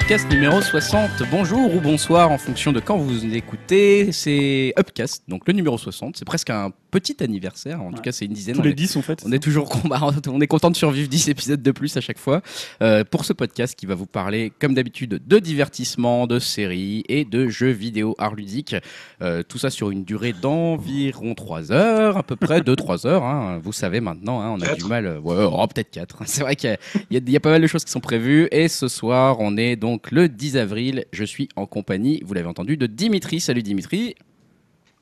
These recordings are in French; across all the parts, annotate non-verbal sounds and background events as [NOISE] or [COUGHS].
Upcast numéro 60. Bonjour ou bonsoir en fonction de quand vous nous écoutez. C'est Upcast, donc le numéro 60. C'est presque un petit anniversaire. En tout Ouais. cas, c'est une dizaine. Tous On les est- 10 en fait. on est toujours bah, on est content de survivre 10 épisodes de plus à chaque fois euh, pour ce podcast qui va vous parler, comme d'habitude, de divertissement, de séries et de jeux vidéo art ludique. Euh, tout ça sur une durée d'environ 3 heures, à peu [LAUGHS] près 2-3 heures. hein. vous savez maintenant, hein, on a Quatre. du mal. euh, Ouais, oh, peut-être 4. [LAUGHS] C'est vrai qu'il y a- il y, a- il y a pas mal de choses qui sont prévues. Et ce soir, on est donc le 10 avril. Je suis en compagnie, vous l'avez entendu, de Dimitri. Salut Dimitri,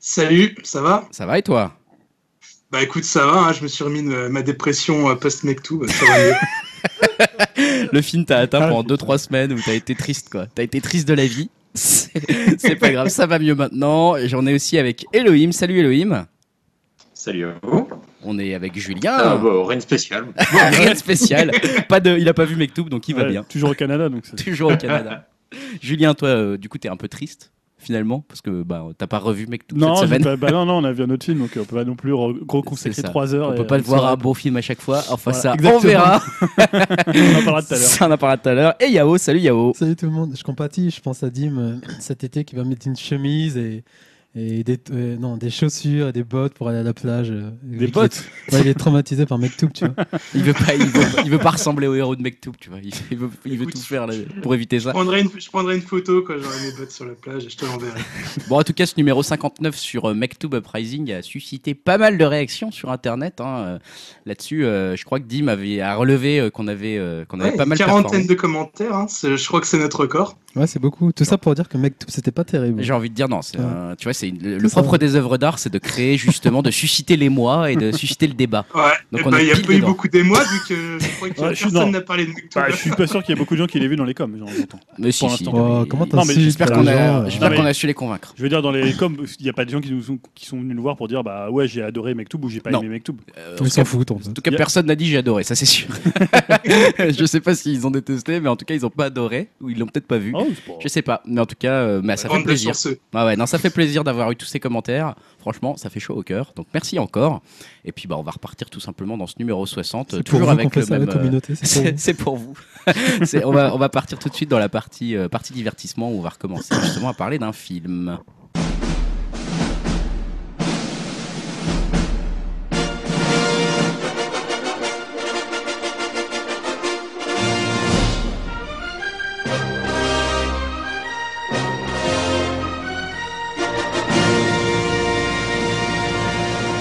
Salut, ça va ça va et toi Bah écoute, ça va, hein, je me suis remis de ma dépression euh, post-Mektoub, ça va mieux. Le film t'a atteint Ah, pendant 2-3 semaines où t'as été triste, quoi. T'as été triste de la vie. C'est c'est pas grave, ça va mieux maintenant. Et J'en ai aussi avec Elohim. Salut Elohim. Salut à vous. On est avec Julien. Ah, bah, rien [LAUGHS] de spécial. Rien de spécial. Pas de, il a pas vu Mektoub, donc il va Ouais, bien. Toujours au Canada donc. c'est- Toujours au Canada. Julien, toi, euh, du coup, t'es un peu triste finalement parce que bah, t'as pas revu Mektoub Non, j'ai cette semaine. pas- bah non, non, on a vu un autre film, donc on peut pas non plus re- gros C'est consacrer ça. 3 heures. On et- peut pas le et voir ça- à un bon film à chaque fois. Enfin, Voilà, ça, on exactement. [LAUGHS] verra. [LAUGHS] On en [LAUGHS] parlera tout à l'heure. C'est un appareil tout à l'heure. Et Yao, salut Yao. Salut tout le monde, je compatis, je pense à Dim euh, cet été qui va mettre une chemise et, et des, euh, non, des chaussures et des bottes pour aller à la plage. euh, Des vu qu'il potes est- ouais, Il est traumatisé par Mektoub, tu vois. [LAUGHS] Il veut pas, il veut, il [LAUGHS] veut pas ressembler au héros de Mektoub, tu vois. Il, il veut, il veut Écoute, tout faire là, [LAUGHS] pour éviter Je ça. prendrai une, je prendrai une photo quand j'aurai mes bottes sur la plage et je te l'enverrai. Bon, en tout cas, ce numéro 59 sur euh, Mektoub Uprising a suscité pas mal de réactions sur Internet. hein. Euh, Là-dessus, euh, je crois que Dim avait à relevé euh, qu'on avait, euh, qu'on avait Ouais, pas une mal quarantaine performé. de commentaires, hein, c'est- je crois que c'est notre record. Ouais, c'est beaucoup. Tout ça pour dire que Mektoub, c'était pas terrible. J'ai envie de dire non, c'est Ouais. un- tu vois, c'est une- le C'est ça, propre ouais. des œuvres d'art, c'est de créer justement, de susciter l'émoi et de susciter le débat. Ouais, Donc et on bah, est il n'y a pile pas eu dedans. beaucoup d'émois vu que euh, [LAUGHS] je crois que Ouais, Bah, je suis dans- personne n'a parlé de Mektoub. Bah, Je suis pas sûr qu'il y ait beaucoup de gens qui l'aient vu dans les coms. genre, j'entends. [LAUGHS] Mais si, Pour si, l'instant. mais- Oh, comment t'as Non, mais su, J'espère les qu'on gens, a, euh, j'espère Non, qu'on mais- a su les convaincre. Je veux dire, dans les coms, il n'y a pas des gens qui, nous sont, qui sont venus nous voir pour dire Bah ouais, j'ai adoré Mektoub ou j'ai pas Non. aimé Mektoub. Euh, en Ils tout cas, s'en foutent en En fait. tout cas, Y a- personne n'a dit j'ai adoré, ça c'est [LAUGHS] sûr. je sais pas s'ils ont détesté, mais en tout cas, ils ont pas adoré ou ils l'ont peut-être pas vu. Oh, c'est pas- Je sais pas, mais en tout cas, euh, bah, ça fait Bande de plaisir. chanceux. Ah ouais, non, ça fait plaisir d'avoir eu tous ces commentaires. Franchement, ça fait chaud au cœur. Donc merci encore. Et puis bah, on va repartir tout simplement dans ce numéro 60, C'est pour toujours vous qu'on avec fait le ça à la même. euh, communauté. c'est [LAUGHS] c'est pour vous. c'est pour vous. C'est- on, va, on va partir tout de suite dans la partie, euh, partie divertissement où on va recommencer justement à parler d'un film.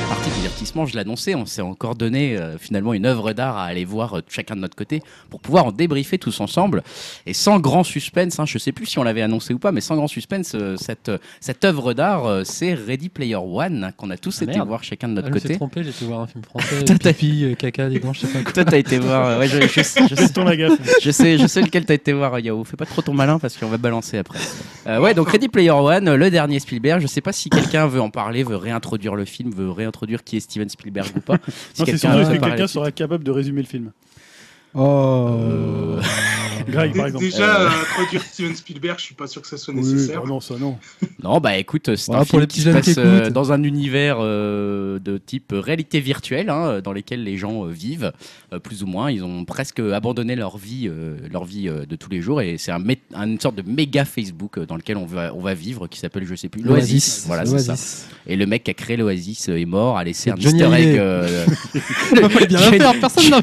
Partie divertissement, je l'annonçais, on s'est encore donné euh, finalement une œuvre d'art à aller voir euh, chacun de notre côté pour pouvoir en débriefer tous ensemble. Et sans grand suspense, hein, je sais plus si on l'avait annoncé ou pas, mais sans grand suspense, euh, cette, euh, cette œuvre d'art, euh, c'est Ready Player One hein, qu'on a tous Ah, été merde. voir chacun de Ah, notre je me suis côté. trompé, j'ai été voir un film français, T'as- t'as- pipi, euh, caca, des dents, je [LAUGHS] sais pas quoi. Toi, t'as été voir. euh, ouais, je, [LAUGHS] je- je- je- Gaston Lagaffe. je sais, je sais lequel t'as été voir, euh, Yao. Fais pas trop ton malin parce qu'on va balancer après. Euh, ouais, donc Ready Player One, euh, le dernier Spielberg. Je sais pas si quelqu'un veut en parler, veut réintroduire le film, veut réintroduire qui est Steven Spielberg ou pas. Si Non, c'est quelqu'un surtout veut est-ce que parler. quelqu'un sera capable de résumer le film. Oh. [LAUGHS] Greg, [LAUGHS] par Dé- exemple. Déjà, euh, produire Steven Spielberg, je suis pas sûr que ça soit Oui, nécessaire. bah non, ça non. Non, bah écoute, c'est Voilà, un pour film les qui petits se jeunes passe qui euh, écoutent. dans un univers euh, de type réalité virtuelle, hein, dans lesquels les gens euh, vivent, euh, plus ou moins. Ils ont presque abandonné leur vie, euh, leur vie euh, de tous les jours, et c'est un mé- une sorte de méga Facebook euh, dans lequel on va, on va vivre, qui s'appelle, je sais plus, l'Oasis. Voilà, c'est ça. l'Oasis. Et le mec qui a créé l'Oasis euh, est mort, a laissé C'est un Johnny easter egg. Hallyday. [LAUGHS] euh, On va [LAUGHS] bien Johnny- la faire, personne n'a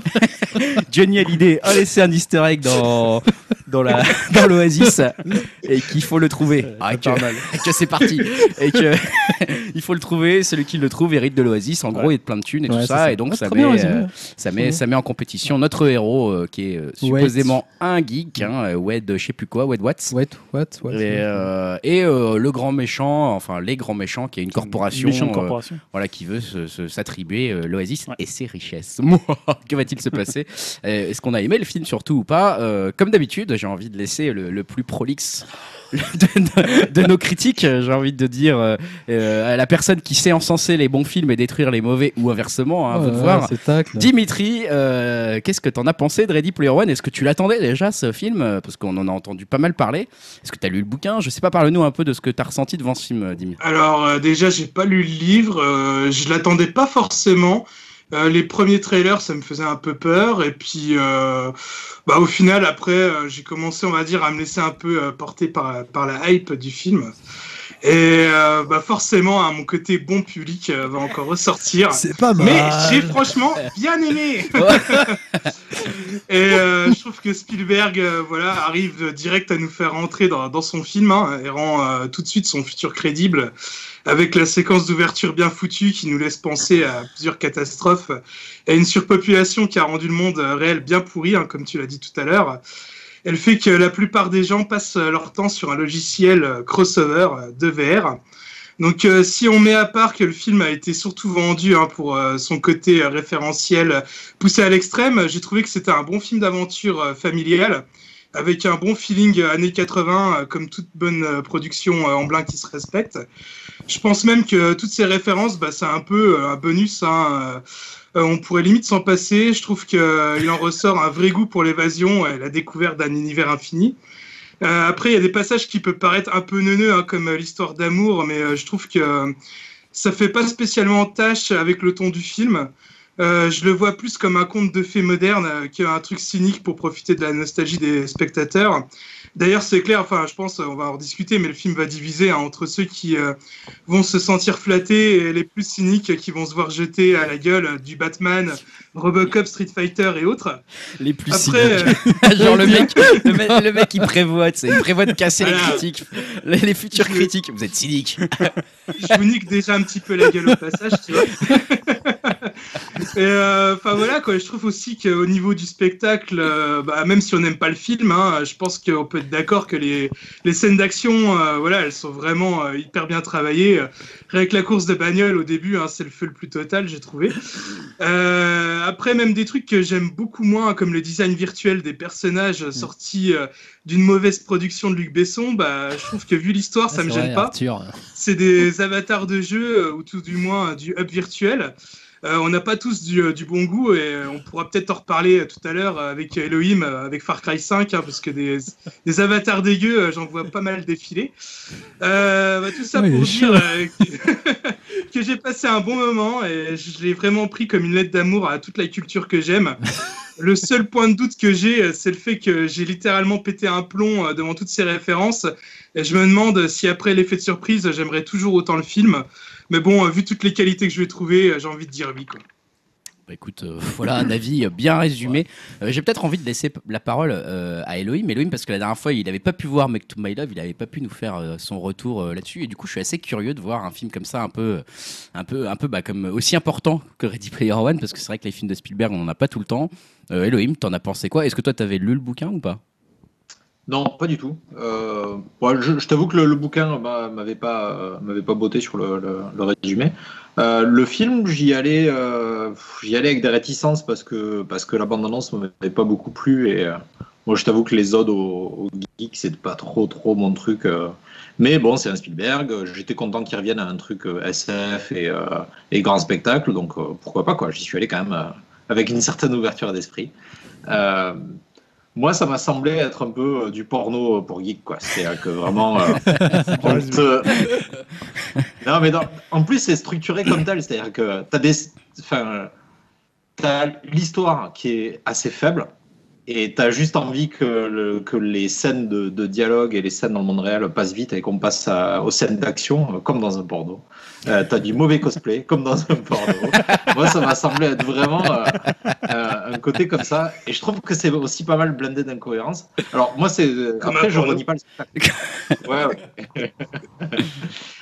Johnny Hallyday a laissé un easter egg dans, dans la- [LAUGHS] dans l'Oasis et qu'il faut le trouver. Ah, que, [LAUGHS] que c'est parti. Et que [LAUGHS] [LAUGHS] il faut le trouver. Celui qui le trouve hérite de l'Oasis, en gros, et de plein de thunes et Ouais, tout c'est ça. ça. Et donc, Ah, ça, très met, bien euh, résumé. ça, Très met, bien. ça met en compétition notre héros euh, qui est euh, Wade. supposément un geek, hein, euh, Wade, je sais plus quoi, Wade Watts. What, what, what. Et, euh, et, euh, le grand méchant, enfin les grands méchants, qui est une corporation, Méchante euh, corporation. voilà, qui veut se- se- s'attribuer euh, l'Oasis Ouais. et ses richesses. [LAUGHS] Mouah, que va-t-il se passer Euh, Est-ce qu'on a aimé le film surtout ou pas Euh, Comme d'habitude, j'ai envie de laisser le, le plus prolixe de, de nos critiques. J'ai envie de dire euh, euh, à la personne qui sait encenser les bons films et détruire les mauvais, ou inversement, hein, à vous de Ouais, voir. C'est tacle. Dimitri, euh, qu'est-ce que t'en as pensé de Ready Player One Est-ce que tu l'attendais déjà ce film Euh, Parce qu'on en a entendu pas mal parler. Est-ce que t'as lu le bouquin Je sais pas, parle-nous un peu de ce que t'as ressenti devant ce film, euh, Dimitri. Alors euh, déjà, j'ai pas lu le livre, euh, je l'attendais pas forcément. Euh, les premiers trailers, ça me faisait un peu peur. Et puis, euh, bah, au final, après, euh, j'ai commencé, on va dire, à me laisser un peu euh, porter par, par la hype du film. Et euh, bah, forcément, hein, mon côté bon public euh, va encore ressortir. C'est pas mal. Mais Ah, j'ai franchement bien [LAUGHS] aimé. Et euh, je trouve que Spielberg, euh, voilà, arrive direct à nous faire rentrer dans, dans son film hein, et rend euh, tout de suite son futur crédible avec la séquence d'ouverture bien foutue qui nous laisse penser à plusieurs catastrophes et à une surpopulation qui a rendu le monde euh, réel bien pourri, hein, comme tu l'as dit tout à l'heure. Elle fait que la plupart des gens passent euh, leur temps sur un logiciel euh, crossover euh, de VR. Donc, euh, si on met à part que le film a été surtout vendu hein, pour euh, son côté euh, référentiel euh, poussé à l'extrême, euh, j'ai trouvé que c'était un bon film d'aventure euh, familiale, avec un bon feeling euh, années 80, euh, comme toute bonne euh, production euh, en blanc qui se respecte. Je pense même que euh, toutes ces références, bah, c'est un peu euh, un bonus. hein, euh, euh, on pourrait limite s'en passer. Je trouve qu'il en ressort un vrai goût pour l'évasion et la découverte d'un univers infini. Euh, après, il y a des passages qui peuvent paraître un peu neuneux, hein, comme euh, l'histoire d'amour, mais euh, je trouve que euh, ça fait pas spécialement tâche avec le ton du film. Euh, je le vois plus comme un conte de fées moderne euh, qu'un truc cynique pour profiter de la nostalgie des spectateurs. D'ailleurs, c'est clair, enfin, je pense, euh, on va en discuter, mais le film va diviser hein, entre ceux qui euh, vont se sentir flattés et les plus cyniques euh, qui vont se voir jeter à la gueule euh, du Batman, Robocop, Street Fighter et autres. Les plus Après, euh, [LAUGHS] Genre [LAUGHS] le mec, le mec, le mec, il prévoit, tu sais, il prévoit de casser Voilà. les critiques, les, les futurs critiques. Vous êtes cynique. [LAUGHS] je vous nique déjà un petit peu la gueule au passage, tu vois. Et euh, enfin voilà quoi, je trouve aussi qu'au niveau du spectacle, euh, bah, même si on n'aime pas le film, hein, je pense qu'on peut être d'accord que les, les scènes d'action, euh, voilà, elles sont vraiment euh, hyper bien travaillées. Euh, Rien que la course de bagnole au début, hein, c'est le feu le plus total, j'ai trouvé. Euh, après, même des trucs que j'aime beaucoup moins, comme le design virtuel des personnages euh, sortis euh, d'une mauvaise production de Luc Besson, bah, je trouve que vu l'histoire, ça me gêne pas. hein. euh, C'est des avatars de jeu, euh, ou tout du moins euh, du hub virtuel. Euh, on n'a pas tous du, euh, du bon goût et euh, on pourra peut-être en reparler euh, tout à l'heure euh, avec Elohim, euh, avec Far Cry 5, hein, parce que des, des avatars dégueux, euh, j'en vois pas mal défiler. Euh, bah, tout ça Ouais, il pour est chaud. dire euh, que- [LAUGHS] que j'ai passé un bon moment et je l'ai vraiment pris comme une lettre d'amour à toute la culture que j'aime. Le seul point de doute que j'ai, euh, c'est le fait que j'ai littéralement pété un plomb euh, devant toutes ces références. Et je me demande si après l'effet de surprise, j'aimerais toujours autant le film. Mais bon, euh, vu toutes les qualités que je vais trouver, euh, j'ai envie de dire oui. Quoi. Bah, écoute, euh, [LAUGHS] voilà un avis euh, bien résumé. Euh, J'ai peut-être envie de laisser p- la parole euh, à Elohim. Elohim, parce que la dernière fois, il n'avait pas pu voir Make to My Love, il n'avait pas pu nous faire euh, son retour euh, là-dessus. Et du coup, je suis assez curieux de voir un film comme ça, un peu, un peu, un peu bah, comme aussi important que Ready Player One, parce que c'est vrai que les films de Spielberg, on n'en a pas tout le temps. Euh, Elohim, t'en as pensé quoi Est-ce que toi, t'avais lu le bouquin ou pas Non, pas du tout. Euh, bon, je je t'avoue que le, le bouquin bah, m'avait pas, euh, m'avait pas botté sur le, le- le résumé. Euh, le film, j'y allais, euh, j'y allais avec des réticences parce que, parce que la bande-annonce ne m'avait pas beaucoup plu. Et, euh, moi, je t'avoue que les odes au, au geek, c'est pas trop, trop mon truc. euh. mais bon, c'est un Spielberg. euh, J'étais content qu'il revienne à un truc euh, SF et, euh, et grand spectacle. Donc, euh, pourquoi pas, quoi. J'y suis allé quand même euh, avec une certaine ouverture d'esprit. Euh, moi, ça m'a semblé être un peu euh, du porno euh, pour geek, quoi. C'est-à-dire que vraiment, euh, on te- non, mais non. en plus, c'est structuré comme tel. C'est-à-dire que t'as des, enfin, euh, t'as l'histoire qui est assez faible, et t'as juste envie que, le- que les scènes de, de dialogue et les scènes dans le monde réel passent vite et qu'on passe à- aux scènes d'action euh, comme dans un porno. Euh, t'as du mauvais cosplay comme dans un porno. Moi, ça m'a semblé être vraiment euh, euh, un côté comme ça. Et je trouve que c'est aussi pas mal blindé d'incohérences. Alors moi, c'est euh, Comme après, un je porno. renie pas le spectacle. Ouais, ouais.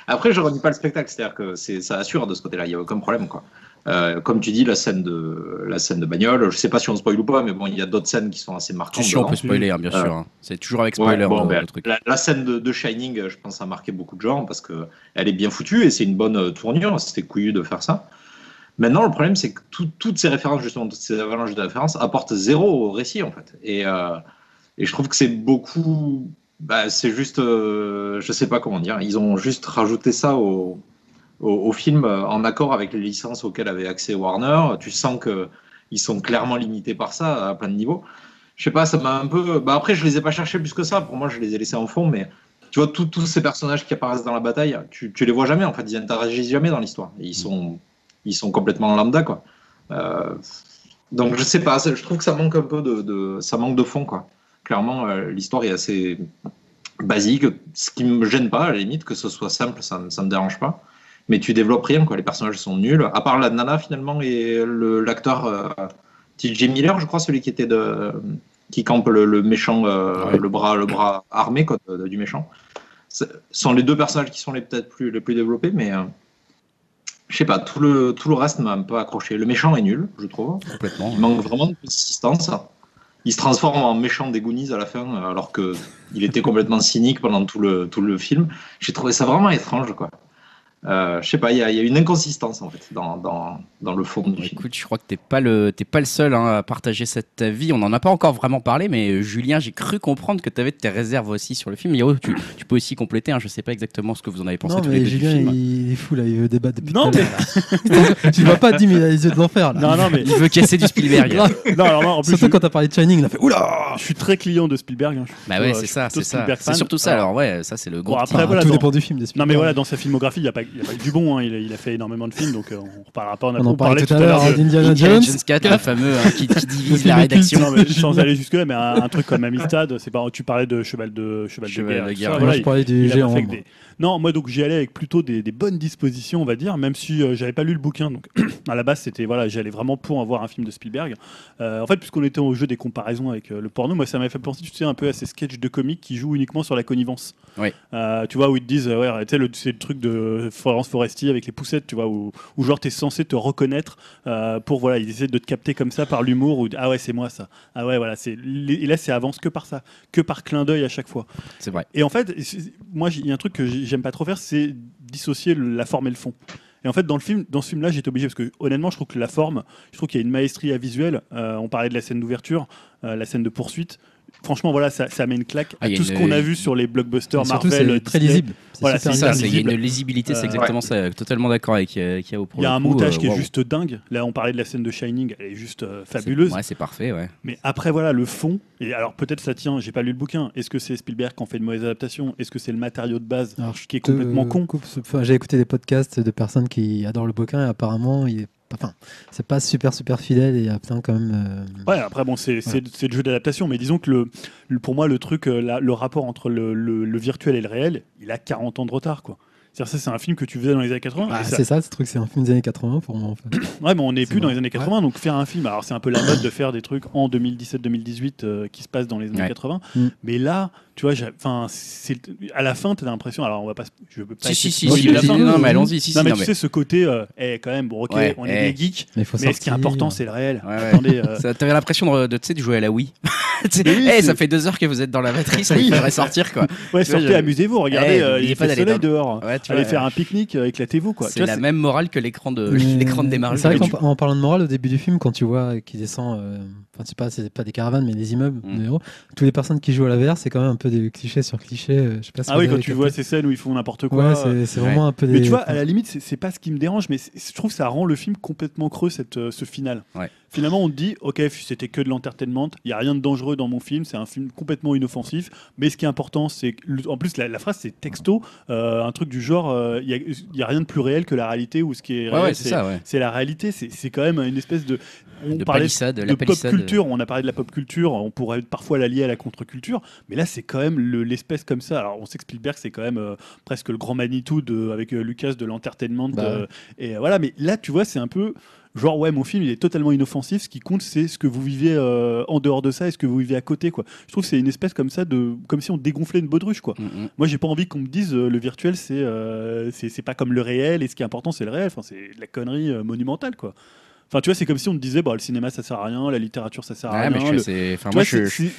Après, je renie pas le spectacle, c'est-à-dire que c'est, ça assure de ce côté-là, il n'y a aucun problème. Quoi. Euh, comme tu dis, la scène, de, la scène de bagnole, je sais pas si on spoil ou pas, mais bon, il y a d'autres scènes qui sont assez marquantes. Tu suis, on dedans. peut spoiler, hein, bien Euh, sûr. hein. C'est toujours avec Ouais, spoiler bon, hein, ben, le truc. la, la scène de, de Shining, euh, je pense, a marqué beaucoup de gens parce que elle est bien foutue et c'est une bonne euh, tournure. C'était couillu de faire ça. Maintenant, le problème, c'est que tout- toutes ces références, justement, toutes ces avalanches de références apportent zéro au récit, en fait. Et, euh, et je trouve que c'est beaucoup. bah, c'est juste. euh, je sais pas comment dire. Ils ont juste rajouté ça au, au, au film euh, en accord avec les licences auxquelles avait accès Warner. Tu sens que ils sont clairement limités par ça à plein de niveaux je sais pas, ça m'a un peu. Bah après, je les ai pas cherchés plus que ça. Pour moi, je les ai laissés en fond, mais tu vois, tous tous ces personnages qui apparaissent dans la bataille, tu, tu les vois jamais en fait. Ils interagissent jamais dans l'histoire. Ils sont, ils sont complètement lambda quoi. Euh, donc je sais pas, ça- je trouve que ça manque un peu de, de- ça manque de fond quoi. Clairement, euh, l'histoire est assez basique. Ce qui me gêne pas, à la limite, que ce soit simple, ça, me- ça me dérange pas. Mais tu développes rien quoi. Les personnages sont nuls. À part la nana finalement et le- l'acteur euh, T.J. Miller, je crois, celui qui était de qui campe le, le méchant, euh, Ouais. le bras, le bras armé quoi, de- de- du méchant. Ce sont les deux personnages qui sont les peut-être plus les plus développés, mais euh, je sais pas. Tout le tout le reste m'a un peu accroché. Le méchant est nul, je trouve. complètement. Il manque vraiment de consistance. Il se transforme en méchant des Goonies à la fin, euh, alors que il était complètement [LAUGHS] cynique pendant tout le, tout le film. J'ai trouvé ça vraiment étrange, quoi. Euh, je sais pas, il y, a il y a une inconsistance en fait dans, dans, dans le fond du Bah, film. écoute, je crois que t'es pas le t'es pas le seul hein, à partager cet avis. On n'en a pas encore vraiment parlé, mais euh, Julien, j'ai cru comprendre que tu avais tes réserves aussi sur le film. Léo, tu, tu peux aussi compléter. Hein, je sais pas exactement ce que vous en avez pensé Non, tous les mais deux Julien, du film. il est fou là, il veut débattre depuis Non, tout à l'heure, là. tu ne vois pas, Dim, il a les yeux de l'enfer là. Non, non, mais. Il veut casser du [LAUGHS] Spielberg. Grave. Non, alors, moi, en plus, Surtout je, quand t'as parlé de Shining, il a fait Oula je suis très client de Spielberg. hein, je suis bah plutôt, ouais, euh, c'est je suis ça, plutôt c'est ça. Spielberg C'est fan. surtout ça. Alors ouais, ça c'est le gros. Bon, petit- après, Enfin, voilà, Tout dans- dépend du film des Non mais Spielberg. voilà, dans sa filmographie, il n'y a, pas- il y a pas que du bon, hein. il, a, il a fait énormément de films, donc euh, on reparlera pas. On, a- on On en parlait tout à l'heure hein, de- d'Indiana Indiana Jones. Jones 4, le fameux hein, qui, qui Le divise film la est rédaction. culte. Non, mais sans aller jusque là, mais un, un truc comme Amistad, c'est pas. Tu parlais de cheval de cheval, Cheval de de guerre. tout guerre, ça, ouais. Moi, voilà, je il- parlais du il a pas géant. fait que moi. des- Non, moi donc j'y allais avec plutôt des, des bonnes dispositions, on va dire, même si euh, j'avais pas lu le bouquin. Donc [CLEARS THROAT] à la base, c'était voilà, j'allais vraiment pour avoir un film de Spielberg. Euh, en fait, puisqu'on était au jeu des comparaisons avec euh, le porno, moi ça m'a fait penser, tu sais, un peu à ces sketchs de comiques qui jouent uniquement sur la connivence. Ouais. Euh, tu vois où ils te disent, euh, ouais, tu sais, le- c'est le truc de Florence Foresti avec les poussettes, tu vois, où, où genre t'es censé te reconnaître euh, pour voilà, ils essaient de te capter comme ça par l'humour ou ah ouais c'est moi ça, ah ouais voilà c'est et là c'est avance que par ça, que par clin d'œil à chaque fois. C'est vrai. Et en fait, c'est- moi, il y a un truc que j'ai- j'aime pas trop faire, c'est dissocier le- la forme et le fond. Et en fait, dans, le film, dans ce film-là, j'étais obligé, parce que honnêtement, je trouve que la forme, je trouve qu'il y a une maestria visuelle. Euh, on parlait de la scène d'ouverture, euh, la scène de poursuite. Franchement, voilà, ça, ça met une claque Ah, à il y a tout une- ce qu'on a vu sur les blockbusters Et Surtout, Marvel. c'est très Disney. lisible. Voilà, super C'est c'est ça, lisible. c'est- il y a une lisibilité, c'est Euh, exactement ça. Totalement d'accord avec euh, Kiao pour Il y a le un coup, montage euh, qui est waouh. juste dingue. Là, on parlait de la scène de Shining, elle est juste euh, C'est- fabuleuse. Ouais, c'est parfait, ouais. Mais après, voilà, le fond. Et alors, peut-être ça tient, j'ai pas lu le bouquin. Est-ce que c'est Spielberg qui en fait une mauvaise adaptation Est-ce que c'est le matériau de base Alors, qui est complètement te con coupe ce- enfin, J'ai écouté des podcasts de personnes qui adorent le bouquin et apparemment, il est... enfin, c'est pas super super fidèle et il y a plein quand même. euh, Ouais, après, bon, c'est c'est- c'est le jeu d'adaptation, mais disons que le, le- pour moi, le truc, euh, la- le rapport entre le, le- le virtuel et le réel, il a 40 ans de retard, quoi. C'est-à-dire, ça, c'est un film que tu faisais dans les années 80. bah, et Ah, ça- c'est ça, ce truc, c'est un film des années 80 pour moi en fait. ouais, mais on n'est c'est plus dans vrai. les années 80, donc faire un film, alors c'est un peu la mode de faire des trucs en 2017-2018 euh, qui se passent dans les années Ouais. 80, Mm. mais là, tu vois, j'ai- enfin, c'est- à la fin, t'as l'impression, alors on va pas, se- je veux pas Si, essayer si, de si, spoiler si, la vas-y, fin. non, mais allons-y. Si, si, Non, mais non, tu mais- sais, ce côté, euh, eh, quand même, bon, ok, Ouais, on est eh. des geeks, Mais il faut mais ce qui est sortir. important, c'est le réel. Ouais, ouais. Attendez, euh, [LAUGHS] Ça- T'avais l'impression de, de, tu sais, de jouer à la Wii. [LAUGHS] Tu sais, Mais oui, hey, c'est- ça fait deux heures que vous êtes dans la matrice, là, il faudrait sortir quoi. [LAUGHS] ouais, Tu vois, sortez, je- amusez-vous, regardez, Eh, euh, il n'oubliez fait pas d'aller soleil dans- dehors. Ouais, tu Allez vois, faire un pique-nique, euh, éclatez-vous quoi. Tu C'est vois, la c'est- même morale que l'écran de [LAUGHS] Mais- l'écran de démarrage. Mmh. C'est vrai Mais qu'en en parlant de morale, au début du film, quand tu vois qu'ils descendent, euh, enfin, c'est pas, c'est pas des caravanes, mais des immeubles Mm. de héros, toutes les personnes qui jouent à la VR, c'est quand même un peu des clichés sur clichés. euh, je sais pas si Ah vous oui, avez quand tu capté. vois ces scènes où ils font n'importe quoi. Ouais, euh, c'est- c'est vraiment un peu des. Mais tu vois, à la limite, c'est- c'est pas ce qui me dérange, mais c'est- je trouve que ça rend le film complètement creux, cette, euh, ce final. Ouais. Finalement, on te dit, ok, f- c'était que de l'entertainment, il n'y a rien de dangereux dans mon film, c'est un film complètement inoffensif, mais ce qui est important, c'est. que le- En plus, la, la phrase, c'est texto, euh, un truc du genre, euh, il n'y a, rien de plus réel que la réalité ou ce qui est Ouais, réel. ouais, c'est ça, ouais. C'est la réalité, c'est c'est quand même une espèce de. On De parlait palissade, de la pop palissade. euh, culture, on a parlé de la pop culture, on pourrait parfois la lier à la contre-culture, mais là c'est quand même le- l'espèce comme ça. Alors on sait que Spielberg c'est quand même euh, presque le grand Manitou de, avec euh, Lucas de l'entertainment, Bah euh, et euh, voilà. Mais là tu vois c'est un peu genre ouais mon film il est totalement inoffensif. Ce qui compte c'est ce que vous vivez euh, en dehors de ça et ce que vous vivez à côté quoi. Je trouve que c'est une espèce comme ça de comme si on dégonflait une baudruche quoi. Mm, mm. Moi, j'ai pas envie qu'on me dise euh, le virtuel, c'est euh, c'est c'est pas comme le réel et ce qui est important, c'est le réel. Enfin, c'est de la connerie euh, monumentale, quoi. Enfin, tu vois, c'est comme si on te disait, bah, le cinéma, ça sert à rien, la littérature, ça sert à Ouais, rien. mais je le- suis assez- enfin, Tu moi, vois, je, c'est- c'est-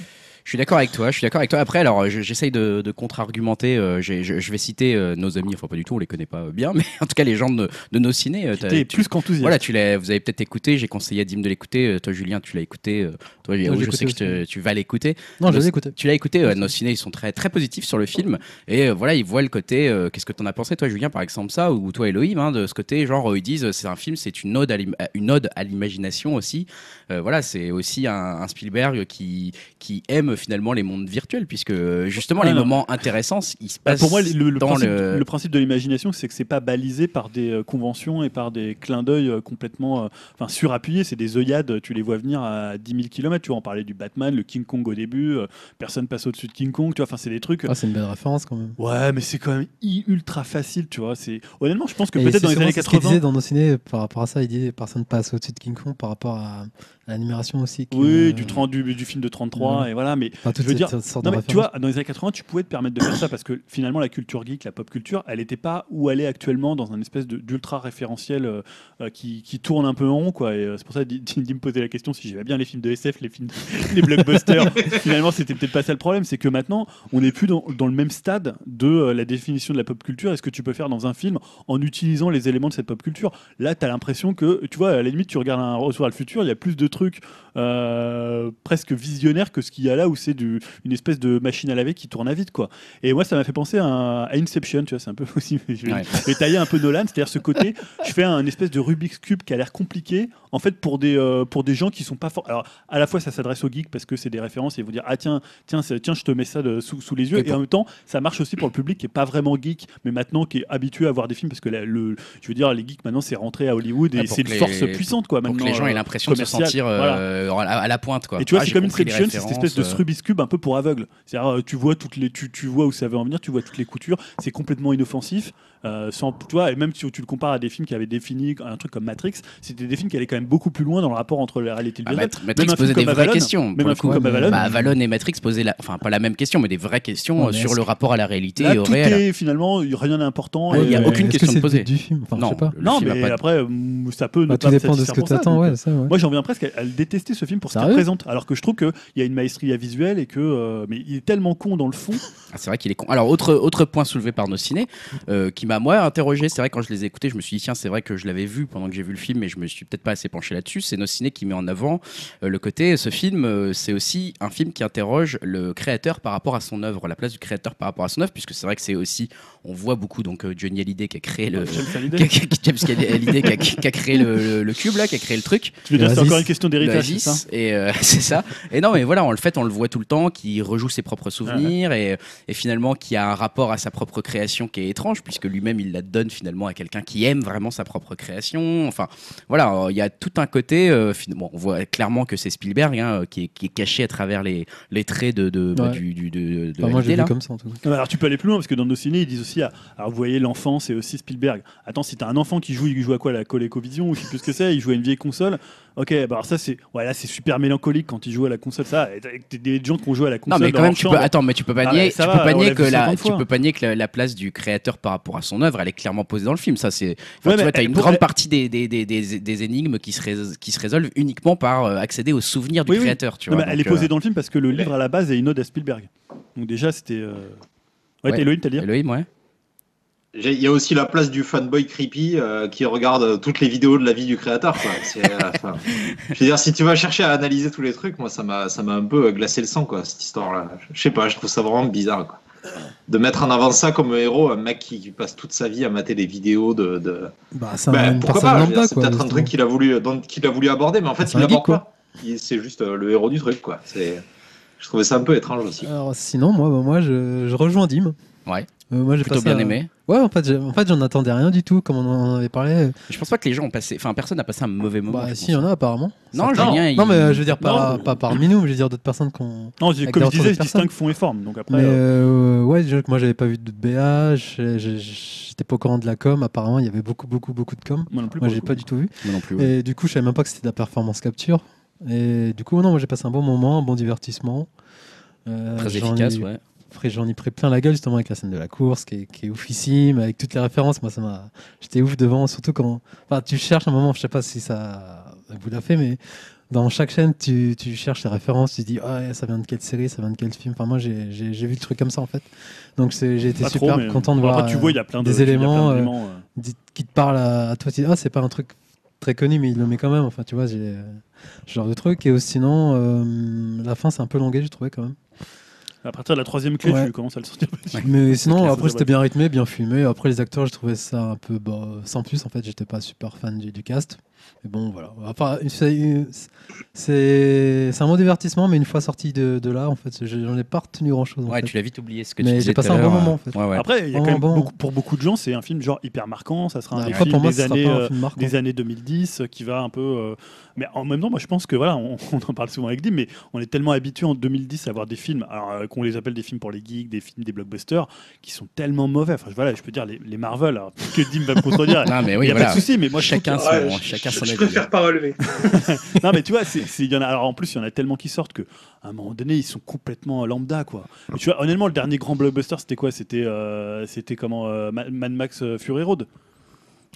Je suis d'accord avec toi, je suis d'accord avec toi. Après, alors, je- j'essaye de, de contre-argumenter. euh, j'ai- je, je vais citer euh, nos amis, enfin, pas du tout, on les connaît pas euh, bien, mais [LAUGHS] en tout cas, les gens de, de nos ciné. euh, t'as- t'es tu- plus qu'enthousiaste. voilà, tu l'as, vous avez peut-être écouté, j'ai conseillé à Dim de l'écouter. euh, toi, Julien, tu l'as écouté. euh, toi, Léo, j'ai je sais que écouté je te- tu vas l'écouter. Non, je le- les ai écoutés. Tu l'as écouté, euh, nos ciné, ils sont très, très positifs sur le film. Et euh, voilà, ils voient le côté, euh, qu'est-ce que t'en as pensé, toi, Julien, par exemple, ça, ou toi, Elohim, hein, de ce côté, genre, euh, ils disent, euh, c'est un film, c'est une ode à l'im- à- une ode à l'imagination aussi. Euh, voilà, c'est aussi un, un Spielberg qui, qui aime euh, finalement les mondes virtuels, puisque euh, justement les Ah, non. moments intéressants, ils se Bah, passent pour moi, le, le dans principe, le... le principe de l'imagination, c'est que c'est pas balisé par des euh, conventions et par des clins d'œil euh, complètement euh, enfin surappuyés. C'est des œillades, tu les vois venir à 10 000 km. Tu vois, on parlait du Batman, le King Kong au début, euh, personne passe au-dessus de King Kong. Tu vois, enfin, c'est des trucs. Ah, c'est une belle référence quand même. Ouais, mais c'est quand même i- ultra facile, tu vois. C'est honnêtement, je pense que Et peut-être c'est dans les souvent années ce qu'il 80. disait dans nos ciné par rapport à ça, il disait personne passe au-dessus de King Kong par rapport à l'admiration aussi. que- Oui, du, 30 du, du film de 33, Mhm. et voilà, mais Enfin, je toutes veux ces dire- sortes Non, de mais tu références. vois, dans les années 80, tu pouvais te permettre de faire ça parce que finalement, la culture geek, la pop culture, elle n'était pas où elle est actuellement dans un espèce de- d'ultra référentiel euh, euh, qui, qui tourne un peu en rond. Quoi. Et euh, c'est pour ça d'y me poser la question si j'aimais bien les films de SF, les films [LAUGHS] les [LAUGHS] blockbusters. finalement, c'était peut-être pas ça le problème. C'est que maintenant, on n'est plus dans, dans le même stade de euh, la définition de la pop culture et ce que tu peux faire dans un film en utilisant les éléments de cette pop culture. Là, tu as l'impression que, tu vois, à la limite, tu regardes un Retour à le futur, il y a plus de trucs euh, presque visionnaire que ce qu'il y a là où c'est du- une espèce de machine à laver qui tourne à vide quoi. Et moi ça m'a fait penser à, à Inception, tu vois, c'est un peu [LAUGHS] aussi je vais, Ouais. je vais tailler un peu Nolan, c'est-à-dire ce côté, je fais un espèce de Rubik's cube qui a l'air compliqué en fait pour des euh, pour des gens qui sont pas forts. Alors à la fois ça s'adresse aux geeks parce que c'est des références et ils vont dire ah tiens tiens c'est- tiens je te mets ça de- sous, sous les yeux Et et, en même temps ça marche aussi pour le public qui est pas vraiment geek mais maintenant qui est habitué à voir des films parce que la- le je veux dire les geeks maintenant c'est rentré à Hollywood et Ah, pour c'est une que les- force puissante quoi Pour maintenant. que les gens aient euh, l'impression de se commercial, sentir euh, à, à la pointe. Quoi. et tu vois, Ah, c'est j'ai comme une compris les Inception, c'est cette références, espèce de euh. Rubik's Cube un peu pour aveugle. C'est-à-dire, euh, tu vois, toutes les, tu, tu vois où ça veut en venir, tu vois toutes les coutures, c'est complètement inoffensif. euh, sans, tu vois, et même si tu le compares à des films qui avaient défini un truc comme Matrix, c'était des films qui allaient quand même beaucoup plus loin dans le rapport entre la réalité et le Ah, virtuel. Mat- Matrix Même un film posait des comme vraies Avalon, questions. Même pour un le film coup. comme Avalon, Bah, Avalon et Matrix posaient, la... enfin pas la même question, mais des vraies questions Ouais, euh, mais sur est-ce le que- rapport à la réalité là, et au tout réel. est finalement, rien n'est important. Ouais, il y a et- aucune Est-ce que question c'est le posée. but du film. Enfin, je Non, sais pas. le Non, film a mais pas de- après, mm, ça peut ne Bah, pas tout me dépend de ce satisfaire que pour ça, t'attends, donc, euh, ouais, ça, ouais. Moi, j'en viens presque à, à le détester ce film pour ce qu'il Sérieux représente, alors que je trouve qu'il y a une maestria visuelle et que, euh, mais il est tellement con dans le fond. Ah, c'est vrai qu'il est con. Alors, autre, autre point soulevé par nos ciné, euh, qui m'a moi interrogé, c'est vrai quand je les ai écoutés, je me suis dit, tiens, c'est vrai que je l'avais vu pendant que j'ai vu le film, mais je me suis peut-être pas assez penché là-dessus. C'est nos ciné qui met en avant euh, le côté, ce film, euh, c'est aussi un film qui interroge le créateur par rapport à son œuvre, la place du créateur par rapport à son œuvre, puisque c'est vrai que c'est aussi, on voit beaucoup, donc euh, Johnny Hallyday qui a créé le. J'aime ça, l'idée. [LAUGHS] qui a- qui a- James Hallyday qui a, qui a créé le, le- le cube là, qui a créé le truc. Tu veux dire, c'est Oasis. encore une question d'héritage, c'est Oasis, ça et euh, [LAUGHS] c'est ça. Et non, mais voilà, en le fait, on le voit tout le temps, qui rejoue ses propres souvenirs et, et finalement qui a un rapport à sa propre création qui est étrange puisque lui-même il la donne finalement à quelqu'un qui aime vraiment sa propre création. Enfin, voilà, euh, il y a tout un côté. euh, finalement, on voit clairement que c'est Spielberg hein, euh, qui, est, qui est caché à travers les, les traits de, de, bah, Ouais. du, du- de, de Enfin, moi, Hallyday, j'ai vu là. comme ça en tout cas. Non, mais alors tu peux aller plus loin parce que dans nos ciné ils disent aussi ah, alors vous voyez l'enfant c'est aussi Spielberg. Attends si t'as un enfant qui joue il joue à quoi la ColecoVision ou je sais plus ce que c'est il joue à une vieille console. Ok bah alors ça c'est ouais là c'est super mélancolique quand il joue à la console ça et t'as- t'as des gens qui ont joué à la Non console. mais dans quand même leur tu peux chambre. attends mais tu peux pas Ah, nier, mais tu ça peux va, pas on nier l'a que vu la 50 tu fois. peux pas nier que la, la place du créateur par rapport à son œuvre elle est clairement posée dans le film ça c'est enfin, Ouais, tu mais vois t'as elle- une pour- grande elle- partie des, des, des, des, des énigmes qui se, rés- qui se résolvent uniquement par euh, accéder aux souvenirs du Oui, oui. créateur tu Non, vois mais elle est donc, posée euh, dans le film parce que le elle est- livre à la base est une ode à Spielberg. Donc déjà c'était euh, ouais, Ouais. t'as Elohim t'as dit Elohim ouais J'ai- Il y a aussi la place du fanboy creepy euh, qui regarde euh, toutes les vidéos de la vie du créateur. Quoi. [LAUGHS] C'est, euh, enfin, je veux dire, si tu vas chercher à analyser tous les trucs, moi, ça m'a, ça m'a un peu glacé le sang, quoi, cette histoire-là. Je sais pas, je trouve ça vraiment bizarre. Quoi. De mettre en avant ça comme héros, un mec qui, qui passe toute sa vie à mater des vidéos de. de... Bah, c'est Ben, une pourquoi personne pas je veux dire, lambda C'est quoi. peut-être un justement. truc qu'il a voulu, euh, dont- qu'il a voulu aborder, mais en fait, C'est un il geek, l'aborde quoi. pas. Il- c'est juste euh, le héros du truc, quoi. C'est... Je trouvais ça un peu étrange aussi. Alors, sinon, moi, bah, moi je, je rejoins Dim. Ouais. Euh, moi, j'ai plutôt passé bien à- aimé Ouais, en fait, j'ai- en fait, j'en attendais rien du tout, comme on en avait parlé. je pense pas que les gens ont passé enfin personne n'a passé un mauvais moment Ah, Bah, je si, pense. il y en a apparemment. non Certains. Julien il- Non, mais euh, je veux dire, pas, Non. pas parmi nous, mais je veux dire d'autres personnes qu'on. Non j'ai- Avec comme je des retours disais de je personnes. distingue fond et forme donc après. Mais euh, euh, ouais, déjà que moi j'avais pas vu de BH, j'ai- j'ai- j'étais pas au courant de la com, apparemment il y avait beaucoup, beaucoup, beaucoup de com. Moi non plus. Moi pour le j'ai pas coup. du tout vu. moi non plus ouais. Et du coup, je savais même pas que c'était de la performance capture. Et du coup, non, moi j'ai passé un bon moment, un bon divertissement. Euh, très j'en efficace ai- ouais après, J'en ai pris plein la gueule justement avec la scène de la course qui est, qui est oufissime, avec toutes les références. Moi, ça m'a. J'étais ouf devant, surtout quand. Enfin, tu cherches un moment, je sais pas si ça vous l'a fait, mais dans chaque chaîne, tu, tu cherches les références, tu te dis, ah, ça vient de quelle série, ça vient de quel film. Enfin, moi, j'ai j'ai- j'ai vu le truc comme ça en fait. Donc, c'est- j'ai été Pas super trop, mais- content de Bon, voir Après tu euh, vois il y a plein de des il y a plein éléments, euh, d'éléments, euh. dit- qui te parle à, à toi. Tu dis, ah, c'est pas un truc très connu, mais il le met quand même. Enfin, tu vois, j'ai euh, ce genre de truc. Et aussi, sinon, euh, la fin, c'est un peu longué, j'ai trouvé quand même. À partir de la troisième clé Ouais. tu commences à le sentir. [LAUGHS] Mais que sinon, la après, sauce c'était bien rythmé, bien fumé. Après, les acteurs, je trouvais ça un peu bah, sans plus. En fait, j'étais pas super fan du, du cast. Mais bon, voilà. À part- c'est- euh, C'est c'est un bon divertissement, mais une fois sorti de, de là, en fait, je- j'en ai pas retenu grand chose. Ouais, tu l'as vite oublié ce que Mais tu j'ai disais. passé tout à un bon l'heure, moment, euh, en fait. Ouais, ouais. Après, il y a Ouais, quand même bon. Bah, beaucoup- pour beaucoup de gens, c'est un film genre hyper marquant. Ça sera un des Après, films pour moi, des ce sera années, pas euh, un film marquant. des années 2010 euh, qui va un peu. euh, Mais en même temps, moi, je pense que voilà, on, [LAUGHS] on en parle souvent avec Dim, mais on est tellement habitué en 2010 à voir des films, alors, euh, qu'on les appelle des films pour les geeks, des films, des blockbusters, qui sont tellement mauvais. Enfin, je- voilà, je peux dire les, les Marvel. alors, peut-être que Dim va me contredire. [LAUGHS] Non, mais Il oui, n'y a voilà. pas de souci, mais moi je trouve Chacun que- son, Ouais, chacun je, son je avis. hein. préfère pas relever. non mais tu vois, c'est, c'est- il y en a. Alors en plus, il y en a tellement qui sortent que à un moment donné, ils sont complètement lambda quoi. Mais tu vois, honnêtement, le dernier grand blockbuster, c'était quoi C'était, euh, c'était comment euh, Ma- Mad Max euh, Fury Road.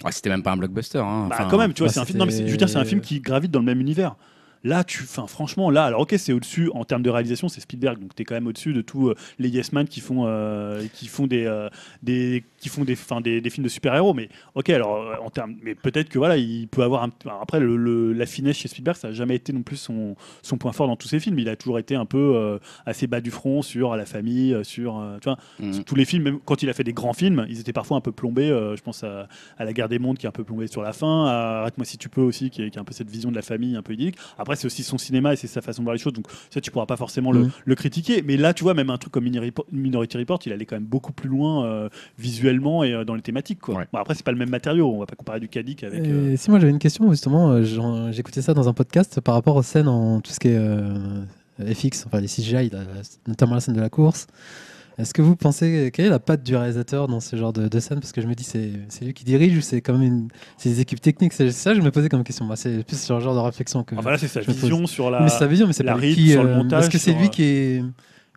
Ouais, c'était même pas un blockbuster. Hein. Bah, Enfin, quand même, tu vois, bah, c'est un film. c'était- Non mais c'est- je veux dire, c'est un film qui gravite dans le même univers. Là, tu, enfin, franchement, là, alors ok, c'est au-dessus en termes de réalisation, c'est Spielberg, donc t'es quand même au-dessus de tous euh, les Yes Man qui font, euh, qui font des, euh, des, qui font des, enfin, des, des films de super-héros, mais ok, alors euh, en termes, mais peut-être que voilà, il peut avoir un, alors, après le, le- la finesse chez Spielberg, ça n'a jamais été non plus son, son point fort dans tous ses films. Il a toujours été un peu euh, assez bas du front sur la famille, euh, sur, euh, tu vois, Mhm. sur tous les films. Même quand il a fait des grands films, ils étaient parfois un peu plombés. euh, je pense à, à La Guerre des Mondes qui est un peu plombée sur la fin, à Arrête-moi si tu peux aussi, qui est, qui est un peu cette vision de la famille un peu idyllique. Après, c'est aussi son cinéma et c'est sa façon de voir les choses. Donc ça, tu pourras pas forcément le, Mhm. le critiquer. Mais là, tu vois, même un truc comme Mini- Repo- Minority Report, il allait quand même beaucoup plus loin euh, visuellement et euh, dans les thématiques. Quoi. Ouais. Bon, après, c'est pas le même matériau. On va pas comparer du Cadic avec. Et euh, Si moi j'avais une question, justement, euh, j'en- j'écoutais ça dans un podcast par rapport aux scènes en tout ce qui est euh, FX, enfin les CGI, là, notamment la scène de la course. Est-ce que vous pensez euh, quelle est la patte du réalisateur dans ce genre de, de scène Parce que je me dis, c'est c'est lui qui dirige ou c'est quand même une, c'est des équipes techniques C'est ça que je me posais comme question. Moi, c'est plus sur le genre de réflexion que. Enfin, là, c'est sa je me pose- vision sur la. mais c'est sa vision, mais c'est la pas lui rythme, qui. sur le euh, montage, parce que c'est sur, euh, lui qui est.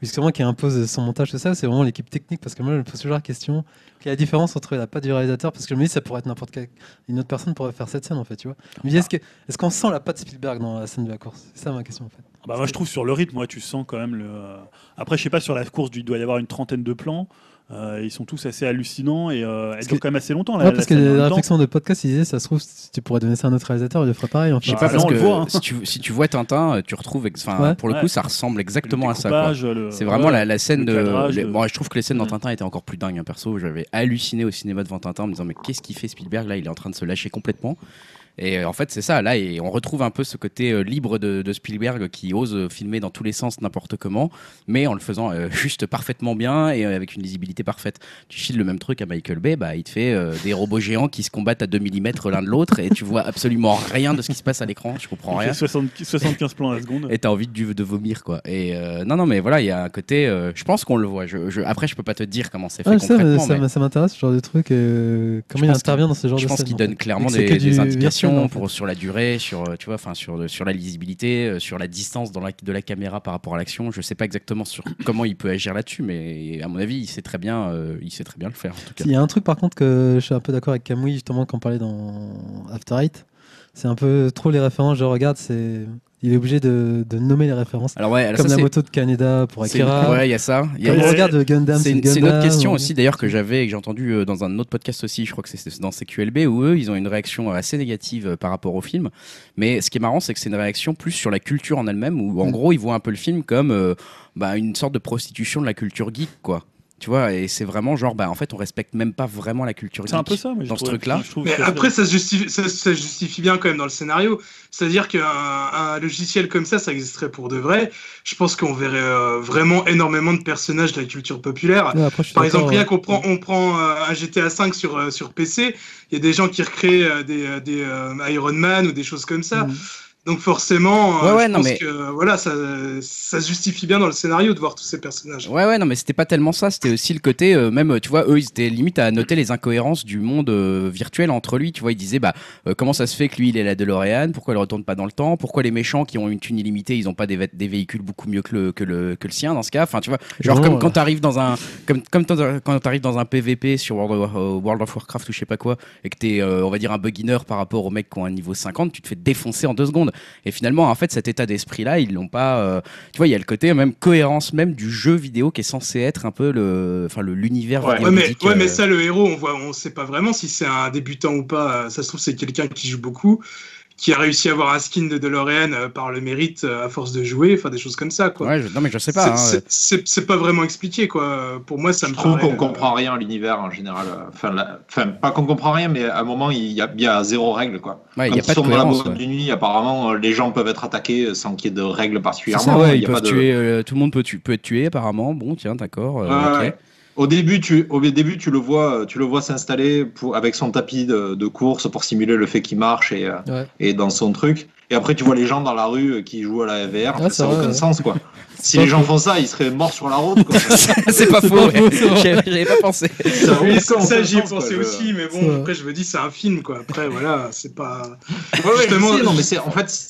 Justement, qui impose son montage, tout ça, c'est vraiment l'équipe technique. Parce que moi, je me pose toujours la question quelle est la différence entre la patte du réalisateur Parce que je me dis, ça pourrait être n'importe quelle. Une autre personne pourrait faire cette scène, en fait, tu vois. Je me Ah. dis, est-ce que- est-ce qu'on sent la patte Spielberg dans la scène de la course C'est ça ma question, en fait. Bah moi je trouve sur le rythme, moi tu sens quand même le. euh, Après je sais pas sur la course, il doit y avoir une trentaine de plans. Euh, ils sont tous assez hallucinants et euh, elle Parce dure que- quand même assez longtemps. Ouais, la- parce la que scène. En même la temps, réflexion de podcast, il disait, ça se trouve, si tu pourrais donner ça à un autre réalisateur, il le ferait pareil. En Je fait. sais Bah, pas, là, parce on que le voit, hein. si, tu, si tu vois Tintin, euh, tu retrouves. ex- Enfin, Ouais. pour le coup, Ouais. ça ressemble le exactement à ça. quoi. découpage, le- C'est vraiment ouais. la, la scène le de. cadrage, les- le- bon, je trouve que les scènes dans Mm. Tintin étaient encore plus dingues. hein, perso, j'avais halluciné au cinéma devant Tintin en me disant mais qu'est-ce qu'il fait Spielberg là Il est en train de se lâcher complètement. Et euh, en fait, c'est ça. Là, et on retrouve un peu ce côté euh, libre de, de Spielberg qui ose euh, filmer dans tous les sens, n'importe comment, mais en le faisant euh, [LAUGHS] juste parfaitement bien et euh, avec une lisibilité parfaite. Tu chiles le même truc à Michael Bay, bah, il te fait euh, des robots géants qui se combattent à 2 mm l'un de l'autre et tu vois absolument rien de ce qui se passe à l'écran. Je comprends Il rien fait 60 75 plans à la seconde. et t'as envie de, de vomir quoi et euh, non non mais voilà il y a un côté euh, je pense qu'on le voit je, je- après je peux pas te dire comment c'est fait Ouais, ça, concrètement ça mais m- ça m'intéresse, ce genre de truc. euh, comment il pense intervient dans ce genre je de pense scène, qu'il en fait. donne clairement C'est des, que des du indications virtuel, en fait. pour sur la durée sur euh, tu vois enfin sur sur la lisibilité euh, sur la distance dans la, de la caméra par rapport à l'action je sais pas exactement sur comment il peut agir là-dessus mais à mon avis il sait très bien euh, il sait très bien le faire en tout cas Il y a un truc par contre que je suis un peu d'accord avec Camouille justement quand on parlait dans After Eight, c'est un peu trop les références. Je regarde, c'est il est obligé de, de nommer les références, alors ouais alors comme ça la c'est moto de Canada pour c'est une- Akira. ouais il y a ça Il y a- Comme on Ouais. regarde Gundam, C'est c'est une, Gundam. c'est une autre question ou- aussi d'ailleurs que j'avais et que j'ai entendu euh, dans un autre podcast aussi, je crois que c'est dans CQLB, où eux, ils ont une réaction euh, assez négative euh, par rapport au film. Mais ce qui est marrant, c'est que c'est une réaction plus sur la culture en elle-même, où en Mm. gros, ils voient un peu le film comme euh, bah, une sorte de prostitution de la culture geek, quoi. Tu vois, et c'est vraiment genre, bah, en fait, on respecte même pas vraiment la culture geek. C'est un peu ça. moi, je Dans ce trouve- truc-là. je trouve Mais que- après, ça se, justifie, ça, ça se justifie bien quand même dans le scénario. C'est-à-dire qu'un un logiciel comme ça, ça existerait pour de vrai. Je pense qu'on verrait euh, vraiment énormément de personnages de la culture populaire. Ouais, après, je suis Par d'accord, exemple, rien ouais. qu'on prend, on prend euh, un GTA V sur, euh, sur PC, il y a des gens qui recréent euh, des, euh, des, euh, Iron Man ou des choses comme ça. Mhm. Donc forcément, euh, Ouais, ouais, je non, pense mais- que euh, voilà, ça, ça se justifie bien dans le scénario de voir tous ces personnages. Ouais, ouais, non, mais c'était pas tellement ça. C'était aussi le côté, euh, même, tu vois, eux, ils étaient limite à noter les incohérences du monde euh, virtuel entre lui. Tu vois, ils disaient, bah, euh, comment ça se fait que lui, il est la DeLorean Pourquoi il retourne pas dans le temps Pourquoi les méchants qui ont une thune illimitée, ils ont pas des, vét- des véhicules beaucoup mieux que le, que, le, que le sien dans ce cas Enfin, tu vois, genre, Non, comme euh. quand t'arrives dans un, comme, comme t'en- quand t'arrives dans un PVP sur World of, euh, World of Warcraft ou je sais pas quoi, et que t'es, euh, on va dire, un beginner par rapport aux mecs qui ont un niveau 50, tu te fais défoncer en deux secondes. Et finalement, en fait, cet état d'esprit-là, ils l'ont pas. euh, tu vois, il y a le côté même cohérence même du jeu vidéo qui est censé être un peu le, enfin le l'univers. Ouais. Ouais, mais, vidéoludique, ouais, mais euh, ça, le héros, on voit, on sait pas vraiment si c'est un débutant ou pas. Ça se trouve, c'est quelqu'un qui joue beaucoup. qui a réussi à avoir un skin de DeLorean euh, par le mérite euh, à force de jouer, enfin des choses comme ça quoi. Ouais, je- non, mais je sais pas. C'est- hein. c'est c'est- c'est pas vraiment expliqué quoi. Pour moi, ça je me trouve paraît, euh, qu'on comprend rien à l'univers en général. euh, Enfin, la- enfin, pas qu'on comprend rien, mais à un moment, il y a, il y a zéro règle. Quoi. Ouais, il Comme n'y a pas de sur la cohérence. boîte ouais. de nuit, apparemment, euh, les gens peuvent être attaqués euh, sans qu'il y ait de règles C'est particulièrement. euh. ça, ouais, Il ils y a pas peuvent de- tuer, euh, tout le monde peut, tu- peut être tué apparemment. Bon, tiens, d'accord. euh, Ouais, ok. ouais. Au début, tu, au début, tu le vois, euh, tu le vois s'installer pour- avec son tapis de, de course pour simuler le fait qu'il marche et, euh, Ouais. et dans son truc. Et après, tu vois les gens dans la rue euh, qui jouent à la VR. Ah, ça ça n'a va, aucun ouais. sens, quoi. si pas les gens font ça, ils seraient morts sur la route. quoi. ça [LAUGHS] [LAUGHS] c'est pas [LAUGHS] C'est faux, pas faux, c'est vrai. j'avais j'avais pas pensé. n'a Oui, aucun- ça, aucun j'y ai sens, quoi. pensé Je- aussi, mais C'est bon, vrai. après je me dis c'est un film quoi. Après voilà, c'est pas. Ouais, ouais, je Justement, sais, non, je- mais c'est en fait, c'est-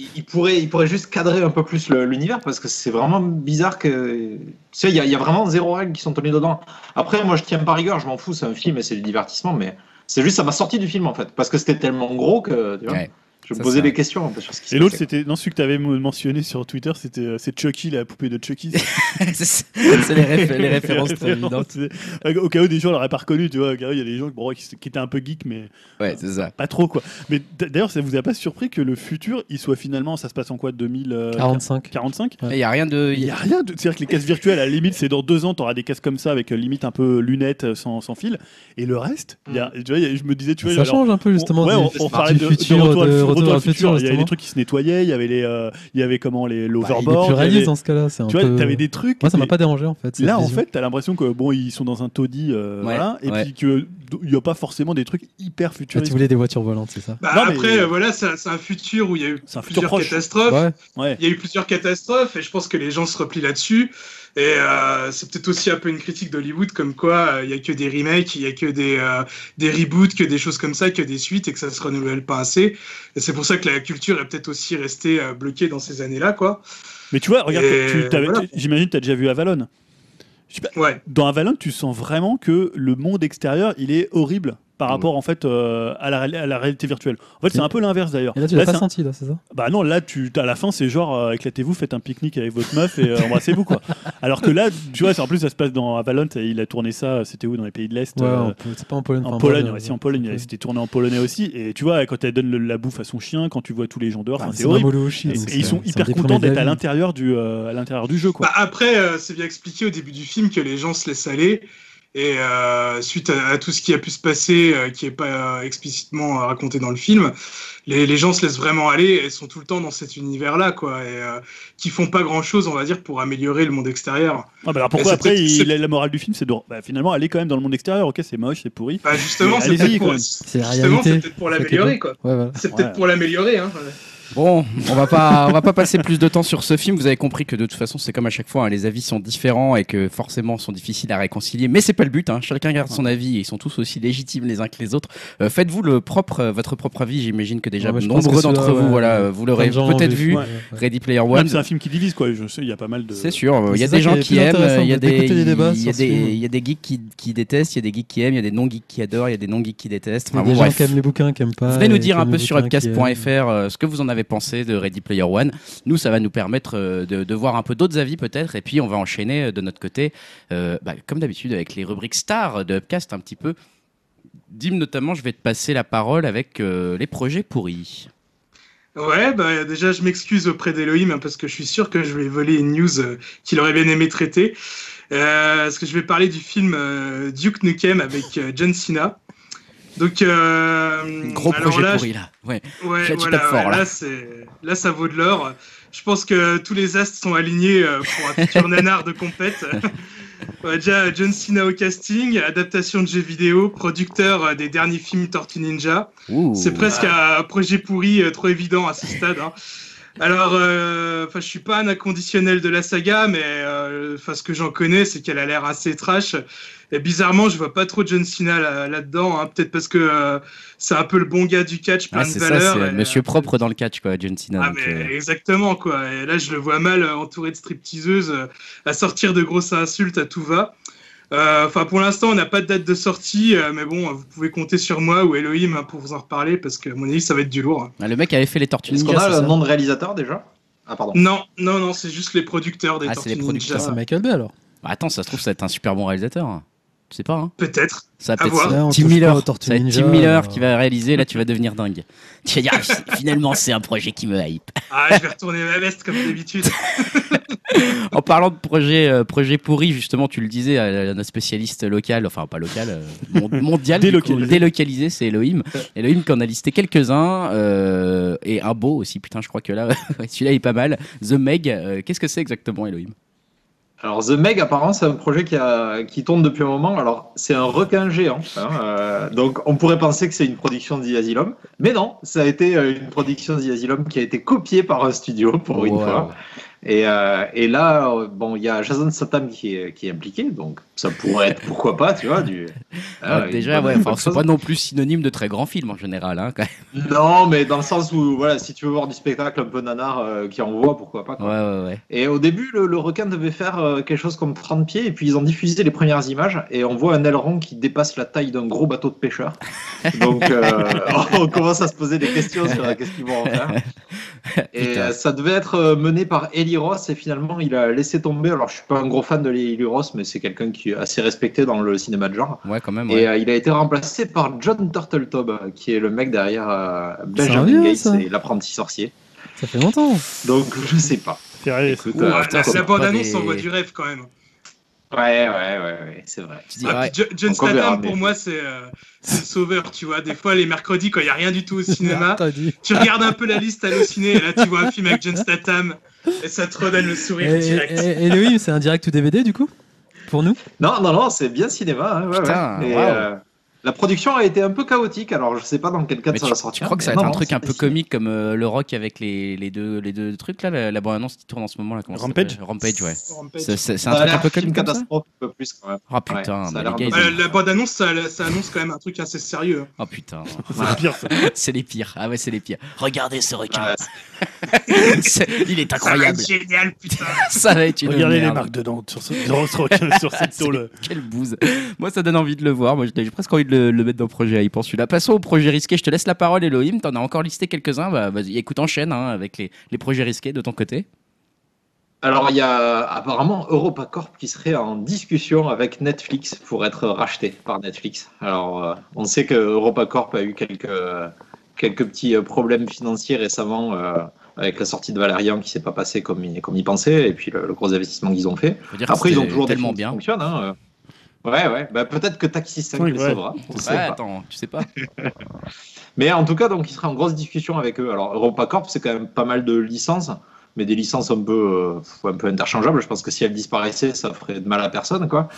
il il pourrait, il pourrait juste cadrer un peu plus le- l'univers parce que c'est vraiment bizarre que. Tu sais, il y, a- il y a vraiment zéro règle qui sont tenues dedans. Après, moi, je tiens pas rigueur, je m'en fous, c'est un film et c'est du divertissement, mais c'est juste ça m'a sorti du film en fait parce que c'était tellement gros que tu vois, Ouais, je me ça, posais c'est des vrai. questions un peu sur ce qui se Et l'autre, passait. c'était non celui que tu avais mentionné sur Twitter, c'était euh, c'est Chucky, la poupée de Chucky. [LAUGHS] c'est c'est les, réf- les références euh, très références, évidentes. c'est- euh, Au cas où des gens l'auraient pas reconnu, tu vois. Au cas où il y a des gens bon, qui, s- qui étaient un peu geeks, mais Ouais, c'est ça. pas trop quoi. Mais d- d'ailleurs, ça vous a pas surpris que le futur, il soit finalement, ça se passe en quoi euh, 2045 45. Il n'y a rien de. Il n'y a rien de. C'est-à-dire que les casques virtuels, à la limite, c'est dans deux ans, tu auras des casques comme ça, avec euh, limite un peu lunettes euh, sans, sans fil. Et le reste, il y Mm. a- tu vois, il y a- je me disais, tu vois, Ça alors, change un peu justement. ouais, du- on, on du parlait de, de futur, retour, à- de retour Retour à le futur. Il y avait justement. des trucs qui se nettoyaient, il y avait les, euh, il y avait comment les Bah, il est l'overboard. plus il y avait- réaliste dans ce cas-là. c'est un tu vois, peu- t'avais des trucs. Moi, ça m'a et- pas dérangé en fait. cette Là, en vision. fait, t'as l'impression que bon, ils sont dans un taudis, euh, Ouais, voilà, et ouais. puis qu'il n'y a pas forcément des trucs hyper Ah, tu futuristes. voulais des voitures volantes, c'est ça Bah, Non, mais- après euh, voilà, c'est un- c'est un futur où il y a eu C'est un futur plusieurs proche. catastrophes. Ouais. Ouais. Il y a eu plusieurs catastrophes et je pense que les gens se replient là-dessus. Et euh, c'est peut-être aussi un peu une critique d'Hollywood, comme quoi euh, il y a que des remakes, il y a que des, euh, des reboots, que des choses comme ça, que des suites et que ça se renouvelle pas assez. Et c'est pour ça que la culture est peut-être aussi restée euh, bloquée dans ces années-là, quoi. Mais tu vois, regarde, Et tu- t'avais- euh, voilà. tu- j'imagine que t'as déjà vu Avalon. Je sais pas, Ouais. dans Avalon, tu sens vraiment que le monde extérieur, il est horrible par Oui. rapport en fait euh, à, la, ré- à la réalité virtuelle. En fait, c'est un peu l'inverse d'ailleurs. Et là, tu l'as pas c'est un- senti, là, c'est ça Bah non, là, tu, à la fin, c'est genre euh, éclatez-vous, faites un pique-nique avec votre meuf et euh, embrassez-vous [LAUGHS] quoi. Alors que là, tu vois, c'est- en plus, ça se passe dans Avalon. ça- Il a tourné ça, c'était où dans les pays de l'est Ouais, euh, en Pol- c'est pas en Pologne. En enfin, Pologne, bref, ouais, euh, si, en Pologne, ouais. elle s'était tournée en polonais aussi. Et tu vois, quand elle donne le- la bouffe à son chien, quand tu vois tous les gens dehors, Enfin, enfin, Ah, c'est c'est horrible. Mabolo Oshii, Et, donc et ils c'est- sont c'est un hyper déprimé contents de la d'être à vie. l'intérieur du, euh, à l'intérieur du jeu, quoi. Bah, après, euh, c'est bien expliqué au début du film que les gens se laissent aller. Et euh, suite à, à tout ce qui a pu se passer, euh, qui est pas euh, explicitement euh, raconté dans le film, les, les gens se laissent vraiment aller et sont tout le temps dans cet univers-là, quoi. Et euh, qui font pas grand-chose, on va dire, pour améliorer le monde extérieur. Ah, bah alors Et pourquoi c'est après peut-être- il, c'est- la morale du film, c'est de bah, finalement aller quand même dans le monde extérieur. Ok, c'est moche, c'est pourri. Bah, justement, Mais c'est allez-y, peut-être quand pour, même. C'est la justement, c'est réalité. peut-être pour C'est ça qui est l'améliorer, bon. quoi. Ouais, voilà. C'est Ouais. peut-être pour l'améliorer, hein. Bon, on va pas, on va pas passer plus de temps sur ce film. Vous avez compris que de toute façon, c'est comme à chaque fois, hein, les avis sont différents et que forcément sont difficiles à réconcilier. Mais c'est pas le but. Hein. Chacun garde son avis et ils sont tous aussi légitimes les uns que les autres. Euh, Faites-vous le propre, euh, votre propre avis. J'imagine que déjà Ouais, ouais, je pense nombreux que celui-là, d'entre vous, ouais, voilà, ouais. euh, vous l'aurez Plein de gens peut-être l'ont vu. Ouais, ouais. Ready Player Même One. c'est un film qui divise, quoi. Je sais, il y a pas mal de. C'est sûr, euh, il y a c'est ça des gens qui est qui plus aiment, intéressant, il y a de- d'écouter les des, débats il y a sur ce des, film. il y a des geeks qui, qui détestent, il y a des geeks qui aiment, il y a des non geeks qui adorent, il y a des non geeks qui détestent. Il y a Enfin, bon, des gens bref. qui aiment les bouquins, qui aiment pas. Venez nous et dire qui un aiment peu les sur bouquins, qui aiment. upcast.fr euh, ce que vous en avez pensé de Ready Player One. Nous, ça va nous permettre euh, de, de voir un peu d'autres avis peut-être. Et puis, on va enchaîner euh, de notre côté, euh, bah, comme d'habitude, avec les rubriques stars de Upcast un petit peu. Dim, notamment, je vais te passer la parole avec euh, les projets pourris. Ouais, bah déjà je m'excuse auprès d'Elohim hein, parce que je suis sûr que je vais voler une news euh, qu'il aurait bien aimé traiter. Euh, parce que je vais parler du film euh, Duke Nukem avec euh, John Cena. Donc euh, Gros alors projet là, pourri, là. Ouais. Ouais, Là, tu voilà, tapes fort, ouais, là. là, c'est- là, ça vaut de l'or. Je pense que tous les astres sont alignés euh, pour un [LAUGHS] futur nanar de compète. [LAUGHS] Ouais, déjà, euh, John Cena au casting, adaptation de jeux vidéo, producteur euh, des derniers films Tortue Ninja. Ouh. C'est presque un projet pourri, euh, trop évident [LAUGHS] à ce stade. hein. Alors, euh, enfin, je suis pas un inconditionnel de la saga, mais euh, enfin, ce que j'en connais, c'est qu'elle a l'air assez trash. Et bizarrement, je vois pas trop John Cena là- là-dedans. hein. Peut-être parce que euh, c'est un peu le bon gars du catch, plein Ah, de c'est ça, valeur. c'est et, monsieur euh, propre dans le catch, quoi, John Cena. ah, donc, mais euh, exactement, quoi. Et là, je le vois mal euh, entouré de stripteaseuses, euh, à sortir de grosses insultes à tout va. Euh, Enfin, pour l'instant, on n'a pas de date de sortie, euh, mais bon, vous pouvez compter sur moi ou Elohim hein, pour vous en reparler, parce que, à mon avis, ça va être du lourd. hein. ah, le mec avait fait les Tortues Est-ce qu'on Ninja, a c'est le ça nom de réalisateur déjà Ah, pardon. Non, non, non, c'est juste les producteurs des Ah, c'est Tortues les producteurs. C'est Ninja. Michael Bay alors. Bah, Attends, ça se trouve, ça va être un super bon réalisateur. Tu sais pas, hein Peut-être. Ça À va peut-être voir. ça. Ouais, on Tim touche pas Miller. aux Tortues Ça va être Ninja, Tim Miller euh. qui va réaliser. Là, tu vas devenir dingue. Tu vas dire, Ah, c'est- finalement, c'est un projet qui me hype. Ah, je vais retourner ma veste comme [LAUGHS] d'habitude. En parlant de projet, euh, projet pourri, justement, tu le disais à, la- à notre spécialiste local, enfin pas local, euh, mon- mondial, du coup, Délocalisé. délocalisé, [LAUGHS] c'est Elohim. Elohim qu'on a listé quelques-uns euh, et un beau aussi. Putain, je crois que là, [LAUGHS] celui-là est pas mal. The Meg, euh, qu'est-ce que c'est exactement, Elohim Alors, The Meg, apparemment, c'est un projet qui, a, qui tourne depuis un moment. Alors, c'est un requin géant. hein, euh, donc, on pourrait penser que c'est une production d'I Asylum. Mais non, ça a été euh, une production d'I Asylum qui a été copiée par un studio pour une Wow. fois. Et, euh, et là, euh, bon, il y a Jason Satam qui est, qui est impliqué. Donc, ça pourrait être, pourquoi pas, tu vois. Du, Ouais, hein, une Déjà, bonne- ouais, une enfin, bonne c'est chose. pas non plus synonyme de très grand film en général. Hein, quand même. Non, mais dans le sens où, voilà, si tu veux voir du spectacle un peu nanar euh, qui envoie, pourquoi pas. quoi. Ouais, ouais, ouais. Et au début, le, le requin devait faire euh, quelque chose comme 30 pieds, et puis ils ont diffusé les premières images, et on voit un aileron qui dépasse la taille d'un gros bateau de [LAUGHS] pêcheur. Donc euh, [LAUGHS] on commence à se poser des questions sur euh, qu'est-ce qu'ils vont [LAUGHS] en faire. Et Putain. euh, ça devait être euh, mené par Eli Ross, et finalement il a laissé tomber. Alors je suis pas un gros fan de Eli Ross, mais c'est quelqu'un qui est assez respecté dans le cinéma de genre. Ouais, quand même. ouais. Et euh, il a été remplacé par John Turteltaub, euh, qui est le mec derrière euh, Sérieux, Benjamin Gates ça et l'apprenti sorcier. Ça fait longtemps. Donc je sais pas. C'est vrai, Écoute, Ouh, euh, la- putain, la, c'est bande pas annonce des- envoie du rêve quand même. Ouais, ouais, ouais, ouais c'est vrai. Tu dis, Ah, ouais, puis Jo- John Donc, on verra, Statham mais- pour moi c'est euh, c'est le sauveur, tu vois. Des fois les mercredis quand il y a rien du tout [LAUGHS] au cinéma, T'as dit. tu regardes un peu la liste hallucinée et là tu vois un film avec John Statham et ça te redonne le Et, sourire et, direct. et- Elohim, c'est un direct ou DVD du coup Pour nous Non, non, non, c'est bien cinéma. hein, ouais, Putain, ouais. Et, waouh. euh, la production a été un peu chaotique, alors je sais pas dans quel cadre Mais ça tu, va tu sortir. crois que ça mais va être non, un non, truc c'est un peu ciné. comique comme euh, le rock avec les, les, deux, les deux trucs là, la, la bande annonce qui tourne en ce moment là comment ça Rampage s'appelle Rampage, ouais. Rampage. C'est c'est- c'est Ça un a truc un l'air peu film comique comme ça Bah, catastrophe un peu plus quand même. Ah putain, Ouais, ça a mais les l'air gars, un peu- ils Euh, ont- la bande annonce ça, ça annonce quand même un truc assez sérieux. hein. Oh putain, c'est pire ça. [LAUGHS] c'est les pires. Ah ouais, c'est les pires. [LAUGHS] Regardez ce requin. Ouais, [LAUGHS] C'est- Il est Ça va incroyable. être génial putain. [LAUGHS] Ça va être une Regardez les merde. marques de Nantes sur, ce- [LAUGHS] sur ce- sur cette [LAUGHS] C'est- tôle. Quelle bouse. Moi, ça donne envie de le voir. Moi, j'ai j'ai presque envie de le, le mettre dans le projet hypant celui-là. Passons au projet risqué. Je te laisse la parole, Elohim. T'en as encore listé quelques-uns. Bah, vas-y, écoute, enchaîne hein, avec les, les projets risqués de ton côté. Alors, il y a apparemment EuropaCorp qui serait en discussion avec Netflix pour être racheté par Netflix. Alors, euh, on sait que EuropaCorp a eu quelques, quelques petits euh, problèmes financiers récemment euh, avec la sortie de Valérian qui s'est pas passée comme ils comme ils pensaient et puis le, le gros investissement qu'ils ont fait. Faut dire que Après, ils ont c'était toujours des tellement films qui bien. fonctionnent. hein, euh. Ouais, ouais. Bah, peut-être que Taxi 5 Oui, les ouais. sauvera. on sait Ouais, pas. attends, tu sais pas. Mais en tout cas, donc, il sera en grosse discussion avec eux. Alors, EuropaCorp, c'est quand même pas mal de licences, mais des licences un peu, euh, un peu interchangeables. Je pense que si elles disparaissaient, ça ferait de mal à personne, quoi.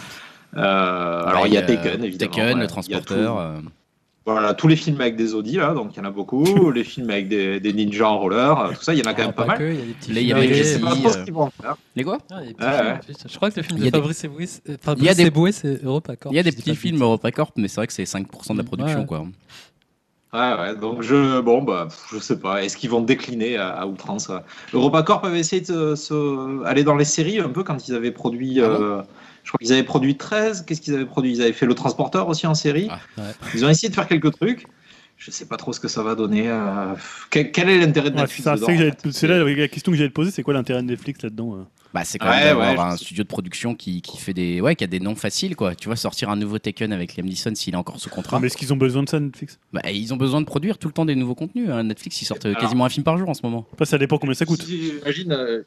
Euh, alors, Ouais, il y a euh, Taken, évidemment. Taken, le ouais. Il y a tout- transporteur. euh, voilà, tous les films avec des Audi, là, donc il y en a beaucoup. les films avec des, des ninjas en roller, euh, tout ça, il y en a quand même pas, mal. Il y a des petits Là, Ah, il y films avait indés, Mais je Jesse sais euh, pas Lee, trop ce euh, qu'ils vont en faire. Les quoi Ah, il y a des petits Ouais, films, ouais. en plus. Je crois que le film Il y a de des- Fabrice Eboué, c'est- euh, Il y a Fabrice des- Eboué, c'est EuropaCorp. Il y a des si je dis petits pas de films bêtises. EuropaCorp, mais c'est vrai que c'est 5% de la production, Ouais. quoi. Ouais, ouais, donc je, bon, bah, pff, je sais pas, est-ce qu'ils vont décliner à, à outrance ouais. EuropaCorp avait essayé de se, aller dans les séries un peu quand ils avaient produit, Ah bon euh, je crois qu'ils avaient produit 13, qu'est-ce qu'ils avaient produit Ils avaient fait Le Transporteur aussi en série. Ah, ouais. [LAUGHS] Ils ont essayé de faire quelques trucs, je sais pas trop ce que ça va donner. euh, quel, quel est l'intérêt de Ouais, Netflix c'est ça, dedans, c'est que en j'allais fait te- c'est là la question que j'allais te poser, c'est quoi l'intérêt de Netflix là-dedans euh Bah, c'est quand Ouais, même d'avoir ouais, je un sais. studio de production qui, qui fait des. Ouais, qui a des noms faciles, quoi. Tu vois, sortir un nouveau Taken avec Liam Neeson s'il est encore sous contrat. Non, Ah, Mais est-ce qu'ils ont besoin de ça, Netflix Bah, ils ont besoin de produire tout le temps des nouveaux contenus. hein. Netflix, ils sortent Alors- quasiment un film par jour en ce moment. Après, ça dépend combien ça coûte. Si- J'imagine, euh,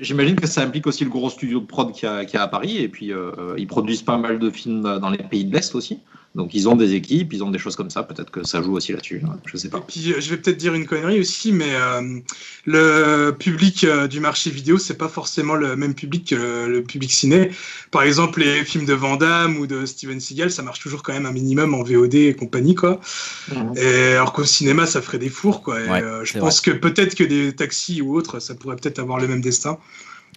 j'imagine que ça implique aussi le gros studio de prod qu'il y a, qu'il y a à Paris. Et puis, euh, ils produisent pas mal de films dans dans les pays de l'Est aussi. Donc, ils ont des équipes, ils ont des choses comme ça. Peut-être que ça joue aussi là-dessus. hein, Je sais Et pas. puis euh, je vais peut-être dire une connerie aussi, mais euh, le public euh, du marché vidéo, c'est pas forcément le même public que le, le public ciné. Par exemple, les films de Van Damme ou de Steven Seagal, ça marche toujours quand même un minimum en VOD et compagnie, quoi. Et alors qu'au cinéma, ça ferait des fours, quoi. Et, Mhm. Ouais, euh, je c'est pense que peut-être que des taxis ou autres, ça pourrait peut-être avoir le même destin.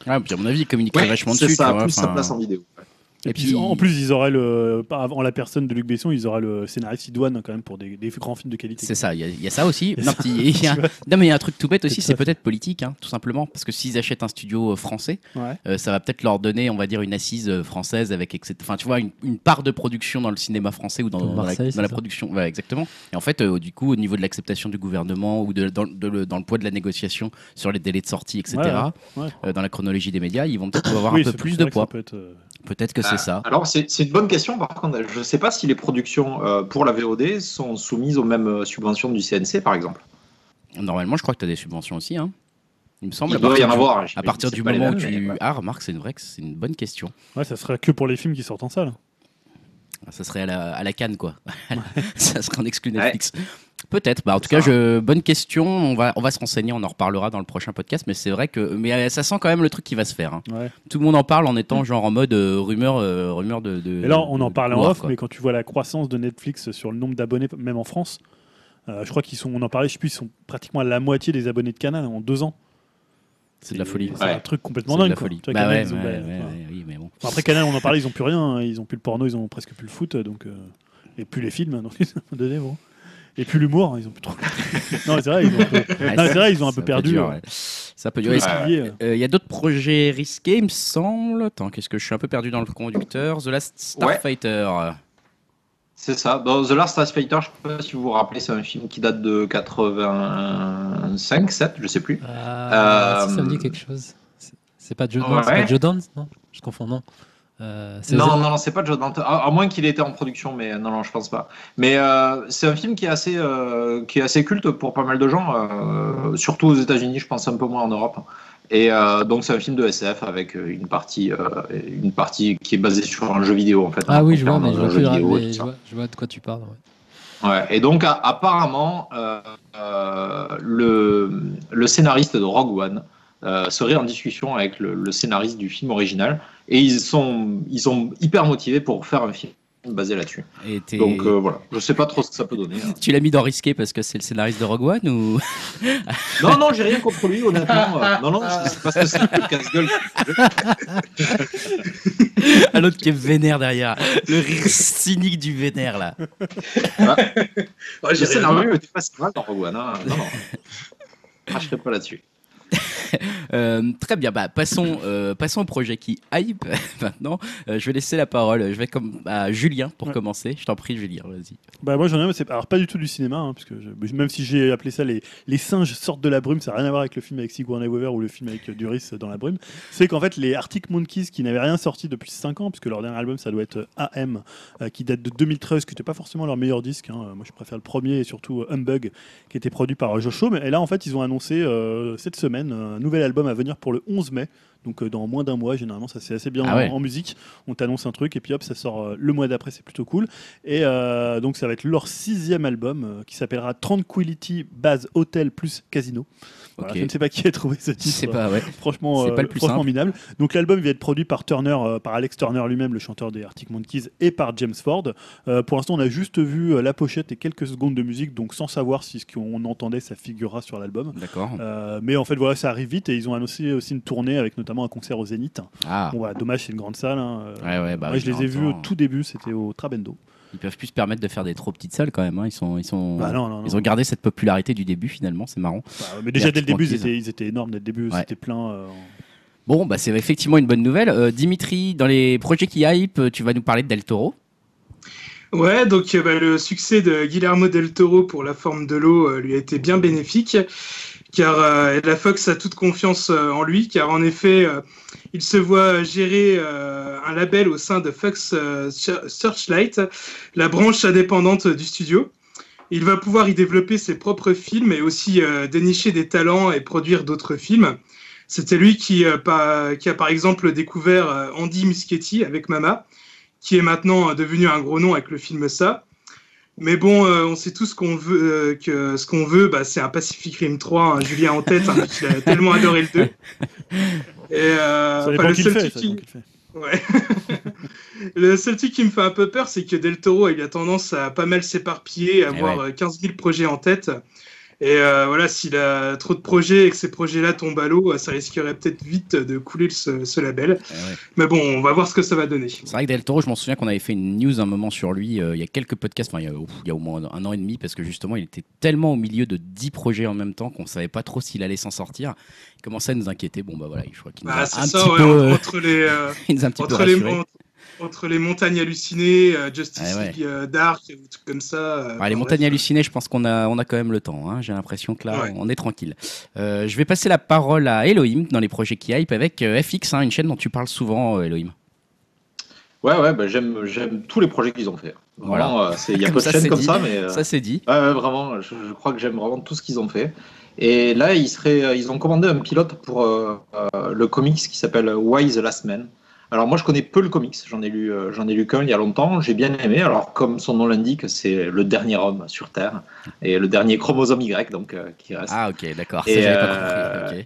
Ouais, puis à mon avis, ils communiqueraient Ouais, vachement c'est dessus. ça, tu vois, plus sa enfin, place en vidéo. ouais. Et Puis, en plus, ils auraient le, par- en la personne de Luc Besson, ils auraient le scénariste idoine hein, quand même pour des, des grands films de qualité. C'est ça, il y, a- il y a ça aussi. Il y a Non, ça. puis [LAUGHS] il y [LAUGHS] a- Tu vois non, mais il y a un truc tout bête aussi, Tout à c'est fait. peut-être politique, hein, tout simplement. Parce que s'ils achètent un studio euh, français, Ouais. euh, ça va peut-être leur donner, on va dire, une assise euh, française avec, etc. Enfin, tu vois, une, une part de production dans le cinéma français ou dans, Comme dans la, Marseille, dans c'est la ça. production. Ouais, exactement. Et en fait, euh, du coup, au niveau de l'acceptation du gouvernement ou de, dans, de le, dans le poids de la négociation sur les délais de sortie, etc., Ouais, ouais. euh, dans la chronologie des médias, ils vont peut-être avoir Oui, [COUGHS] un peu c'est- plus c'est de vrai que ça poids. peut être, euh, Peut-être que c'est ça. Ah. Alors, c'est c'est une bonne question. Par contre, je ne sais pas si les productions euh, pour la VOD sont soumises aux mêmes euh, subventions du CNC, par exemple. Normalement, je crois que tu as des subventions aussi. Hein. Il me semble. Il à doit y partir en du- avoir. À j'imagine. partir C'est du pas les moment où mêmes, mais tu. ouais. Ah, remarque, c'est une vraie, c'est une bonne question. Ouais, ça serait que pour les films qui sortent en salle. hein. Ça serait à la, à la canne, [LAUGHS] quoi. ça serait en exclu Ouais. Netflix. Peut-être. Bah, en tout cas, Ça va. je... bonne question. On va, on va se renseigner. On en reparlera dans le prochain podcast. Mais c'est vrai que, mais euh, ça sent quand même le truc qui va se faire. hein. Ouais. Tout le monde en parle en étant genre en mode euh, rumeur, euh, rumeur de, de- Et là, on en de parlait en couloir, off, Euh, quoi. mais quand tu vois la croissance de Netflix sur le nombre d'abonnés, même en France, euh, je crois qu'ils sont, on en parlait, je sais plus, ils sont pratiquement à la moitié des abonnés de Canal en deux ans. C'est de la folie. C'est un Ouais. truc complètement C'est de dingue. la quoi. folie. Tu vois, Bah Canal, ouais, ils ont- ouais, bah, ouais, enfin, ouais, oui, mais bon. Enfin, après Canal, on en parlait, ils ont plus rien. hein. Ils ont plus le porno, ils ont presque plus le foot, donc euh, et plus les films. hein, [LAUGHS] Donc, ils ont donné, bon. Et plus l'humour, hein, ils ont plus trop. [LAUGHS] non, mais c'est vrai, ils ont un peu, [LAUGHS] Ouais, non, mais c'est vrai, ils ont un ça peu peut perdu. dur, euh, ouais. Ça peut tout durer. ce qui est, euh, Il y a d'autres projets risqués, il me semble. Attends, qu'est-ce que je suis un peu perdu dans le conducteur The Last Ouais. Starfighter. C'est ça. Dans The Last Ice Fighter, je ne sais pas si vous vous rappelez, c'est un film qui date de 85, 7, je sais plus. Ah, Euh, si, ça me dit quelque chose. C'est- C'est pas Joe Dante, Ouais. c'est pas Joe Dante, non Je confonds, non. Euh, c'est- Non, non, non, c'est pas Joe Dante. À, à moins qu'il ait été en production, mais non, non, je pense pas. Mais euh, c'est un film qui est assez, euh, qui est assez culte pour pas mal de gens, euh, surtout aux États-Unis, je pense un peu moins en Europe. Et euh, donc c'est un film de SF avec euh, une partie, euh, une partie qui est basée sur un jeu vidéo en fait. Ah hein, oui, je vois, mais dans un je vois, jeu plus le- vidéo et mais tout je ça. vois- je vois de quoi tu parles. ouais. Ouais, et donc a- apparemment, euh, euh, le, le scénariste de Rogue One euh, serait en discussion avec le, le scénariste du film original, et ils sont, ils sont hyper motivés pour faire un film basé là-dessus. Et t'es- Donc euh, voilà, je sais pas trop ce que ça peut donner. [LAUGHS] hein. Tu l'as mis dans risqué parce que c'est le scénariste de Rogue One ou Non, non, j'ai rien contre lui, [LAUGHS] honnêtement. Euh, Non, non, c'est c'est parce que c'est un casse-gueule. à l'autre qui est vénère derrière Le rire cynique du vénère là. Ah. Ouais, Le j'ai rien vu. scénario était pas si mal dans Rogue One. hein. [LAUGHS] Non, non. Ah, je serais pas là-dessus. Euh, très bien, bah, passons, euh, passons au projet qui hype [LAUGHS] maintenant. Euh, je vais laisser la parole. Je vais comme à Julien pour Ouais. commencer. Je t'en prie, Julien, vas-y. Bah moi j'en ai un, mais c'est alors pas du tout du cinéma, hein, parce que je- même si j'ai appelé ça les, les singes sortent de la brume, ça n'a rien à voir avec le film avec Sigourney Weaver ou le film avec euh, Duris euh, dans la brume. C'est qu'en fait les Arctic Monkeys qui n'avaient rien sorti depuis 5 ans, puisque leur dernier album ça doit être euh, AM, euh, qui date de 2013, qui n'était pas forcément leur meilleur disque. hein. Euh, Moi je préfère le premier et surtout euh, Humbug, qui était produit par euh, Josh Homme. Et là en fait ils ont annoncé euh, cette semaine un nouvel album à venir pour le 11 mai. Donc euh, dans moins d'un mois, généralement ça c'est assez bien Ah en- ouais. en musique. On t'annonce un truc et puis hop ça sort euh, le mois d'après, c'est plutôt cool. Et euh, donc, ça va être leur sixième album euh, qui s'appellera Tranquility Base Hotel plus Casino. Voilà, Ok. je ne sais pas qui a trouvé ce titre. C'est pas ouais. Franchement, c'est euh, pas le plus franchement simple. minable. Donc, l'album va être produit par Turner, euh, par Alex Turner lui-même, le chanteur des Arctic Monkeys, et par James Ford. Euh, pour l'instant, on a juste vu euh, la pochette et quelques secondes de musique, donc sans savoir si ce qu'on entendait, ça figurera sur l'album. D'accord. Euh, mais en fait, voilà, ça arrive vite et ils ont annoncé aussi une tournée avec notamment un concert au Zénith. Ah. Bon, bah, dommage, c'est une grande salle. hein. Euh, Ouais, ouais, bah, moi, je les ai vus au j'entends. tout début, c'était au Trabendo. Ils peuvent plus se permettre de faire des trop petites salles quand même. hein. Ils sont, ils sont. Bah, non, non, non. Ils ont gardé cette popularité du début finalement, c'est marrant. Bah, mais déjà dès le début, ils Arctic Monkeys. étaient, ils étaient énormes. Dès le début, Ouais. c'était plein. euh, en- Bon, bah c'est effectivement une bonne nouvelle. Euh, Dimitri, dans les projets qui hype, euh, tu vas nous parler de Del Toro. Ouais, donc euh, bah, le succès de Guillermo del Toro pour La forme de l'eau euh, lui a été bien bénéfique, car euh, la Fox a toute confiance euh, en lui, car en effet, euh, il se voit gérer euh, un label au sein de Fox euh, Sear- Searchlight, la branche indépendante du studio. Il va pouvoir y développer ses propres films et aussi euh, dénicher des talents et produire d'autres films. C'était lui qui, euh, par- qui a par exemple découvert euh, Andy Muschietti avec Mama qui est maintenant euh, devenu un gros nom avec le film Ça. Mais bon, euh, on sait tous ce qu'on veut, euh, que ce qu'on veut, bah, c'est un Pacific Rim 3, hein, Julien en tête, hein, [LAUGHS] vu qu'il a tellement adoré le 2. Et, euh, ça enfin, dépend le qui seul le fait, truc ça qui- dépend qui le fait. Ouais. le seul truc qui me fait un peu peur, c'est que Del Toro, il a tendance à pas mal s'éparpiller, à Eh avoir euh, 15 000 projets en tête. Et euh, voilà, s'il a trop de projets et que ces projets-là tombent à l'eau, ça risquerait peut-être vite de couler ce, ce label. Eh Mais bon, on va voir ce que ça va donner. C'est vrai que Del Toro, je m'en souviens qu'on avait fait une news un moment sur lui euh, il y a quelques podcasts, enfin il y, a, ouf, il y a au moins un an et demi, parce que justement il était tellement au milieu de 10 projets en même temps qu'on savait pas trop s'il allait s'en sortir. Il commençait à nous inquiéter. Bon bah voilà, je crois qu'il nous a Bah, un c'est petit ça, ouais, peu, euh, entre, les, euh, [LAUGHS] il nous a un petit peu entre, les, rassurés. entre, entre les montagnes hallucinées, euh, Justice Ah ouais. League euh, Dark, ou trucs comme ça. euh, Ah, les bref. montagnes hallucinées, je pense qu'on a, on a quand même le temps. hein. J'ai l'impression que là, Ouais. on est tranquille. Euh, je vais passer la parole à Elohim dans les projets qui hype avec euh, FX, hein, une chaîne dont tu parles souvent, euh, Elohim. Ouais, ouais, bah, j'aime, j'aime tous les projets qu'ils ont fait. Vraiment, Voilà. euh, c'est- il y a [LAUGHS] Comme peu de ça, chaînes c'est comme dit. ça, mais euh, Ça, c'est dit. ouais, ouais, vraiment, je, je crois que j'aime vraiment tout ce qu'ils ont fait. Et là, ils, seraient, euh, ils ont commandé un pilote pour euh, euh, le comics qui s'appelle Why the Last Man. Alors moi, je connais peu le comics. J'en ai lu, euh, j'en ai lu qu'un il y a longtemps. J'ai bien aimé. Alors comme son nom l'indique, c'est le dernier homme sur Terre et le dernier chromosome Y, donc euh, qui reste. Ah, ok, d'accord. Ça, Et, j'avais euh, pas compris.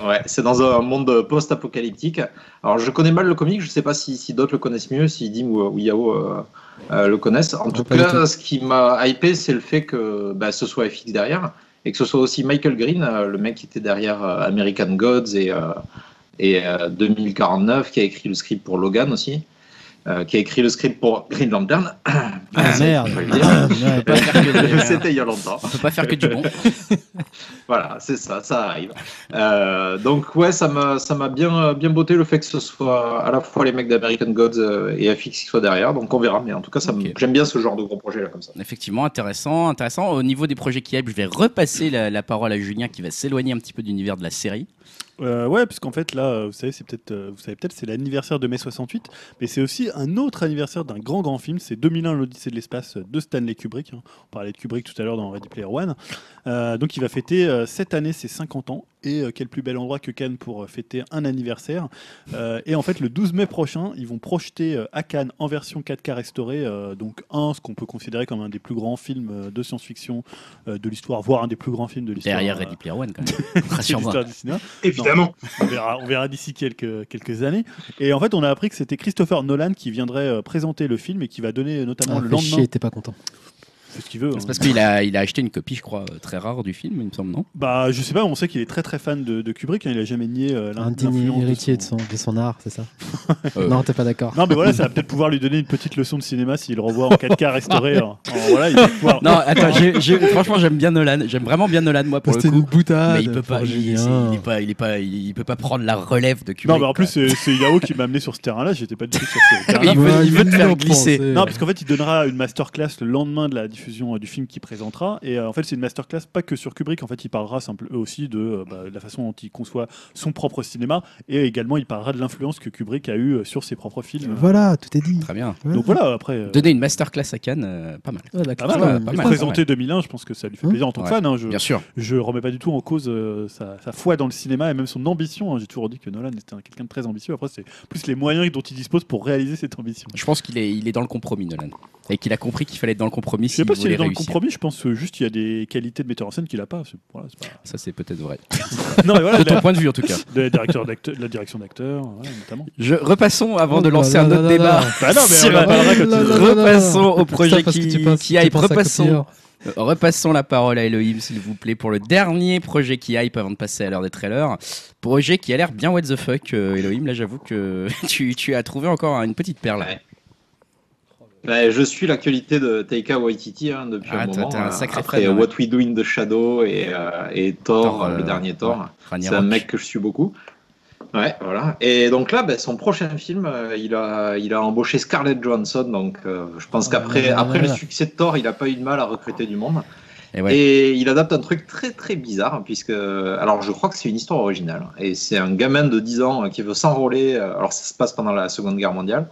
ok. Ouais, c'est dans un monde post-apocalyptique. Alors, je connais mal le comic, je sais pas si, si d'autres le connaissent mieux, si Dim ou, ou Yao euh, euh, le connaissent. En tout pas du cas, tout. ce qui m'a hypé, c'est le fait que bah, ce soit FX derrière et que ce soit aussi Michael Green, euh, le mec qui était derrière euh, American Gods et, euh, et euh, 2049, qui a écrit le script pour Logan aussi, euh, qui a écrit le script pour Green Lantern. [COUGHS] Ah, merde. faut le dire. Ouais, On peut pas faire [LAUGHS] que du- C'était il y a longtemps. On peut pas faire que du bon. [LAUGHS] Voilà, c'est ça, ça arrive. Euh, donc ouais, ça m'a, ça m'a bien, euh, bien botté le fait que ce soit à la fois les mecs d'American Gods euh, et FX qui soient derrière. Donc on verra, mais en tout cas, ça me- Ok. j'aime bien ce genre de gros projet là comme ça. Effectivement, intéressant, intéressant. Au niveau des projets qui hype, je vais repasser la, la parole à Julien qui va s'éloigner un petit peu de l'univers de la série. Euh, ouais, puisqu'en fait, là, euh, vous savez, c'est peut-être, euh, vous savez peut-être, c'est l'anniversaire de mai 68, mais c'est aussi un autre anniversaire d'un grand, grand film. C'est 2001, l'Odyssée de l'espace euh, de Stanley Kubrick. hein. On parlait de Kubrick tout à l'heure dans Ready Player One. Euh, donc, il va fêter euh, cette année ses 50 ans. Et euh, quel plus bel endroit que Cannes pour euh, fêter un anniversaire. Euh, et en fait, le 12 mai prochain, ils vont projeter euh, à Cannes en version 4K restaurée. euh, donc, un, ce qu'on peut considérer comme un des plus grands films euh, de science-fiction euh, de l'histoire, voire un des plus grands films de l'histoire. Derrière euh, Ready Player One, quand [LAUGHS] même. de Rassure-moi. l'histoire du cinéma Évidemment. on verra, on verra d'ici quelques, quelques années. Et en fait, on a appris que c'était Christopher Nolan qui viendrait euh, présenter le film et qui va donner euh, notamment Ah, le fais lendemain. chier, t'es pas content. C'est ce qu'il veut. hein. C'est parce qu'il a, il a acheté une copie, je crois, euh, très rare du film, il me semble, non Bah, je sais pas, on sait qu'il est très très fan de, de Kubrick, hein, il a jamais nié euh, l'in- Un digne l'influence de héritier de son- son, de son art, [LAUGHS] c'est ça Euh. Non, t'es pas d'accord. Non, mais voilà, ça va peut-être pouvoir lui donner une petite leçon de cinéma s'il le revoit en 4K restauré. [LAUGHS] hein. Alors, voilà, il va pouvoir- Non, attends, Ah, j'ai- [LAUGHS] j'ai- franchement, j'aime bien Nolan. J'aime vraiment bien Nolan, moi, pour le C'était coup. une boutade. Mais il peut pas, pour il, Julien. c'est- il est pas, il est pas, il, il peut pas prendre la relève de Kubrick. Non, mais en plus, c'est c'est Yao qui m'a amené sur ce terrain-là, j'étais pas du tout sur ce terrain. [LAUGHS] il veut- Ouais, il veut te faire non, glisser. pensez. Non, parce qu'en fait, il donnera une masterclass le lendemain de la diffusion euh, du film qu'il présentera. Et euh, en fait, c'est une masterclass pas que sur Kubrick. En fait, il parlera simple, eux aussi de euh, bah, la façon dont il conçoit son propre cinéma. Et également, il parlera de l'influence que Kubrick a eue euh, sur ses propres films. [LAUGHS] Voilà, tout est dit. Très bien. Donc voilà, après. euh, Donner une masterclass à Cannes, euh, pas mal. Ouais, la pas culture, mal, euh, pas Et mal. présenter 2001, je pense que ça lui fait Hum. plaisir en tant que Ouais. fan. hein, je, Bien sûr. je remets pas du tout en cause euh, sa, sa foi dans le cinéma et même son ambition. hein. J'ai toujours dit que Nolan était un- quelqu'un de très ambitieux. Après, c'est plus les moyens dont il dispose pour réaliser cette ambition. Je pense qu'il est, il est dans le compromis, Nolan, et qu'il a compris qu'il fallait être dans le compromis Je s'il sais pas s'il voulait est dans réussir. le compromis, je pense euh, juste qu'il y a des qualités de metteur en scène qu'il a pas. C'est- voilà, c'est pas... Ça, c'est peut-être vrai. [LAUGHS] Non, mais voilà, De de la, ton point de vue, en tout cas. [LAUGHS] de la directeur d'acteur- de la direction d'acteur, voilà, notamment. Je, repassons avant de Oh là lancer là un là autre là débat. là. Bah non, mais C'est on en vrai. parlera quand tu- Là, là, là, Repassons là, là. au projet Putain, parce que qui- tu penses- qui tu hype, penses à repassons. Euh, Cotillard. Repassons la parole à Elohim, s'il vous plaît, pour le dernier projet qui hype avant de passer à l'heure des trailers. Projet qui a l'air bien what the fuck, euh, Elohim. Là, j'avoue que [LAUGHS] tu, tu as trouvé encore une petite perle. Ouais. Ouais, Bah, je suis l'actualité de Taika Waititi hein, depuis Ah, un toi, moment. t'es un euh, sacré après fan, ouais. What We Do in the Shadow et, euh, et Thor, Thor, euh, le dernier Thor. ouais. C'est un Ragnarok. mec que je suis beaucoup. Ouais, voilà. Et donc là, ben, son prochain film, euh, il, a, il a embauché Scarlett Johansson. Donc euh, je pense Ah, qu'après là, là, après là, le là. succès de Thor, il n'a pas eu de mal à recruter du monde. Et ouais. Et il adapte un truc très très bizarre, hein, puisque. Alors je crois que c'est une histoire originale. Et c'est un gamin de 10 ans euh, qui veut s'enrôler. euh, Alors ça se passe pendant la Seconde Guerre mondiale.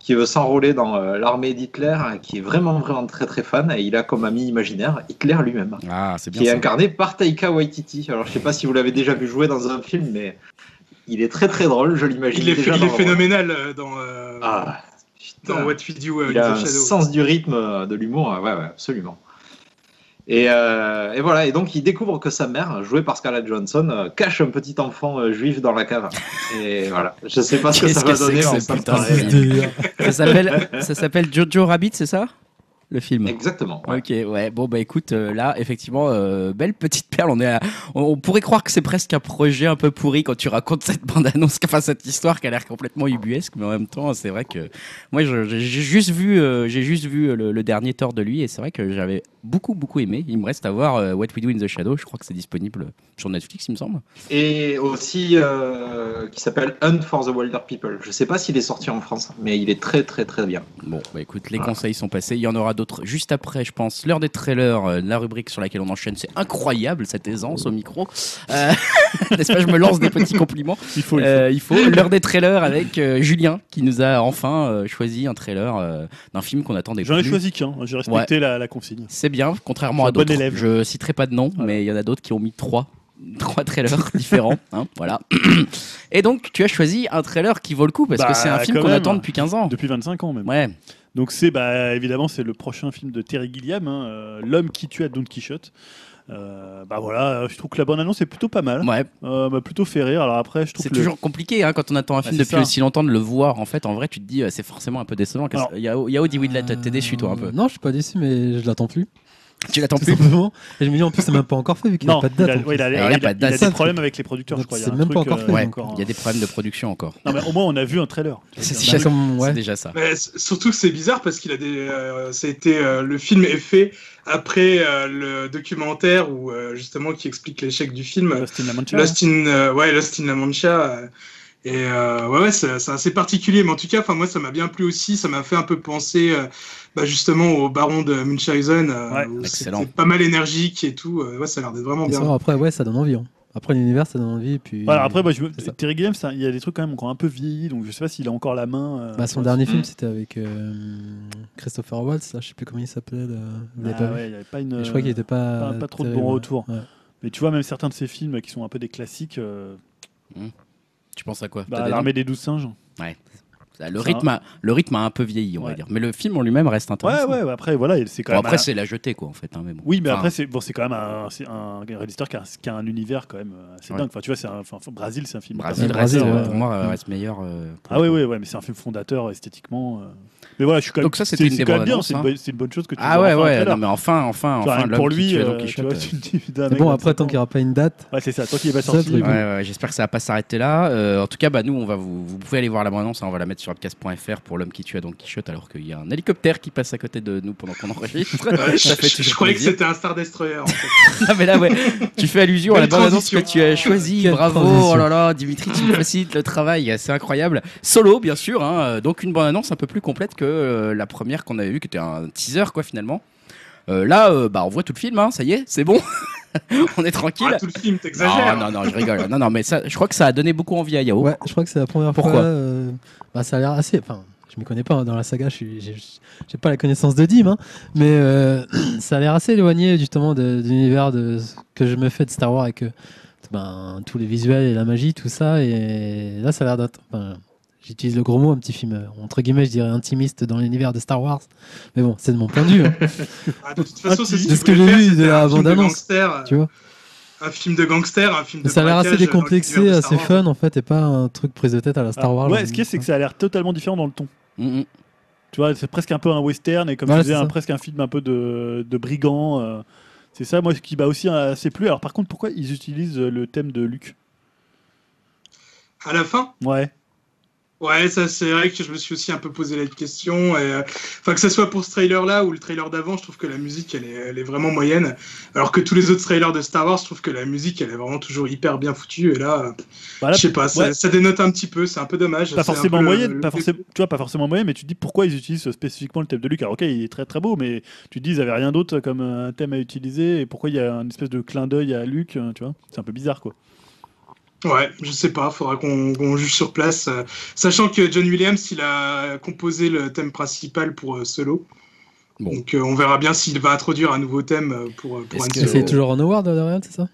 Qui veut s'enrôler dans euh, l'armée d'Hitler, hein, qui est vraiment vraiment très très fan. Et il a comme ami imaginaire Hitler lui-même Ah, c'est qui est bien. Ça. incarné par Taika Waititi. Alors, je sais pas si vous l'avez déjà vu jouer dans un film, mais il est très très drôle, je l'imagine. Il est, déjà il est dans- phénoménal euh, dans, euh, Ah, dans putain. What We Do euh, Il in a the un Shadow. sens du rythme, euh, de l'humour, euh, ouais, ouais, absolument. Et, euh, et voilà, et donc il découvre que sa mère, jouée par Scarlett Johansson, euh, cache un petit enfant euh, juif dans la cave. Et voilà, je sais pas ce que ça Qu'est-ce que va c'est donner, que mais ce ça me putain de paraît- film Ça s'appelle, ça s'appelle Jojo Rabbit, c'est ça Le film. Exactement. ouais. Ok, ouais. Bon, bah écoute, euh, là, effectivement, euh, belle petite perle. On, est à- on, on pourrait croire que c'est presque un projet un peu pourri quand tu racontes cette bande-annonce, enfin cette histoire qui a l'air complètement ubuesque, mais en même temps, c'est vrai que moi, je- j'ai j'ai juste vu, euh, j'ai juste vu le, le dernier tort de lui, et c'est vrai que j'avais beaucoup, beaucoup aimé. Il me reste à voir euh, What We Do in the Shadow. Je crois que c'est disponible sur Netflix, il me semble. Et aussi, euh, qui s'appelle Hunt for the Wilder People. Je sais pas s'il est sorti en France, mais il est très très très bien. Bon, bah écoute, les Voilà. Ah. conseils sont passés. Il y en aura autre juste après, je pense, l'heure des trailers, euh, la rubrique sur laquelle on enchaîne. C'est incroyable cette aisance au micro. Euh, [LAUGHS] N'est-ce pas Je me lance des petits compliments. Il faut. il faut. Euh, il faut l'heure des trailers avec euh, Julien qui nous a enfin euh, choisi un trailer euh, d'un film qu'on attendait. J'en ai plus. choisi qu'un, hein, j'ai respecté la, la consigne. C'est bien, Je suis contrairement à un bon d'autres. élève. Je citerai pas de nom, Voilà. mais il y en a d'autres qui ont mis trois. [LAUGHS] Trois trailers différents, hein, voilà. [CLEARS THROAT] Et donc, tu as choisi un trailer qui vaut le coup parce Bah, que c'est un film quand qu'on même. attend depuis 15 ans. Depuis 25 ans même. Ouais, Donc c'est bah, évidemment c'est le prochain film de Terry Gilliam, hein, euh, l'homme qui tue à Don Quichotte. Euh, bah voilà, euh, je trouve que la bande annonce est plutôt pas mal, ouais. Euh, m'a plutôt fait rire. Alors après, je trouve C'est que le- toujours compliqué hein, quand on attend un film Bah, c'est depuis ça. aussi longtemps de le voir. En fait, en vrai, tu te dis, euh, c'est forcément un peu décevant. Qu'est-ce- Alors- Il y a, il y a Audi Widlet, t'es déçu toi un peu. Euh, Non, je suis pas déçu, mais je l'attends plus. Tu l'attends Tout plus. simplement. Et je me dis, en plus, c'est même pas encore fait vu qu'il n'y a non, pas de date. il a- en ouais, il a- Ah, Il a alors, il pas a- de il a date. des problèmes avec les producteurs, je Donc, crois. il y a c'est un même pas truc, encore euh, fait, Ouais, encore, il y a des problèmes de production encore. Non mais au moins on a vu un trailer. C'est plus. Bah, déjà, comme- ouais. c'est déjà ça. Mais c- surtout que c'est bizarre parce qu'il a des, euh, ça a été euh, le film est fait après euh, le documentaire où euh, justement qui explique l'échec du film euh, Lost in La Mancha. Lost in, euh, ouais, Lost in La Mancha. euh, et euh, ouais, ouais, c'est c'est assez particulier, mais en tout cas, enfin moi, ça m'a bien plu aussi. Ça m'a fait un peu penser, euh, bah, justement, au Baron de Munchausen. euh, Ouais. où c'était Excellent. pas mal énergique et tout. euh, ouais, ça a l'air d'être vraiment Et bien. ça, après, ouais, ça donne envie. hein. Après, l'univers, ça donne envie. Puis... Voilà, après moi, je me- C'est ça. Terry Gilliam, ça- il y a des trucs quand même qui ont un peu vieilli, donc je sais pas s'il a encore la main. euh, Bah, tu son vois, dernier c'est- film, Mm. c'était avec euh, Christopher Waltz, là, je sais plus comment il s'appelait. là. Vous l'avez Ah pas vu ouais, il y avait pas une. Et Je crois qu'il était pas. pas- pas trop de terrible, bons ouais. retours. Ouais. Mais tu vois, même certains de ses films qui sont un peu des classiques, euh, Mm. Tu penses à quoi bah, T'as des noms l'armée des douze singes. Le Ça rythme, a, le rythme a un peu vieilli, on va Ouais. dire. Mais le film en lui-même reste Ouais, intéressant. ouais, bah, après voilà, et c'est quand Bon, même. après, un- c'est la jetée, quoi, en fait. hein, mais bon. Oui, mais Enfin, après, c'est bon, c'est quand même un, c'est un réalisateur qui a, qui a un univers quand même euh, assez Ouais. dingue. Enfin, tu vois, c'est un, enfin, Brésil, c'est un film. Brasil, Ouais, Brasil, Brasil, euh, ouais. pour moi, euh, Mm. reste meilleur. euh, pour Ah le ouais, coup. ouais, ouais, mais c'est un film fondateur esthétiquement. euh. Mais voilà, je suis quand même. Donc ça, c'était c'est- une c'est des quand même bonnes bien. annonces, C'est une, hein. bonne- c'est une bonne chose que tu. Ah nous ouais, aies enfin ouais. fait là. Non, mais enfin, enfin, Enfin, enfin. rien que l'homme pour qui lui, tuait Don euh, tu Quichotte. vois, tu te dis, putain, Mais mec, bon, comme après, ça, tant bon. qu'il n'y aura pas une date. Ouais, c'est ça. Tant qu'il est pas Ça, sorti. truc. euh, Ouais, ouais, ouais, j'espère que ça va pas s'arrêter là. Euh, en tout cas, bah, nous, on va vous, vous pouvez aller voir la bande-annonce. hein, on va la mettre sur upcast.fr pour l'homme qui tue à Don Quichotte, alors qu'il y a un hélicoptère qui passe à côté de nous pendant [LAUGHS] qu'on enregistre. Ouais, je, Ça fait je- je toujours croyais que plaisir. c'était un Star Destroyer. en fait. [LAUGHS] Ah, mais là, ouais, tu fais allusion à la Belle bande-annonce que transition. tu as choisie. Quelle Bravo, transition. oh là là, Dimitri, tu me facilites le travail, c'est incroyable. Solo, bien sûr, hein, euh, donc une bande-annonce un peu plus complète que euh, la première qu'on avait vue, qui était un teaser, quoi, finalement. Euh, là, euh, bah, on voit tout le film, hein, ça y est, c'est bon. [LAUGHS] on est tranquille. Ah, tout le film, Non, t'exagères. non, non, je rigole. Non, non, mais ça, je crois que ça a donné beaucoup envie à Oh. Yao. Ouais, je crois que c'est la première Pourquoi fois. euh, bah, ça a l'air assez. Enfin, je m'y connais pas hein, dans la saga, je suis- j'ai j'ai pas la connaissance de Dim, hein, mais euh, [CLEARS THROAT] ça a l'air assez éloigné justement de, de l'univers de ce que je me fais de Star Wars avec euh, ben, tous les visuels et la magie, tout ça. Et là, ça a l'air d'être. enfin, J'utilise le gros mot, un petit film, euh, entre guillemets, je dirais intimiste dans l'univers de Star Wars. Mais bon, c'est de mon point de vue. hein. Ah, de toute façon, c'est ce De qu'il ce que voulait j'ai faire, vu de c'était la un film de bande-annonce, gangster, tu vois. Un film de gangster, un film de ça a l'air assez braquage dans décomplexé, l'univers de assez Star Wars. fun en fait, et pas un truc prise de tête à la Star Wars. Ah. Ouais, ce qu'il y a, c'est que ça a l'air totalement différent dans le ton. Mm, mm. Tu vois, c'est presque un peu un western et comme Voilà, tu disais, c'est un- ça. presque un film un peu de, de brigand. euh, c'est ça, moi, ce qui m'a aussi euh, assez plu. Alors, par contre, pourquoi ils utilisent euh, le thème de Luc À la fin Ouais. Ouais, ça c'est vrai que je me suis aussi un peu posé la question. Et, euh, Enfin, que ce soit pour ce trailer-là ou le trailer d'avant, je trouve que la musique, elle est, elle est vraiment moyenne. Alors que tous les autres trailers de Star Wars, je trouve que la musique, elle est vraiment toujours hyper bien foutue. Et là, euh, Bah, là, je sais pas, ça, ouais. ça dénote un petit peu, c'est un peu dommage. pas C'est un forcément peu le- moyenne, le- pas forcément, tu vois, pas forcément moyenne, mais tu te dis pourquoi ils utilisent spécifiquement le thème de Luc. Alors, ok, il est très très beau, mais tu te dis ils avaient rien d'autre comme euh, un thème à utiliser et pourquoi il y a un espèce de clin d'œil à Luc, euh, tu vois. C'est un peu bizarre, quoi. Ouais, je sais pas, faudra qu'on qu'on juge sur place. euh, sachant que John Williams, il a composé le thème principal pour euh, Solo. Bon. Donc euh, on verra bien s'il va introduire un nouveau thème euh, pour, euh, pour Est-ce Han que- Et Solo. C'est toujours en award derrière, c'est ça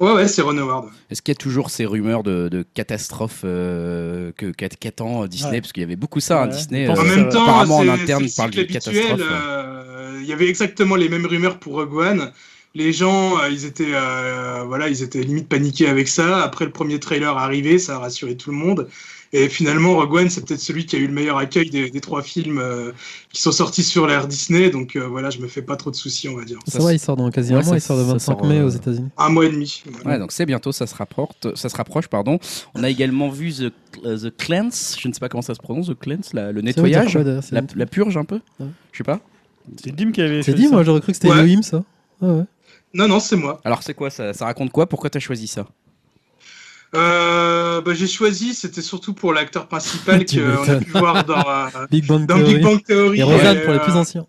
Ouais, ouais, c'est Ron Howard. Est-ce qu'il y a toujours ces rumeurs de, de catastrophes euh, que qu'at- qu'attend Disney Ouais. Parce qu'il y avait beaucoup ça, hein, Ouais. Disney. En euh, En Ça, même ça, temps, apparemment, en c'est- interne, c'est ils parlent le cycle d'une habituel, catastrophe, euh, Il y avait exactement les mêmes rumeurs pour Rogue One. Les gens, euh, ils étaient, euh, voilà, ils étaient limite paniqués avec ça. Après le premier trailer arrivé, ça a rassuré tout le monde. Et finalement, Rogue One, c'est peut-être celui qui a eu le meilleur accueil des, des trois films euh, qui sont sortis sur l'ère Disney. Donc euh, voilà, je me fais pas trop de soucis, on va dire. Ça, Ça, va, il sort dans quasi un Ouais, mois, ça- il sort le ça 25 sort, mai euh, aux États-Unis. Un mois et demi. Ouais, donc c'est bientôt, ça se rapporte, ça se rapproche, pardon. On a également vu The, euh, The Cleanse, je ne sais pas comment ça se prononce, The Cleanse, la- le Ça veut dire nettoyage, quoi, d'ailleurs, c'est la, le nettoyage la purge un peu, Ouais. je sais pas. C'est Dim qui avait. C'est choisi dit, ça. moi j'aurais cru que c'était Ouais. Elohim ça. Ah Ouais, ouais. Non, non, c'est moi. Alors c'est quoi ça, ça raconte quoi Pourquoi t'as choisi ça Euh, bah, j'ai choisi, c'était surtout pour l'acteur principal [LAUGHS] Tu qu'on a pu m'étonnes. voir dans, euh, Big Bang dans Big Theory. Bang Theory. Et Rosanne pour les euh, plus anciens.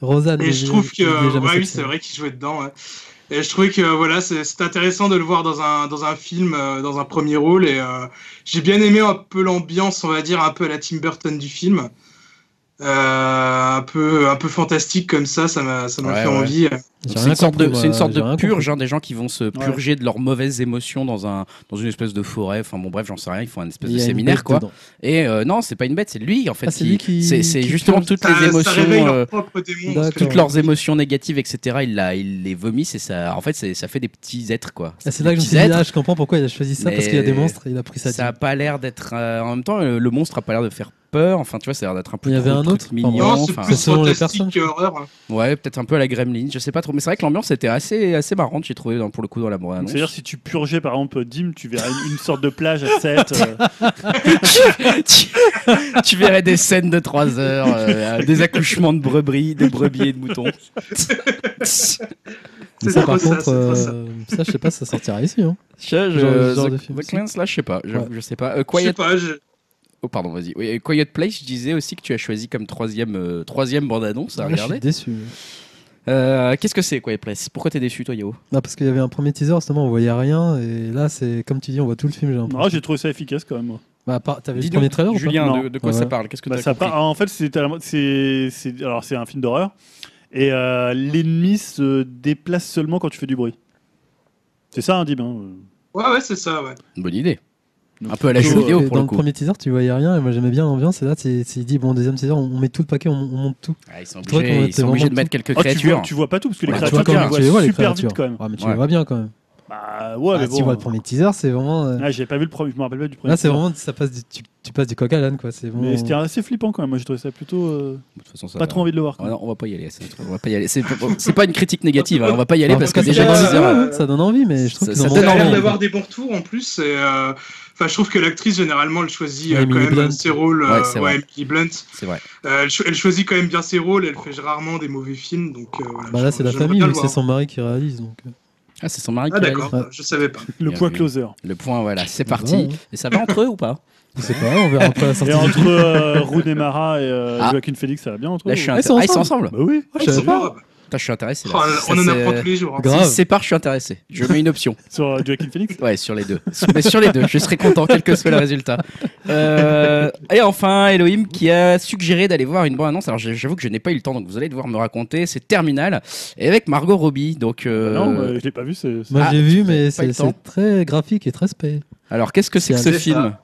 Rosa. Et je trouve que, ouais, oui, c'est vrai qu'il jouait dedans. ouais. Et je trouvais que voilà, c'est c'est intéressant de le voir dans un, dans un film, euh, dans un premier rôle. Et euh, j'ai bien aimé un peu l'ambiance, on va dire, un peu à la Tim Burton du film. Euh, un, peu, un peu fantastique comme ça, ça m'a ça m'a Ouais, fait ouais. envie. euh. C'est une sorte de, c'est une sorte de purge, purge hein, des gens qui vont se purger de leurs mauvaises émotions dans, un, dans une espèce de forêt. Enfin bon, bref, j'en sais rien, ils font un espèce de séminaire, quoi. Et euh, non, c'est pas une bête, c'est lui, en fait. Ah, c'est lui qui- c'est- c'est qui justement purge. toutes Ça, les ça émotions. réveille euh, leur propre démon. parce que- d'accord. toutes leurs émotions négatives, etc., il, la- il les vomit, et ça, en fait, c'est- ça fait des petits êtres, quoi. Ah, c'est Des là que je me petits suis dit, êtres. ah, je comprends pourquoi il a choisi ça, parce qu'il y a des Mais- monstres et il a pris ça. Ça a pas l'air d'être. euh, en même temps, euh, le monstre a pas l'air de faire peur. Enfin, tu vois, ça a l'air d'être un peu. Il y avait trop un truc autre mignon, Pardon. Non, c'est enfin, plus selon les personnes, fantastique je que horreur. ouais, peut-être un peu à la gremlin. Je sais pas trop. Mais c'est vrai que l'ambiance était assez, assez marrante. J'ai trouvé dans- pour le coup dans la bande annonce. C'est-à-dire, si tu purgeais par exemple Dim, tu verrais une, une sorte de plage à euh, 7. [LAUGHS] tu, tu verrais des scènes de 3 heures, euh, des accouchements de brebis, de brebis et de moutons. Mais C'est ça, trop par ça, contre, c'est trop ça. euh, ça, je sais pas, ça sortira ici. hein. [LAUGHS] Je, je- Genre- genre The- de film, The si. Clients, là, je sais pas. Je, Ouais. je sais pas. Euh, Je sais Quiet. pas, je- Oh, pardon, vas-y. Oui, euh, Quiet Place, je disais aussi que tu as choisi comme troisième, euh, troisième bande-annonce à Là, Ah, je suis regarder. déçu. Euh, Qu'est-ce que c'est, Quiet Place Pourquoi t'es déçu, toi, Yao Non, parce qu'il y avait un premier teaser, justement, on voyait rien. Et là, c'est comme tu dis, on voit tout le film. J'ai l'impression. non, j'ai trouvé ça efficace quand même. Bah, à part- t'avais vu le Dis-nous, premier trailer ou pas Julien, Non. de, de quoi Ah ouais. ça parle Qu'est-ce que Bah, t'as ça compris part- en fait, c'est à la mode- c'est c'est- alors c'est un film d'horreur et euh, l'ennemi se déplace seulement quand tu fais du bruit. C'est ça, un Dim. hein Ouais, ouais, c'est ça, ouais. Bonne idée. Non. Un peu à la Et jeu dans- vidéo et pour dans le le coup. premier teaser, tu voyais rien. Et moi, j'aimais bien l'ambiance. Et là, c'est c'est dit, bon, deuxième teaser, on, on met tout le paquet, on, on monte tout. Ah, ils sont Tu vois qu'on obligés, ils était sont obligés de vraiment mettre quelques Oh, tu, vois, créatures. tu vois pas tout parce que les Bah, tu Ah, créatures, tu comment- les tu les vois vois, les super créatures. vite quand même. Ouais, mais tu Ouais. les vois bien quand même. Bah ouais, Ah, mais Si tu vois bon. le premier teaser, c'est vraiment. euh, Ah, j'ai pas vu le premier, je me rappelle pas du premier. Là, Ah, c'est film. vraiment, ça passe du- tu, tu passes du coq à l'âne, quoi. C'est bon. Mais c'était assez flippant quand même. Moi, j'ai trouvé ça plutôt. euh, De toute façon, ça pas va. trop envie de le voir. quoi. Ouais, non, on va pas y [LAUGHS] aller. ça, On va pas y aller. C'est c'est pas une critique négative. hein, On va pas y aller Non, parce en tout que cas, déjà ça dans donne six envie, heures, euh, ouais, hein, ça donne envie, mais je trouve ça- qu'ils ça en donne montrent Ça a l'air envie. pas. d'avoir des bons retours en plus. Et, euh, enfin, je trouve que l'actrice, généralement, elle choisit euh, Emily quand même Blunt. ses rôles. Ouais, euh, c'est ouais, vrai. Emily Blunt. c'est vrai. Euh, elle, cho- elle choisit quand même bien ses rôles, elle fait rarement des mauvais films. Donc, euh, voilà, Bah là, c'est la j'aimerais famille, bien mais le c'est voir. son mari qui réalise. Donc... euh, Ah, c'est son mari Ah, qui l'a dit. d'accord, Ouais. je savais pas. Le Bien point vu. closer. Le point, voilà, c'est Ouais, parti. ouais. Et ça va entre eux ou pas hein. Je sais pas, [LAUGHS] on verra un peu la Et sortie. du- entre euh, Rooney Mara et euh, Ah. Joaquin Phoenix, ça va bien entre Là, eux je suis Ah, ils intéressé. sont Ah, ils sont ensemble. ensemble Bah oui. Ah, je savais pas. Putain, je suis intéressé. Oh, là. Ça, on en c'est- euh, apprend tous les jours. hein. Grave. S'ils se séparent, je suis intéressé. Je mets une option. [LAUGHS] Sur euh, Joaquin Phoenix. Ouais, sur les deux. Mais sur les deux, je serais content, quel que soit le résultat. Euh, et enfin, Elohim qui a suggéré d'aller voir une bonne annonce. Alors, j'avoue que je n'ai pas eu le temps, donc vous allez devoir me raconter. C'est Terminal. Et avec Margot Robbie. Donc, euh, Non, euh, je l'ai pas vu. c'est- c'est- Moi, Ah, j'ai vu, vous avez mais pas eu le c'est temps. c'est très graphique et très spé. alors qu'est-ce que c'est que ce C'est ça. film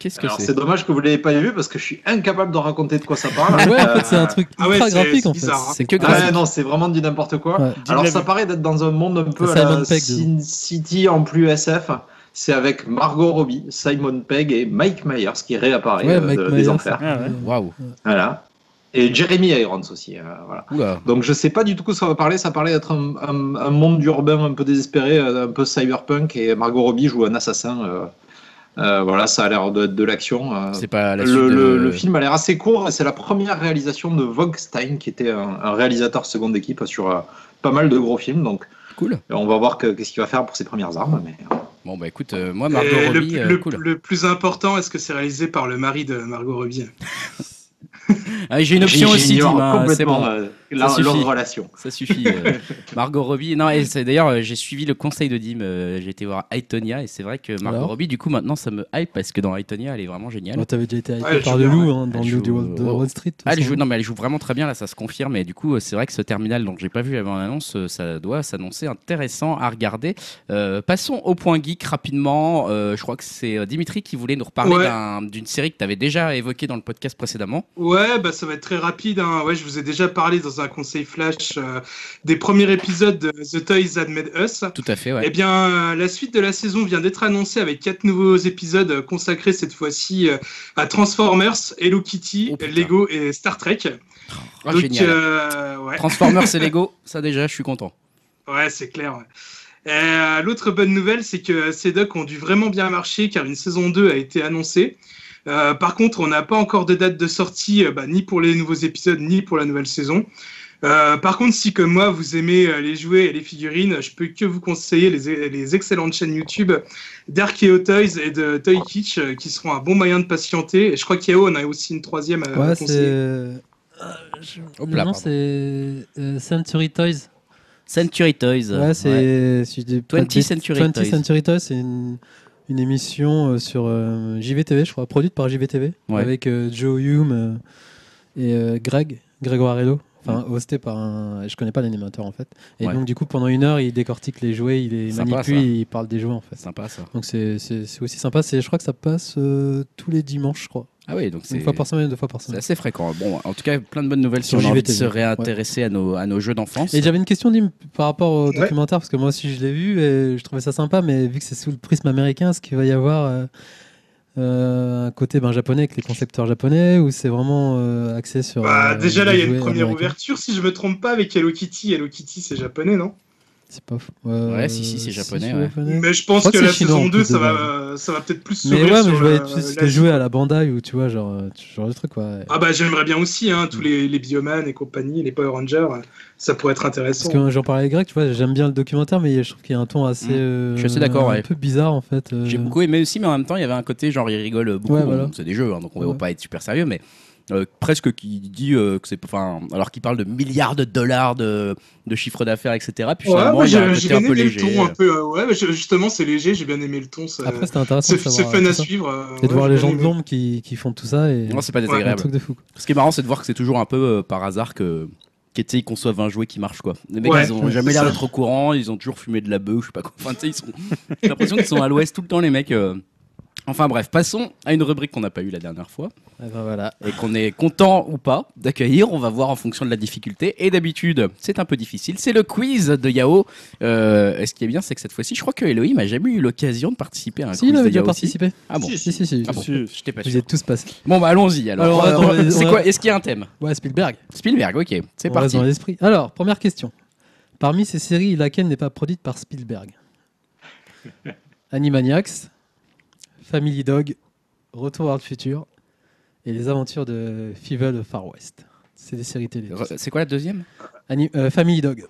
Qu'est-ce que Alors, c'est c'est dommage que vous ne l'ayez pas vu parce que je suis incapable d'en raconter de quoi ça parle. Ouais, en Euh, fait, c'est un truc Ah ouais, ultra c'est- graphique, c'est en fait. bizarre, hein. C'est que ah graphique. ouais, non, c'est vraiment du n'importe quoi. Ouais. Alors Dis-le. ça paraît d'être dans un monde un peu à C'est Simon la Pegg, de- Sin City en plus SF. C'est avec Margot Robbie, Simon Pegg et Mike Myers qui réapparaît Ouais, euh, Mike de- Myers. des enfers. Ah ouais. Waouh. Voilà. Et Jeremy Irons aussi. euh, voilà. Oula. Donc je sais pas du tout quoi ça va parler. Ça parlait d'être un, un- un monde urbain un peu désespéré, euh, un peu cyberpunk. Et Margot Robbie joue un assassin. euh, euh, voilà, ça a l'air de, de l'action. euh, C'est pas la suite le, de- le- le film a l'air assez court et c'est la première réalisation de Vogstein, qui était un, un réalisateur seconde équipe sur euh, pas mal de gros films. Donc Cool. euh, on va voir que- qu'est-ce qu'il va faire pour ses premières armes. Mais... Bon, bah écoute, euh, moi, Et Margot le, Robbie, euh, le- cool. le plus important, est-ce que c'est réalisé par le mari de Margot Robbie Ah, J'ai une option aussi, J'ignore Tim, hein, c'est complètement bon. euh, la- suffit. leur relation. Ça suffit. [LAUGHS] euh, Margot Robbie. Non, et c'est d'ailleurs, euh, j'ai suivi le conseil de Dim. euh, j'ai été voir Aitonia et c'est vrai que Margot Alors Robbie, du coup, maintenant, ça me hype parce que dans Aitonia, elle est vraiment géniale. Bon, T'avais déjà été hypé Ouais, je par le veux loup hein, dans Elle le loup de joue- Wall, de oh. Wall Street. de toute Ah, elle façon. joue, non, mais elle joue vraiment très bien, là, ça se confirme. Et du coup, euh, c'est vrai que ce terminal, donc j'ai pas vu avant l'annonce, euh, ça doit s'annoncer intéressant à regarder. Euh, passons au point geek rapidement. Euh, je crois que c'est euh, Dimitri qui voulait nous reparler Ouais. d'un- d'une série que tu avais déjà évoquée dans le podcast précédemment. Ouais, bah ça va être très rapide. hein. Ouais, je vous ai déjà parlé dans un conseil flash euh, des premiers épisodes de The Toys That Made Us. Tout à fait, Eh ouais. bien, euh, la suite de la saison vient d'être annoncée avec quatre nouveaux épisodes euh, consacrés cette fois-ci euh, à Transformers, Hello Kitty, Oh, putain. Lego et Star Trek. Ah, Donc, génial. euh, ouais, [LAUGHS] Transformers [LAUGHS] et Lego, ça déjà, je suis content. ouais, c'est clair. ouais. Euh, L'autre bonne nouvelle, c'est que ces docs ont dû vraiment bien marcher car une saison 2 a été annoncée. Euh, par contre, on n'a pas encore de date de sortie, euh, bah, ni pour les nouveaux épisodes, ni pour la nouvelle saison. Euh, par contre, si comme moi vous aimez euh, les jouets et les figurines, je peux que vous conseiller les, les excellentes chaînes YouTube d'Archeo Toys et de Toy Kitsch euh, qui seront un bon moyen de patienter. Et je crois qu'Yao en a aussi une troisième à à Ouais, conseiller. c'est. je- Hop le là, pardon. nom, c'est euh, Century Toys. Century Toys. Ouais, c'est. si je dis pas de 20 bêtises, Century 20 Toys. Century Toys, c'est une, une émission euh, sur euh, JVTV, je crois, produite par JVTV, Ouais. avec euh, Joe Hume euh, et euh, Greg, Gregorello. Enfin, hosté par un. Je connais pas l'animateur en fait. Mm. Et Ouais. donc, du coup, pendant une heure, il décortique les jouets, il les Sympa, manipule, ça. il parle des jouets en fait. Sympa ça. Donc, c'est- c'est c'est aussi sympa. C'est- Je crois que ça passe euh, tous les dimanches, je crois. Ah oui, donc c'est Une fois par semaine, deux fois par c'est semaine. assez fréquent. Bon, en tout cas, plein de bonnes nouvelles si Sur on a envie de JVTV, se réintéresser à, nos, à nos jeux d'enfance. Et j'avais une question Dim, par rapport au Ouais. documentaire, parce que moi aussi je l'ai vu et je trouvais ça sympa, mais vu que c'est sous le prisme américain, est-ce qu'il va y avoir euh, euh, un côté ben, japonais avec les concepteurs japonais ou c'est vraiment euh, axé sur. Bah, euh, déjà, les là, il y a jouets une première américains ouverture, si je me trompe pas, avec Hello Kitty. Hello Kitty, c'est japonais, non C'est pas fou. Euh, Ouais, si, si, c'est japonais, ouais. Mais je pense crois que que c'est la chinois, en saison 2, plus, ça de va, base. euh, ça va peut-être plus Mais s'ouvrir ouais, mais sur je voyais la- plus c'était l'Asie. joué à la Bandai ou tu vois, genre, euh, ce genre de truc quoi. Ah bah j'aimerais bien aussi, hein, tous les, les Bioman et compagnie, les Power Rangers, euh, ça pourrait être intéressant. Parce que j'en parlais avec Greg, tu vois, j'aime bien le documentaire, mais je trouve qu'il y a un ton assez. Mm. euh, Je suis assez d'accord, Un ouais. peu bizarre en fait. euh, J'ai beaucoup aimé aussi, mais en même temps, il y avait un côté genre il rigole beaucoup. Ouais, Bon, voilà. C'est des jeux, hein, donc on va Ouais. pas être super sérieux, mais euh, presque qui dit euh, que c'est. Enfin, alors qu'il parle de milliards de dollars de, de chiffre d'affaires, etc. Puis Ouais, finalement, moi il y a un j'ai j'ai bien côté un peu aimé le léger. ton, un peu. euh, ouais, mais je- justement, c'est léger, j'ai bien aimé le ton. ça- Après, c'était C'est intéressant de c'est savoir. euh, fun tout à ça. suivre. euh, Et de ouais, voir j'ai les bien gens de aimé. l'ombre qui, qui font tout ça. Et... Non, Ah, c'est pas Ouais, un désagréable. truc de fou. Ce qui est marrant, c'est de voir que c'est toujours un peu euh, par hasard que qu'était ils conçoivent un jouet qui marche quoi. Les mecs Ouais, ils ont ouais, jamais c'est l'air ça. d'être au courant, ils ont toujours fumé de la bœuf, je sais pas quoi. Enfin, tu sais, ils sont j'ai l'impression qu'ils sont à l'ouest tout le temps les mecs. euh. Enfin bref, passons à une rubrique qu'on n'a pas eue la dernière fois Eh ben voilà. et qu'on est content ou pas d'accueillir. On va voir en fonction de la difficulté. Et d'habitude, c'est un peu difficile. C'est le quiz de Yao. Euh, et ce qui est bien, c'est que cette fois-ci, je crois que Elohim a jamais eu l'occasion de participer à un Si, quiz il de avait déjà Yao. aussi. participé. Ah bon, Si, si, si. Ah bon. Si, j'étais pas Vous y sûr. êtes tous passés. Bon bah allons-y alors. Alors, Euh, attends, c'est on a- quoi Est-ce qu'il y a un thème Ouais, Spielberg. Spielberg, ok, c'est On parti. reste dans l'esprit. Alors, première question. Parmi ces séries, laquelle n'est pas produite [LAUGHS] par Spielberg Animaniacs, Family Dog, Retour vers le futur et les aventures de Fievel Far West. C'est des séries télé. tout ça. Re- C'est quoi la deuxième Ani- euh, Family Dog.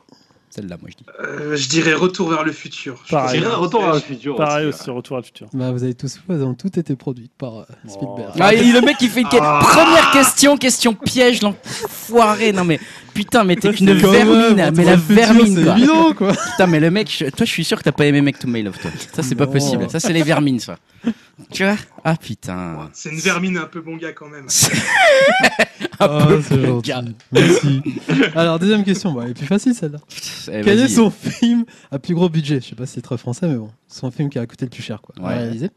Celle-là, moi je dis. Euh, je dirais Retour vers le futur. Je Pareil. pense que- C'est un retour vers le futur. Pareil aussi, aussi, retour à Oh. le futur. Bah, vous avez tous fait, donc tout était produit par euh, Spielberg. Ah, et le mec il fait une que- Ah. première question, question piège, l'enfoiré. Non mais putain, mais t'es qu'une Comme, vermine, euh, mais la Retour vers le futur, vermine C'est quoi. évident quoi. Putain, mais le mec, je- toi je suis sûr que t'as pas aimé Mec to My Love, toi. Ça c'est pas Non. possible, ça c'est les vermines ça. Tu vois Ah putain. C'est une vermine un peu bon gars quand même. [LAUGHS] Un Ah, peu c'est le gentil. gars. Merci. Alors, deuxième question, bah, elle est plus facile celle-là. Eh, Quel est vas-y. son film à plus gros budget Je sais pas si c'est très français, mais bon, son film qui a coûté le plus cher quoi, Ouais. à réaliser.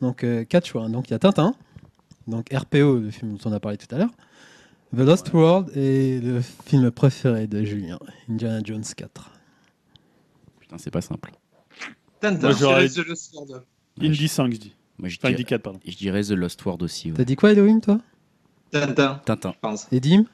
Donc, euh, quatre choix. hein. Donc, il y a Tintin, donc RPO, le film dont on a parlé tout à l'heure, The Lost World et le film préféré de Julien, Indiana Jones 4. Putain, c'est pas simple. Tintin. Moi, Je dirais j'aurais- The Lost World. Indy 5, je dis. Moi je Enfin, dirais, Indy 4, pardon. je dirais The Lost World aussi. ouais. T'as dit quoi, Elohim, toi Tintin, Tintin, je pense. Et Dim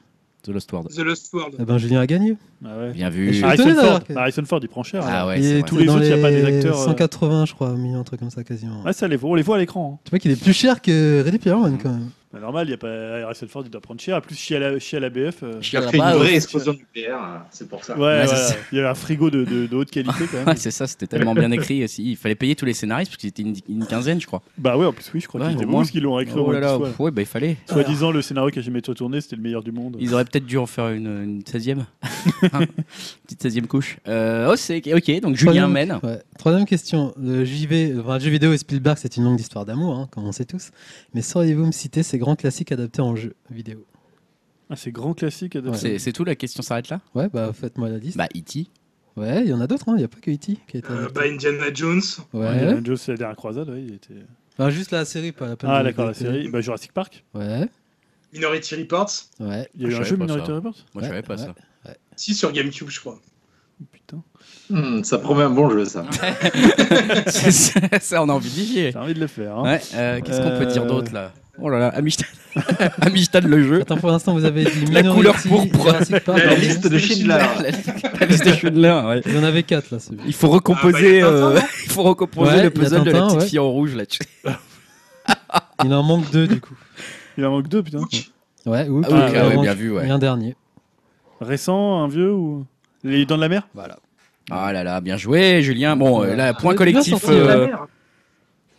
The Lost World. The Lost World. Eh ben, Julien a gagné. Ah ouais. Bien Et vu. je- Harrison étonné Ford. d'avoir que- Harrison Ford, il prend cher. Ah alors. ouais, Il c'est est vrai. Tous les dans autres, il y a pas des acteurs, euh. 180, je crois, millions, un truc comme ça quasiment. Ah, ça, les voit- on les voit à l'écran. hein. Tu vois qu'il est plus cher que Ready Player One quand même. Bah, normal, il y a pas Harrison Ford, il doit prendre cher. En plus, chier à la, chier à la BF. euh, Je Il a dirais fait une pas, vraie ouais. explosion nucléaire, hein, c'est pour ça. Ouais, Ouais, c'est voilà. ça. il y avait un frigo de, de- de haute qualité quand [LAUGHS] Ouais, même. c'est ça, c'était tellement bien [LAUGHS] écrit aussi. Il fallait payer tous les scénaristes parce qu'ils étaient une, une quinzaine, je crois. bah ouais, en plus, oui, je crois Ouais, qu'ils au étaient moins. beaucoup parce qu'ils l'ont réécrit au Oh moins là là, dix fois. pff, ouais, bah il fallait. Soit disant, le scénario qui a jamais été tourné, c'était le meilleur du monde. Ils auraient peut-être dû en faire une, une [LAUGHS] 16e. Hein, Petite 16e couche. Euh, oh, c'est ok, donc Julien Troisième- mène. ouais. Troisième question. Le JV, enfin, le jeu vidéo et Spielberg, c'est une longue histoire d'amour, hein, comme on sait tous. Mais sauriez-vous me citer ces grands classiques adaptés en jeu vidéo Ah, c'est grand classique. Adam. C'est c'est tout, la question s'arrête là Ouais, bah faites-moi la liste. Bah, E.T. Ouais, il y en a d'autres, hein, il n'y a pas que E.T. qui a été Euh, [LAUGHS] adapté. bah, Indiana Jones. Ouais. Indiana Jones, c'est la dernière croisade, ouais, il était. Enfin, juste la série, pas la peine Ah, de- d'accord, de- la série. Bah, Jurassic Park. Ouais, Minority Report. ouais. Il y a eu Je un savais jeu pas Minority ça. Report Moi, je Ouais, savais pas ouais. ça. Si, sur Gamecube, je crois. Oh, Putain. Hmm, ça promet un bon jeu, ça. C'est ça. ça, on a envie d'y jouer. J'ai envie de le faire. hein. Ouais, euh, qu'est-ce qu'on peut dire Euh, d'autre là Oh là là, [LAUGHS] Amistad. Amistad le jeu. Attends, pour l'instant, vous avez dit La Minority, couleur pourpre. Jurassic Park, La Indiana liste de Schindler. La liste de Schindler, ouais. Jones. Il y en avait quatre, là. celui-là. Il faut recomposer, Ah, bah, il y a euh, [LAUGHS] Tintin, il faut recomposer Ouais, il y le a puzzle de la Tintin, petite ouais. fille en rouge là. Il en manque deux, du coup. [LAUGHS] Il en manque deux, putain. Hook. Ouais, ou ok, Ah, il en ouais, manque- bien vu, ouais. Et un dernier. Récent, un vieux ou. Les Dents de la Mer Ah là là, bien joué Julien. Bon, euh, là, point Ah, collectif. bien sorti, euh, La mer.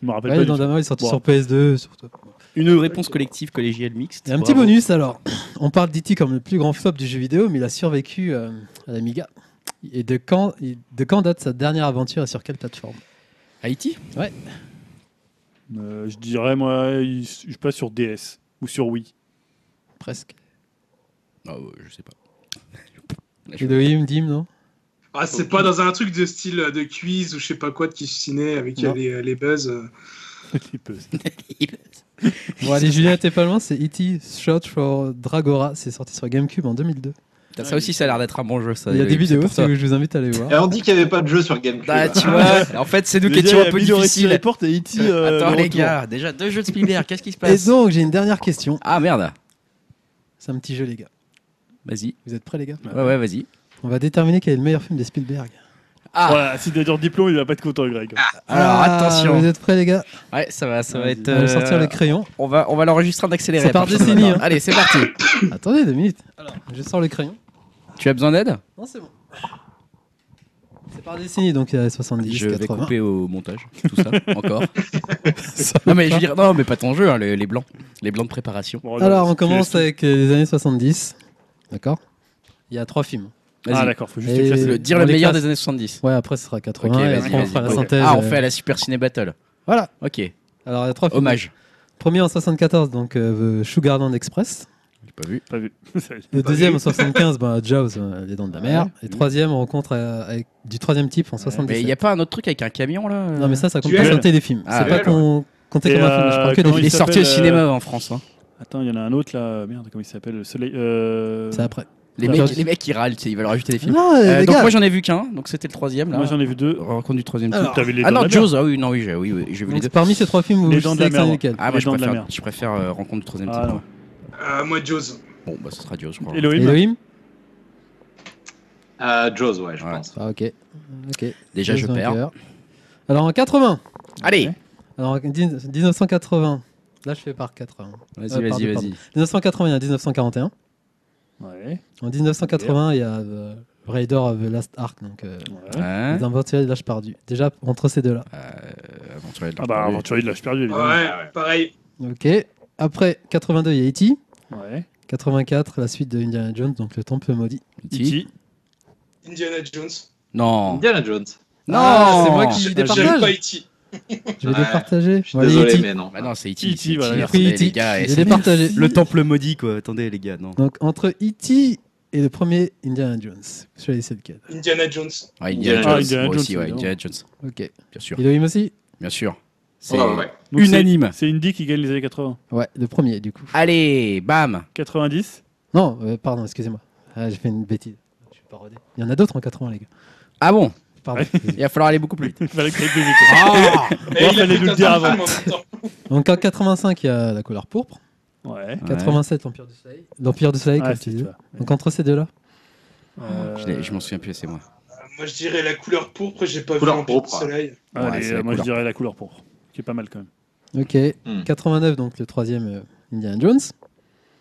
Je me rappelle Ouais, pas. le du tout. Dandamar, il est sorti E, Bon. sur PS2, surtout. Une réponse collective collégiale mixte. Et un petit Bravo. bonus alors. On parle d'E.T. comme le plus grand flop du jeu vidéo, mais il a survécu euh, à l'Amiga. Et de quand, et de quand date sa dernière aventure et sur quelle plateforme Haïti Euh, je dirais, moi, il- je passe sur DS ou sur Wii. Presque. Ah, ouais, Je sais pas. Je- Elohim, Dim, non Ah, c'est pas dans un truc de style euh, de quiz ou je sais pas quoi de Kishiné avec euh, Non. les, les buzz. euh. Il [LAUGHS] peut- Bon, allez, Julien, t'es pas loin, c'est E.T. Shot for Dragora. C'est sorti sur GameCube en 2002. Putain, Ça aussi, ça a l'air d'être un bon jeu. Ça, il y a des Elohim, c'est vidéos, pour ça. si vous- je vous invite à aller voir. Et on dit qu'il n'y avait pas de jeu sur GameCube. Bah, tu vois, en fait, c'est nous Je qui veux dire, étions il y un a peu Minority difficiles. Report E et E.T., euh, Attends, le les retour. gars, déjà deux jeux de [LAUGHS] Spielberg, qu'est-ce qui se Et passe donc, j'ai une dernière question. Ah merde, C'est un petit jeu, les gars. vas-y. Vous êtes prêts, les gars Ouais, ouais, vas-y. On va déterminer quel est le meilleur film de Spielberg. Ah. Voilà, si t'as dit diplôme, il va pas être content, Greg. Alors Ah, attention. Vous êtes prêts, les gars Ouais, ça va, ça va Vas-y. être. On va euh, sortir le crayon. On va, on va l'enregistrer en accéléré. Ça à part partir de de Céline, maintenant. hein. Allez, c'est [LAUGHS] parti. [COUGHS] Attendez deux minutes. Alors, je sors le crayon. tu as besoin d'aide Non, c'est bon. C'est par décennie, donc il y a 70, Je 80. vais couper au montage tout ça [LAUGHS] encore. non mais je veux dire, non mais pas ton jeu, hein, les, les blancs, les blancs de préparation. Bon, Alors, on tu laisses commence tout. avec euh, les années 70. D'accord Il y a trois films. Ah, Vas-y. d'accord, faut juste Et- les classer. Le- dire on le les meilleur classe. des années 70. Ouais, après, ce sera 80. vas-y, et après, on vas-y, fera la ok. synthèse. Ah, on euh, fait la Super Ciné Battle. Voilà. Ok. Alors, il y a trois films. Hommage. Premier en 74, donc euh, The Sugarland Express. J'ai pas vu. Pas vu. [LAUGHS] Ça y est. Le Pas deuxième vu. en 75, bah, Jaws, euh, Les Dents de la Mer. Ouais. Et troisième, rencontre euh, avec, du troisième type en Mais 77. y a pas un autre truc avec un camion là euh Non, mais ça, ça compte Duel. pas sur téléfilm. Ah, C'est pas duel, qu'on compté Et, comme un film. Je parle que euh, des comment Il est films. il sorti au s'appelle, euh, cinéma en France. hein. Attends, il y en a un autre là, merde, comment il s'appelle Le Soleil. euh, C'est après. Les, Ouais. mecs, les mecs ils râlent, tu sais, ils veulent rajouter des films. Non, Euh, les donc gars. moi j'en ai vu qu'un, donc c'était le troisième là. Moi j'en ai vu deux. Rencontre du troisième Alors, type. T'as vu les Dents Ah de non, la Mer Jaws, ah oui, non, oui, j'ai- oui, oui, j'ai vu les Donc, deux. parmi ces trois films, vous Les Dents de la sélectionnez Mer, lequel Ah, moi Les je Dents de la préfère, Mer. je préfère euh, Rencontre du troisième Ah, type. non. moi. Euh, moi, Jaws. Bon, bah ça sera Jaws, je crois. Elohim. Elohim Euh, Jaws, ouais, je Ouais. pense. Ah, ok. Ok. Déjà, je Jaws perds. vainqueur. Alors, en 80. Allez, Alors, en 10- 1980. Là, je fais par 80. vas-y, Euh, vas-y, pardon, vas-y. 1980, il y a 1941. Ouais. En 1980, il y a euh, Raider of the Last Ark, donc euh, ouais. Hein Les Aventuriers de l'âge perdu. Déjà, entre ces deux-là. Euh, Aventurier de Ah bah, l'Arche aventurier de l'âge perdu, Ouais, évidemment. pareil. Ok. Après, 82, il y a E.T. Ouais. 84, la suite de Indiana Jones, donc le temple maudit. E perdue. E.T. Indiana Jones. Non. Indiana Jones. Non, Ah, c'est moi qui Je- départage. J'aime pas E E.T. Ah, Je vais Ouais, départager. Je suis E désolé, mais non. Bah non, c'est E.T. E.T., c'est E voilà, E.T., merci. attendez, J'ai pris les E.T., gars, et E je c'est- l'ai partagé. [LAUGHS] Le temple maudit, quoi. Attendez, les gars, non. Donc, entre E.T. et le premier Indiana Jones. Je vais laisser lequel. Indiana Jones. Ah, Indiana Ah, Jones. Indiana Moi Jones, aussi, ouais, évidemment. Indiana Jones. Ok. Bien sûr. Elohim aussi Bien sûr. C'est Ouais, Oh, ouais. Donc, c'est- unanime. C'est Indy qui gagne les années 80. Ouais, le premier, du coup. Allez, bam. 90 Non, euh, pardon, excusez-moi. Ah, j'ai fait une bêtise. Je suis parodé. Il y en a d'autres en 80, les gars. Ah bon Pardon. Il va falloir aller beaucoup plus vite. Il fallait que t'ailles plus vite. Ah Et Bon, il a fallait fait nous le un dire film avant. en même temps. Donc en 85, il y a la couleur pourpre. Ouais. 87, l'Empire du Soleil. L'Empire du Soleil, Ah, comme si, tu tu dis. vois. Donc entre ces deux-là. Euh, Je, l'ai- je m'en souviens plus, c'est moi. Moi, je dirais la couleur pourpre. J'ai pas Couleur vu l'Empire du pourpre. soleil. allez, Ouais, c'est euh, la moi je couleur. dirais la couleur pourpre, qui est pas mal quand même. Ok. Hmm. 89, donc le troisième euh, Indiana Jones.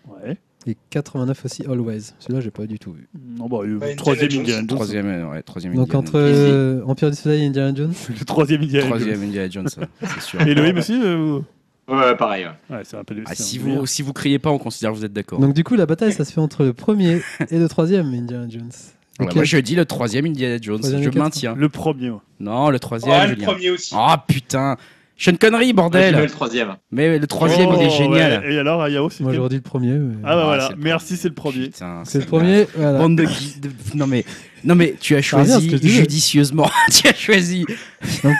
Ouais. Et 89 aussi Always. Celui-là, j'ai pas du tout vu. Non, bah, euh, Bah, troisième Indiana Indiana Jones. Troisième, euh, ouais, troisième Donc Indiana entre Jones. euh, Empire du Soleil et Indiana Jones. Le troisième Indiana Jones. Troisième Indiana Jones, ouais, c'est sûr. Et Elohim aussi euh, Ouais, pareil. ouais. ou- Ouais, c'est un peu Ah, c'est un si, délire. vous, si vous criez pas, on considère que vous êtes d'accord. Donc du coup, [LAUGHS] la bataille, ça se fait entre le premier et le troisième Indiana Jones. Ouais, Lequel moi, je dis le troisième Indiana Jones. Troisième et je quatrième. maintiens. Le premier. ouais. Non, le troisième, Ah, le Julien. premier aussi. Ah putain Sean Connery, Ouais, bordel j'ai mis le troisième. Mais le troisième, il est Oh, génial. ouais, Et alors, Ayao, c'est Moi, quel j'aurais dit le premier. mais- Ah bah Ah, voilà, c'est le merci, c'est le premier. Putain, C'est le ça- premier. voilà. Bande de, gui- de- Non mais, non mais tu as revient à ce choisi que je disais. [LAUGHS] judicieusement. [LAUGHS] tu as choisi. Donc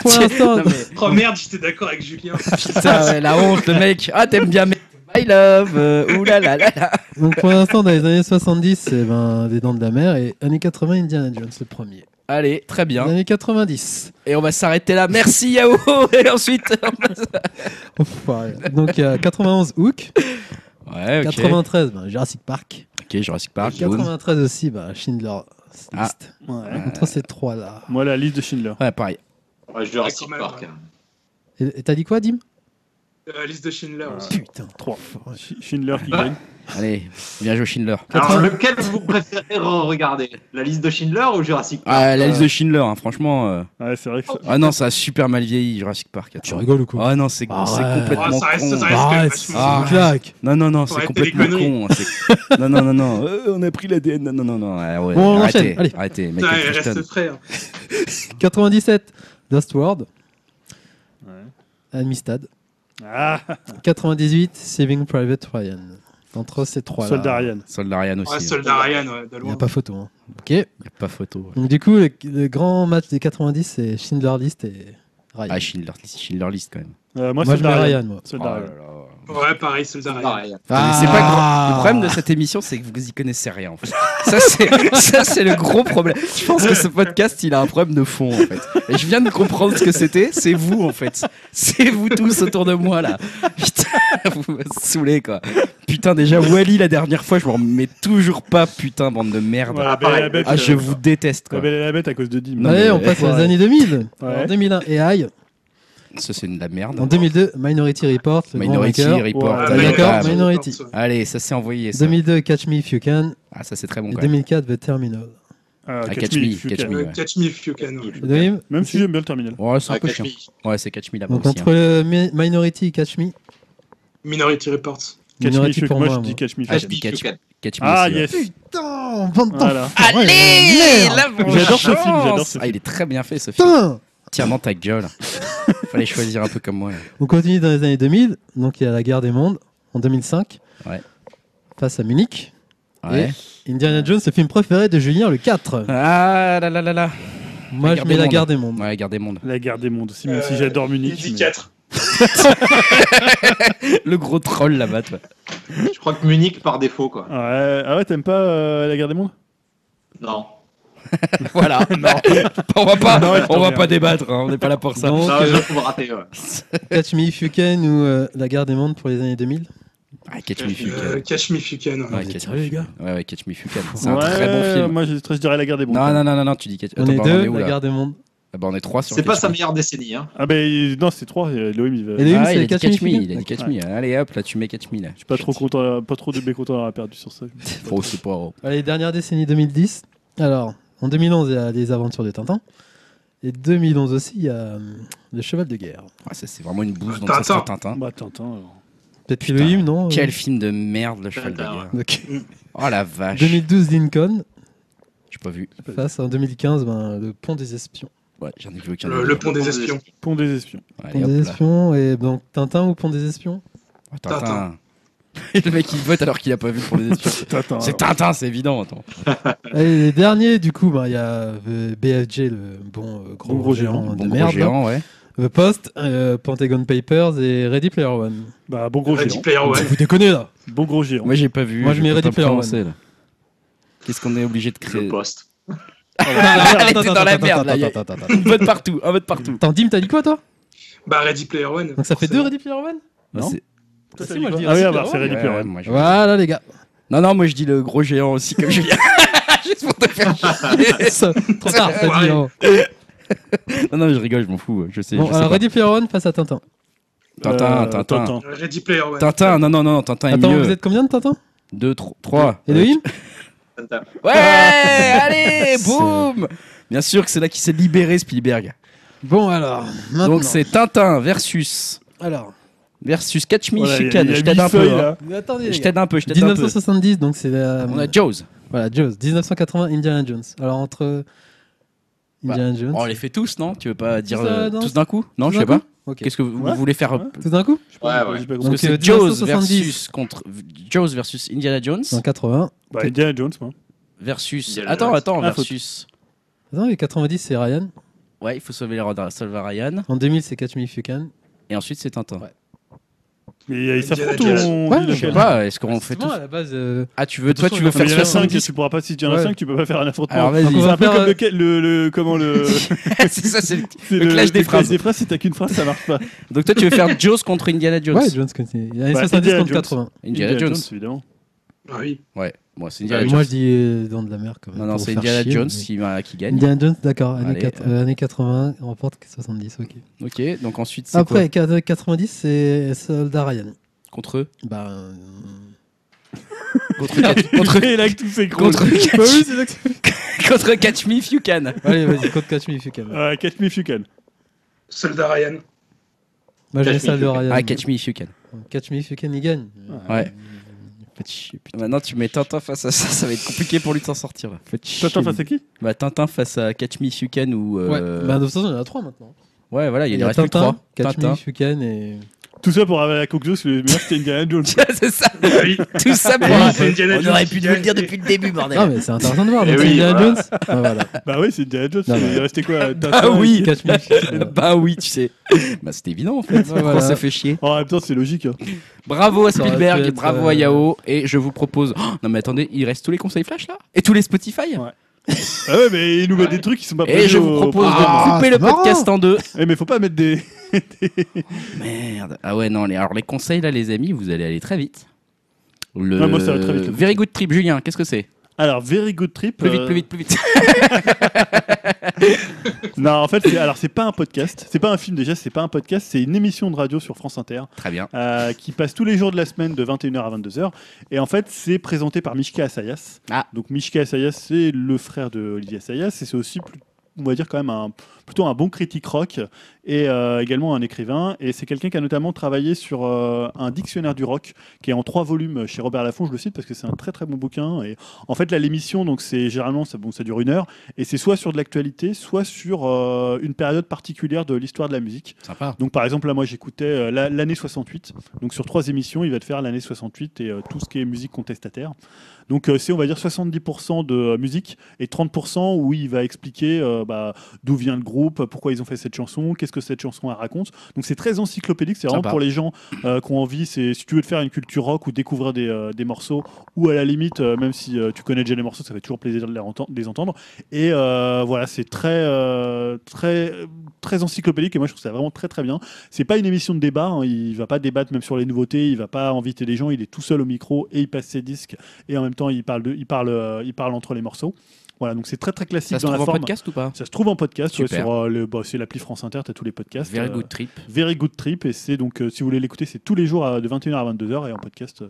[LAUGHS] pour Non, l'instant, mais, Oh merde, j'étais d'accord avec Julien. [LAUGHS] putain, ouais, la honte, le mec. Ah t'aimes bien. Mais... My love. euh, ouh là là là là. donc pour l'instant, dans les années 70, eh ben, des dents de la mer et années 80, Indiana Jones, le premier. Allez, très bien. Années 90. Et on va s'arrêter là. Merci Yao. [LAUGHS] Et ensuite. Enfoiré. Donc [LAUGHS] il y a 91 Hook, Ouais, ok. 93 ben, Jurassic Park, Ok, Jurassic Park. Boom. 93 aussi ben, Schindler Ah. List. Ouais. Entre ces trois là. Moi, la liste de Schindler. Ouais, pareil. Ouais, Jurassic hein. Ouais, quand même, Park. ouais. hein. Et et t'as dit quoi, Dim euh, liste de Schindler Ah. aussi. Putain. 3. Schindler qui gagne. Allez, bien joué Schindler. Alors, lequel vous préférez regarder La liste de Schindler ou Jurassic Park Ah, la liste Euh. de Schindler, hein, franchement. euh. Ouais, c'est vrai que ça- Ah non, ça a super mal vieilli Jurassic Park. attends. Tu rigoles ou quoi Ah non, c'est Ah c'est ouais. complètement Ah, ça reste- con. ça reste- Arrête, c'est c'est une vachement- claque. Non, non, non, Ça c'est aurait été des complètement con. hein, c'est- [LAUGHS] non, non, non, non. euh, on a pris l'ADN. Non, non, non, non. ah ouais, Bon, on arrêtez, enchaîne, allez. arrêtez. Putain, Michael il Crichton. reste [LAUGHS] hein. frère. 97, Lost World, Ouais. Amistad. Ah, 98, Saving Private Ryan. Entre ces trois-là. Soldat Ryan. Soldat Ryan aussi. Ouais, hein. Soldat Ryan, ouais, de Il n'y loin. a pas photo. hein. Ok. Y a pas photo. Donc, du coup, le, le grand match des 90, c'est Schindler List et Ryan. Ah, Schindler, Schindler List quand même. Euh, moi, moi, je mets Soldat Ryan. Ryan, moi. Oh Soldat là Ryan. là. Ouais, pareil, Soldat Ryan. Pareil. connaissez pas Ah. Le problème de cette émission, c'est que vous y connaissez rien. En fait. Ça, c'est ça, c'est le gros problème. Je pense que ce podcast, il a un problème de fond. En fait. Et je viens de comprendre ce que c'était. C'est vous, en fait. C'est vous tous autour de moi là. Putain, vous me saoulez quoi. Putain, déjà Wally la dernière fois, je m'en remets toujours pas. Putain, bande de merde. Ouais, la Belle et la Bête, Ah, je euh, vous déteste La quoi. Belle et la Bête à cause de Dim. Non, Allez, mais- on passe aux Ouais. années 2000. Ouais. En 2001, AI. Ça, c'est une de la En merde. 2002, Minority Report. Le Minority grand vainqueur. Report. Ouais, Ah, Ah, d'accord, d'accord. mais- Minority. ouais. Allez, ça c'est envoyé. Ça. 2002, Catch Me If You Can. Ah, ça c'est très bon Et quand même. 2004, The Terminal. Ah, Ah, Catch Catch Me Me, If You Catch Can. Me. Euh, ouais. Catch me if you can. ouais. Vous voyez Même si j'aime bien le terminal. Ouais, c'est un Ah, peu Catch chiant. Me. Ouais, c'est Catch Me là-bas Donc, aussi. hein. entre le Mi- Minority, Catch Me. Minority Report. Catch Me If Minority You Can. pour Moi, moi. je moi. dis Catch Me If Ah, You je Can. dis Catch, Catch Me Ah, aussi, ouais. yes. Putain, bande d'enfants. Voilà. Allez, Merde. la vengeance. J'adore ce film, j'adore ce Ah, il est très bien fait ce film. Putain Tiens dans ta gueule. Fallait choisir un peu comme moi. là. On continue dans les années 2000. Donc, il y a la guerre des mondes en 2005. Ouais. Face à Munich. Ouais. Et Indiana Jones, le film préféré de Julien, le 4. Ah là là là là. Moi, La je guerre mets des la mondes. guerre des mondes. Ouais, garde des mondes. La guerre des mondes aussi, même Euh, si j'adore Munich. Indy mais- 4. [LAUGHS] Le gros troll là-bas, toi. Oh. Je crois que Munich par défaut, quoi. Ouais, Ah ouais, t'aimes pas euh, la guerre des mondes Non. [LAUGHS] Voilà. on va pas, Non, il faut on va rien. pas débattre. hein, On n'est pas là pour ça. Donc, Ça, euh, je trouve [LAUGHS] raté, ouais. [LAUGHS] Catch Me If You Can ou euh, la guerre des mondes pour les années 2000. Ah, Catch Me If You Can. Euh, Catch me if you can. ouais. Ouais, Vous êtes Catch sérieux, Me les If You gars Can. Ouais, ouais, Catch Me If You Can. C'est un Ouais, très bon film. Moi, je, je dirais la guerre des mondes. Non, non, non, non, non, tu dis Catch. On Attends, est pardon, deux, où, la là guerre des mondes. Ah, bah, on est trois sur C'est pas Catch sa Me. meilleure décennie, hein. Ah, ben non, c'est 3. Elohim, il va- Et les- Ah, C'est il a dit Catch Me Catch If You Me. Can. Il a dit Catch Me. Allez hop, là, tu mets Catch Me là. Pas trop content, euh, pas trop de mécontent d'avoir perdu sur ça. Faut aussi pas. oh. Allez, dernière décennie 2010. Alors, en 2011, il y a Les Aventures de Tintin. Et 2011 aussi, il y a euh, Le Cheval de Guerre. Ah, ça, c'est vraiment une bouse dans Tintin. le sens de Tintin. Bah, Tintin. alors. Peut-être le hymne, non euh, Quel film de merde, le cheval de Tintin, guerre. donc, [LAUGHS] Oh la vache. 2012, Lincoln. J'ai pas vu. Face en 2015, ben, Le Pont des Espions. Ouais, j'en ai vu aucun. Le, le pont des espions. Pont des espions. Allez, Pont hop des là. Espions. Et donc, Tintin ou Pont des Espions Oh, Tintin. Et [LAUGHS] le mec il vote alors qu'il a pas vu pour les [LAUGHS] espions. Tintin. C'est Tintin, c'est évident. Attends. Allez, les derniers, du coup, ben, il y a euh, BFG, le bon euh, gros, Bon gros géant, géant, de Bon gros merde. géant, ouais. The Post, euh, Pentagon Papers et Ready Player One. Bah, bon gros Ready géant. Player One. Vous déconnez là Bon gros géant. Moi j'ai pas vu. Moi, je mets peux pas Ready Player me One. [LAUGHS] [LAUGHS] prononcer, là. Qu'est-ce qu'on est obligé de Le créer Oh poste. [LAUGHS] Ah, Elle était dans la merde, là, y a- attends, attends, attends, Un [LAUGHS] vote partout, un vote partout. attends. Attends, Dim, t'as dit quoi toi Bah, Ready Player One. Donc ça fait deux forcément. Ready Player One Non. Ouais, c'est- Toi, Si, t'as dit moi, je quoi dis Ah, oui, aussi ah, bah, Player c'est Ready ouais, Player ouais, One. moi, je- Voilà les gars. Non, non, moi je dis le gros géant aussi comme [LAUGHS] Julien. Juste pour te faire chier. Ça, [LAUGHS] Trop tard, t'as Ouais. dit. hein. Non, non, je rigole, je m'en fous. Je sais. Bon, je sais alors pas. Ready Player One face à Tintin. Tintin, Euh, Tintin. Ready Player One. Tintin, non, non, non, Tintin est Attends, mieux. vous êtes combien de Tintin 2, 3. [LAUGHS] Et Elohim Tintin. Ouais, allez, C'est- boum euh, Bien sûr que c'est là qu'il s'est libéré Spielberg. Bon alors, maintenant. Donc c'est Tintin versus Alors, versus Catch Me Voilà, If il y You a- Can. il y a Je huit t'aide un peu. feuilles, hein. là. mais attendez. les Je gars. t'aide un peu, je t'aide un peu. 1970, donc c'est la. euh, On a Jaws. Voilà, Jaws. 1980, Indiana Jones. Alors entre. Bah, Indiana Jones. on les fait tous, non Tu veux pas dire Tous, euh, euh, dans- tous d'un coup Non, Tout je d'un sais pas. coup Ok. Qu'est-ce que vous, Ouais. vous voulez faire euh, Ouais. Tout d'un coup Je sais pas, Ouais, ouais. j'ai pas Parce compris. que Donc, euh, c'est Jaws 1970. versus contre Jaws versus Indiana Jones En 80. Bah, Indiana Jones, moi. versus Indiana Attends, Jones. attends, Ah, faut- euh, versus Non, et 90, c'est Ryan. Ouais, il faut sauver les Rodas- Salva Ryan En 2000, c'est Catch Me If You Can. et ensuite c'est Tintin. Mais euh, ils Indiana s'affrontent ou on Jones. dit Ouais, Je sais lequel pas, est-ce qu'on fait Justement, tous à la base. euh, Ah, tu veux toi Attention, tu veux il Mais faire il y en a 60 5 tu pourras pas si tu en as Ouais. 5 tu peux pas faire un Alors affrontement. vas-y. on C'est va un peu faire, comme euh, le, ca- le, le comment le [LAUGHS] c'est ça, c'est le... [LAUGHS] c'est le clash des phrases. Des phrases si t'as qu'une phrase ça marche pas. Donc toi, tu veux faire Jaws contre Indiana Jones Ouais, Jones continue. Il y a les Bah, 70 Indiana contre Jones. 80. Indiana Jones. évidemment. Ah oui. Ouais. Moi, c'est Moi, Indiana Jones. je dis euh, dans de la mer quand même. Non, non, pour c'est faire Indiana chier, Jones mais- qui, va- qui gagne. Indiana Jones, d'accord, années, Allez, quatre- euh. euh, années 80, remporte 70, ok. Ok, donc ensuite, c'est quoi Après, quatre- 90, c'est Soldat Ryan. Contre eux Bah. euh, [LAUGHS] Contre, [LAUGHS] contre, Et là, tout s'écroule. contre, Bah oui, c'est ça [LAUGHS] que- contre Catch Me If You Can. Allez, vas-y, code catch me if you can. Euh, catch me if you can. Soldat Ryan. Moi, j'ai Catch me ça if de you Ah can. Ryan. Ah, Catch Me If You Can. Catch me if you can, il gagne. Ouais. Faites chier, putain. Maintenant, tu mets Tintin face à ça, ça va être compliqué pour lui de s'en sortir. Là. Faites chier. T'attends face à qui Bah, Tintin face à Catch Me If You Can ou. Ouais. euh, Bah, de toute façon, il y en a 3 maintenant. ouais, voilà, il, y en a reste plus que Tintin, trois. Catch me Tintin. if you can et. Tout ça pour avoir la conclusion que le meilleur c'était Indiana [LAUGHS] Jones. Tiens, c'est ça, Oui. tout ça pour. Oui, un- c'est Indiana On Jones aurait qui pu nous le gagne. dire depuis le début, Non, bordel. Ah, mais c'est intéressant de voir. Eh Donc, oui, Indiana voilà. Jones. Ah, voilà. [LAUGHS] bah oui, c'est Indiana Jones. Non, il mais- restait [LAUGHS] quoi Tintin Ah oui. et- Catch me if you [LAUGHS] can. Bah oui, tu sais. Bah, c'était évident en fait. Voilà. On s'est fait chier. Ah, En même temps, c'est logique. hein. Bravo à Ça aurait Spielberg pu et être, bravo euh, à Yao. Et je vous propose. Oh, non, mais attendez, il reste tous les conseils flash là Et tous les Spotify Ah ouais, mais ils nous mettent des trucs qui sont pas Et je vous propose de Ah, couper c'est le marrant. podcast en deux. Oh, Eh, mais faut pas mettre des. [LAUGHS] Merde. Ah ouais, non, les- alors les conseils là, les amis, vous allez aller très vite. Le... Ouais, moi, ça va très vite. Very Good Trip, Julien, qu'est-ce que c'est Alors, Very Good Trip. Plus euh, vite, plus vite, [LAUGHS] plus vite. Non, en fait, c'est- alors c'est pas un podcast, c'est pas un film déjà, c'est pas un podcast, c'est une émission de radio sur France Inter très bien. euh, qui passe tous les jours de la semaine de 21h à 22h. Et en fait, c'est présenté par Mishka Asayas. Ah. Donc Mishka Asayas, c'est le frère de Olivier Asayas et c'est aussi plus- on va dire quand même un, plutôt un bon critique rock et euh, également un écrivain. Et c'est quelqu'un qui a notamment travaillé sur euh, un dictionnaire du rock qui est en trois volumes chez Robert Laffont. Je le cite parce que c'est un très très bon bouquin. Et en fait, là, l'émission, donc c'est généralement ça, bon, ça dure une heure et c'est soit sur de l'actualité, soit sur euh, une période particulière de l'histoire de la musique. Sympa. Donc par exemple, là, moi j'écoutais euh, la- l'année 68. Donc sur trois émissions, il va te faire l'année 68 et euh, tout ce qui est musique contestataire. Donc euh, c'est on va dire 70% de euh, musique et 30% où il va expliquer euh, bah, d'où vient le groupe, pourquoi ils ont fait cette chanson, qu'est-ce que cette chanson elle raconte. Donc c'est très encyclopédique, c'est vraiment Sympa. pour les gens euh, qui ont envie, c'est si tu veux te faire une culture rock ou découvrir des, euh, des morceaux, ou à la limite, euh, même si euh, tu connais déjà les morceaux, ça fait toujours plaisir de les, enten- de les entendre. Et euh, voilà, c'est très, euh, très, très encyclopédique et moi je trouve ça vraiment très très bien. C'est pas une émission de débat, hein, il va pas débattre même sur les nouveautés, il va pas inviter des gens, il est tout seul au micro et il passe ses disques et en même temps il parle, de, il parle, euh, il parle entre les morceaux. Voilà, donc c'est très très classique Ça se dans la trouve en forme. podcast ou pas ça se trouve en podcast ouais, Super. sur euh, le, bah, c'est l'appli France Inter, t'as tous les podcasts. Very euh, Good Trip. Very Good Trip et c'est donc euh, si vous voulez l'écouter c'est tous les jours à- de 21h à 22h et en podcast euh.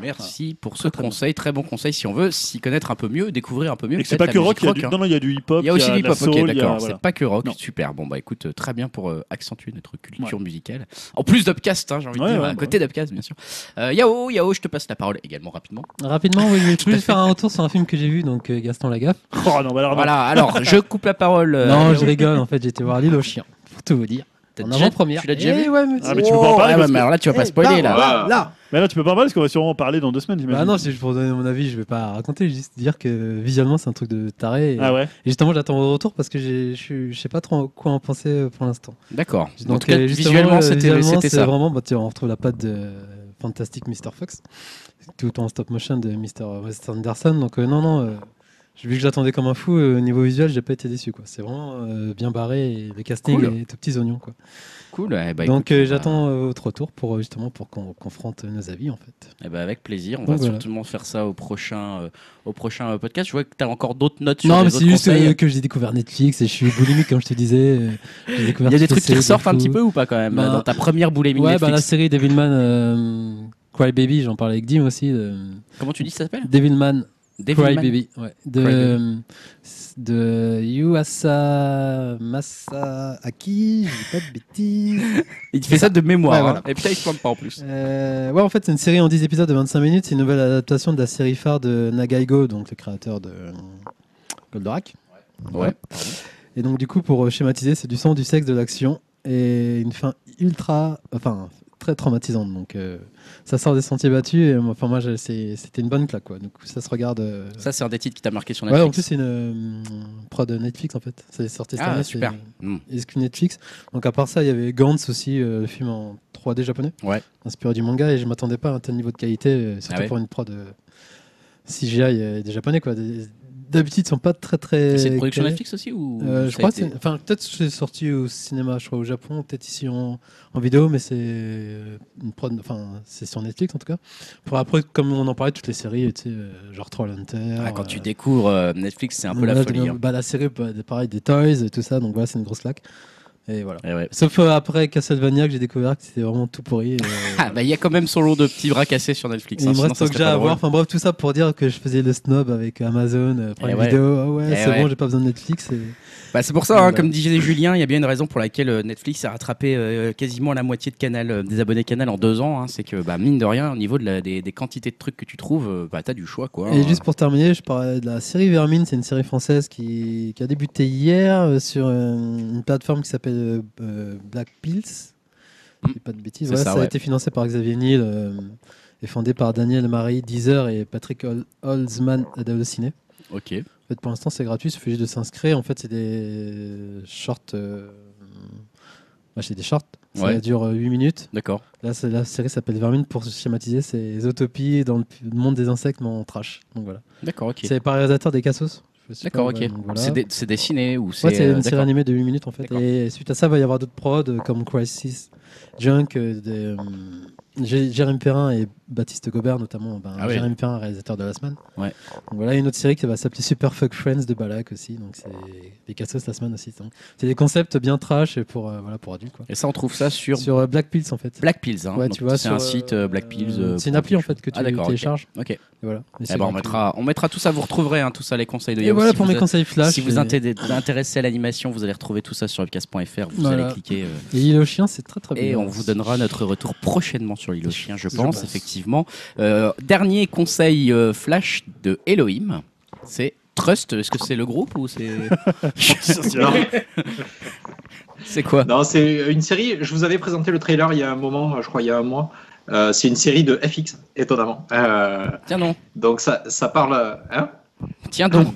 Merci Ah, pour ce très conseil, très bon conseil si on veut s'y connaître un peu mieux, découvrir un peu mieux. et que c'est pas peut-être la que rock, musique il y a du, hein. non, non, il y a du hip hop Il y a aussi de la l'hip-hop, soul, il y ok, a- d'accord. voilà. C'est pas que rock, Non. super. Bon, bah écoute, euh, très bien pour euh, accentuer notre culture musicale. En plus d'Upcast, hein, j'ai envie Ouais, de dire, ouais, à bah côté d'Upcast, bien sûr. Euh, yao, Yao, je te passe la parole également rapidement. Rapidement, oui, je à voulais fait. juste faire un retour sur un film que j'ai vu, donc euh, Gaston Lagaffe. [LAUGHS] Oh non, bah alors, non. Voilà, alors je coupe la parole. euh, non, Yao. je rigole, en fait, j'étais voir L'île aux chiens, pour tout vous dire. T'as En déjà- avant-première. Tu l'as déjà Eh vu ouais, mais Ah, mais tu peux pas en Oh, parler ah, parce mais que- alors là, tu vas pas Eh, spoiler bah, là. voilà, là. Mais là, tu peux pas en parler parce qu'on va sûrement en parler dans deux semaines, j'imagine. Bah non, c'est juste pour donner mon avis, je vais pas raconter, juste dire que visuellement c'est un truc de taré. Et, Ah ouais. et justement, j'attends votre retour parce que j'ai- je suis- je sais pas trop quoi en penser euh, pour l'instant. D'accord. En Donc, tout cas, euh, justement, visuellement, euh, c'était visuellement, c'était c'est ça. Vraiment, bah, tu vois, on retrouve la patte de euh, Fantastic Mr. Fox, tout en stop motion de Mr. Wes Anderson. Donc, euh, non, non, euh, vu que j'attendais comme un fou, euh, au niveau visuel, j'ai pas été déçu. quoi. C'est vraiment euh, bien barré et le casting Cool. est tout petits oignons. Quoi. Cool. eh bah, écoute, Donc, euh, on va- j'attends euh, votre retour pour euh, justement pour qu'on confronte nos avis en fait. eh bah, avec plaisir. On Donc, va voilà. certainement faire ça au prochain, euh, au prochain euh, podcast. Je vois que t'as encore d'autres notes sur non, mais les autres c'est juste conseils. euh, que j'ai découvert Netflix et je suis boulimique comme je te disais. euh, j'ai découvert Il y a des trucs toutes les qui séries de ressortent un fou. petit peu ou pas quand même Bah, dans ta première boulémie Ouais, bah, la Netflix série Devilman euh, Cry Baby, j'en parlais avec Dim aussi. euh, Comment tu dis ça s'appelle Devilman Cry Devilman Baby, ouais. De, Cry Baby. euh, de Yuasa Masaaki, je dis pas de bêtises. [LAUGHS] Il fait ça de mémoire. Ouais, hein. voilà. Et puis ça, il se plante pas en plus. Euh, ouais, en fait, c'est une série en 10 épisodes de 25 minutes. C'est une nouvelle adaptation de la série phare de Nagaigo, donc le créateur de euh, Goldorak. Ouais. Et donc, du coup, pour euh, schématiser, c'est du sang, du sexe, de l'action et une fin ultra, enfin, très traumatisante. Donc, euh, ça sort des sentiers battus. Et, euh, enfin, moi, j'ai- c'est- c'était une bonne claque, quoi. Donc, ça se regarde. euh, Ça, c'est un des titres qui t'a marqué sur Ouais, Netflix. en plus, c'est une euh, prod de Netflix en fait. Ça est sorti cette Ah, année. super. Mm. C'est exclu Netflix. Donc, à part ça, il y avait Gantz aussi, euh, le film en 3D japonais. Ouais. Inspiré du manga. Et je m'attendais pas à un tel niveau de qualité, euh, surtout Ah ouais pour une prod euh, CGI euh, des japonais, quoi. Des, d'habitude sont pas très très. C'est une production calés. Netflix aussi ou Euh, ça je a crois que été- c'est- enfin peut-être c'est sorti au cinéma, je crois au Japon, peut-être ici en, en vidéo, mais c'est euh, une prod, enfin c'est sur Netflix en tout cas. Pour après, comme on en parlait, toutes les séries, tu sais, euh, genre Trollhunter. Ah, quand tu euh, découvres euh, Netflix, c'est un peu la voilà, folie. de- hein. bah, la série, bah, de- pareil, des toys, et tout ça, donc voilà, c'est une grosse lac. Et voilà. Eh ouais. Sauf euh, après Castlevania que j'ai découvert que c'était vraiment tout pourri. et, euh, [LAUGHS] Ah, bah, il y a quand même son lot de petits bras cassés sur Et Netflix. hein, il me sinon, reste ça serait Okja pas à voir. drôle. Enfin bref, tout ça pour dire que je faisais le snob avec Amazon, euh, Prime Eh ouais. Video. Ah ouais, Eh c'est ouais. bon, j'ai pas besoin de Netflix. Et... Bah, c'est pour ça, hein, Voilà. comme disait Julien, il y a bien une raison pour laquelle euh, Netflix a rattrapé euh, quasiment la moitié de Canal, euh, des abonnés Canal en deux ans. hein. c'est que, bah, mine de rien, au niveau de la- des, des quantités de trucs que tu trouves, euh, bah, t'as du choix. Quoi, Et juste pour terminer, je parlais de la série Vermine, c'est une série française qui, qui a débuté hier euh, sur euh, une plateforme qui s'appelle euh, euh, Black Pills. Je dis pas de bêtises. Hmm. C'est Voilà, ça, ça, ouais. a été financé par Xavier Niel euh, et fondé par Daniel Marie Deezer et Patrick Hol- Holzman à Dallociné. Ok. En fait, pour l'instant, c'est gratuit, il suffit juste de s'inscrire. En fait, c'est des shorts. euh, bah, c'est des shorts. Ça Ouais. dure 8 minutes. D'accord. Là, c'est- la série s'appelle Vermine pour schématiser ses utopies dans le p- le monde des insectes, mais en trash. Donc voilà. D'accord, ok. C'est par le réalisateur des Cassos. je sais D'accord, pas, ok. ouais, donc voilà. C'est dé- C'est dessiné ou c'est. Ouais, c'est euh, une série d'accord. animée de 8 minutes en fait. D'accord. Et suite à ça, il va y avoir d'autres prods euh, comme Crisis, Junk, euh, des, euh, Jé- Jérémy Perrin et Baptiste Gobert notamment. Ben, Ah oui. Jérémy Perrin, réalisateur de La Semaine. Ouais. Donc voilà, une autre série qui va s'appeler Super Fuck Friends de Balak aussi. Donc c'est des Cassos La Semaine aussi. Donc c'est des concepts bien trash et pour, euh, voilà, pour adultes. Quoi. Et ça, on trouve ça sur, Sur, euh, Black Pills en fait. Black Pills. hein. Ouais, Donc, tu vois, c'est sur, un site euh, Black Pills. euh, euh, c'est une appli en fait que tu Ah, d'accord, ok. télécharges. Ok. Eh Et voilà. Mais c'est ben, on gratuit. mettra, on mettra tout ça. Vous retrouverez hein, tout ça, les conseils de Et Yao, voilà si pour vous mes êtes- conseils flash. Si vous et- inté- intéressez à l'animation, vous allez retrouver tout ça sur webcast.fr. Vous Voilà. allez cliquer. euh, Et L'île aux chiens, c'est très très bien. Et on vous donnera notre retour prochainement sur l'île aux chiens, je Je pense, pense. effectivement. Euh, dernier conseil euh, flash de Elohim, c'est Trust. Est-ce que c'est le groupe ou [LAUGHS] c'est Non, c'est quoi non, c'est une série. Je vous avais présenté le trailer il y a un moment, je crois il y a un mois. Euh, c'est une série de FX, étonnamment. Euh, Tiens non, donc ça, ça parle. euh, Hein tiens donc.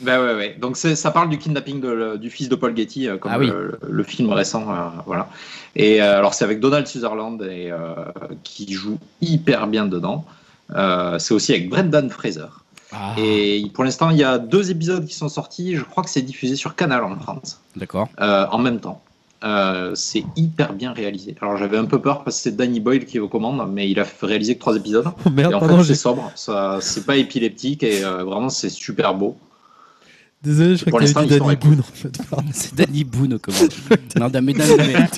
Ben ouais, ouais. Donc c'est- ça parle du kidnapping de- du fils de Paul Getty, euh, comme Ah oui. le, le film récent, euh, voilà. Et euh, alors c'est avec Donald Sutherland et euh, qui joue hyper bien dedans. Euh, c'est aussi avec Brendan Fraser. Ah, Et pour l'instant, il y a deux épisodes qui sont sortis. Je crois que c'est diffusé sur Canal en France D'accord. euh, en même temps. Euh, c'est hyper bien réalisé. Alors j'avais un peu peur parce que c'est Danny Boyle qui est aux commandes, mais il a réalisé que trois épisodes. [LAUGHS] Oh et merde, en pardon, fait, c'est j'ai- sobre, ça- c'est pas épileptique et euh, vraiment c'est super beau. désolé, je Pour crois que t'avais l'instant, dit ils sont Danny Boone en fait. [LAUGHS] pardon. C'est Danny Boone aux commandes. non, non, mais, non,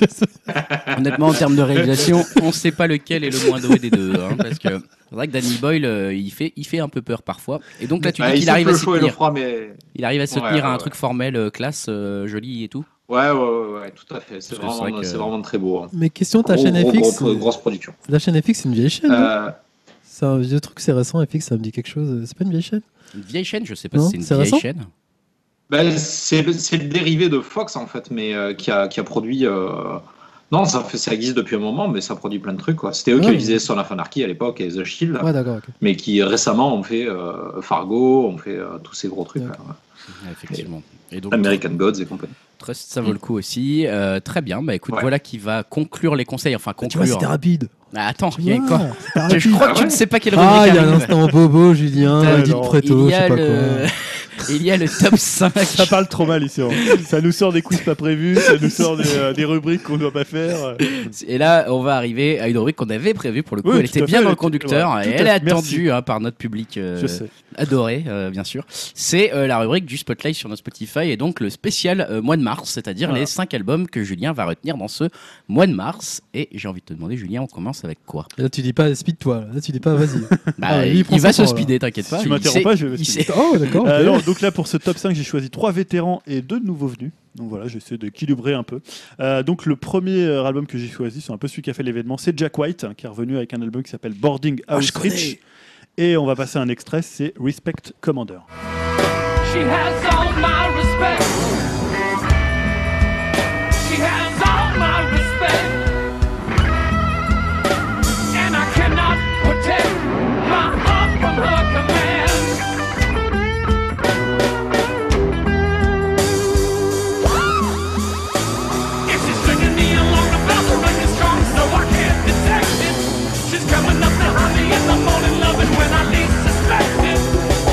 [LAUGHS] mais- honnêtement, en termes de réalisation, on ne sait pas lequel est le moins doué des deux, hein, parce que c'est vrai que Danny Boyle, euh, il fait, il fait un peu peur parfois. Et donc Ah, là, tu dis Ouais, il qu'il souffle arrive à le s'y chaud et le tenir. froid, mais Il arrive à se Ouais, tenir à un ouais, truc formel, euh, classe, euh, joli et tout. Ouais, ouais, ouais, ouais, tout à fait. Parce que c'est C'est vraiment, vrai que- c'est vraiment très beau. hein. Mais question, ta Gros, chaîne gros, FX. gros, euh, grosse production. La chaîne FX, c'est une vieille chaîne. non Euh, C'est un vieux truc, c'est récent. FX, ça me dit quelque chose. euh, C'est pas une vieille chaîne Une vieille chaîne, je sais pas Non, si c'est c'est une vieille récent chaîne. ben, c'est le c'est le dérivé de Fox, en fait, mais euh, qui, a, qui a produit. euh, Non, ça, fait, ça existe depuis un moment, mais ça produit plein de trucs. quoi. C'était eux qui Ouais. réalisaient Son of Anarchy à l'époque et The Shield, Ouais, d'accord. ok. mais qui récemment ont fait euh, Fargo, ont fait euh, tous ces gros trucs. D'accord. là, Ouais, Effectivement. Et donc, ouais. American Gods et compagnie. Trust, ça vaut le coup aussi. Euh, très bien. Bah écoute, Ouais. voilà qui va conclure les conseils. Enfin, Bah, Tu vois, conclure. c'était rapide. Ah, attends, Tu il y a vois, quoi c'était Je, je rapide. crois que Ah tu ouais ne sais pas quel rubrique Ah, il y a arrive. l'instant bobo, Julien, Putain, Edith alors, Preto, il, je y a sais pas le... quoi. [LAUGHS] il y a le [LAUGHS] top 5. Ça parle trop mal ici. hein. Ça nous sort des quiz pas prévus, ça nous sort des, euh, des rubriques qu'on doit pas faire. Et là, on va arriver à une rubrique qu'on avait prévue pour le coup. Oui, elle tout était à bien fait, dans le tout- conducteur ouais, tout et à elle est fait, merci. attendue hein, par notre public euh, Je sais. adoré, euh, bien sûr. C'est euh, la rubrique du Spotlight sur notre Spotify et donc le spécial euh, mois de mars, c'est-à-dire Voilà. les 5 albums que Julien va retenir dans ce mois de mars. Et j'ai envie de te demander, Julien, on commence avec quoi Et Là, tu dis pas speed-toi. Là, tu dis pas [LAUGHS] vas-y. Bah, Ah, lui, il, il prend il va se son temps, là. speeder, t'inquiète Si pas. tu il m'interromps sait- pas, je vais il speeder. sait- [LAUGHS] Oh, d'accord. ok. Alors, donc là, pour ce top 5, j'ai choisi trois vétérans et deux nouveaux venus. Donc voilà, j'essaie d'équilibrer un peu. Euh, donc le premier euh, album que j'ai choisi, c'est un peu celui qui a fait l'événement, c'est Jack White, hein, qui est revenu avec un album qui s'appelle Boarding Ah, je House Rich. Et on va passer à un extrait, c'est Respect Commander. She has all my respect. She has all my respect. And I cannot protect my heart from her command. If she's stringing me along the bell, running strong so I can't detect it. She's coming up behind me in the morning, loving when I least suspect it.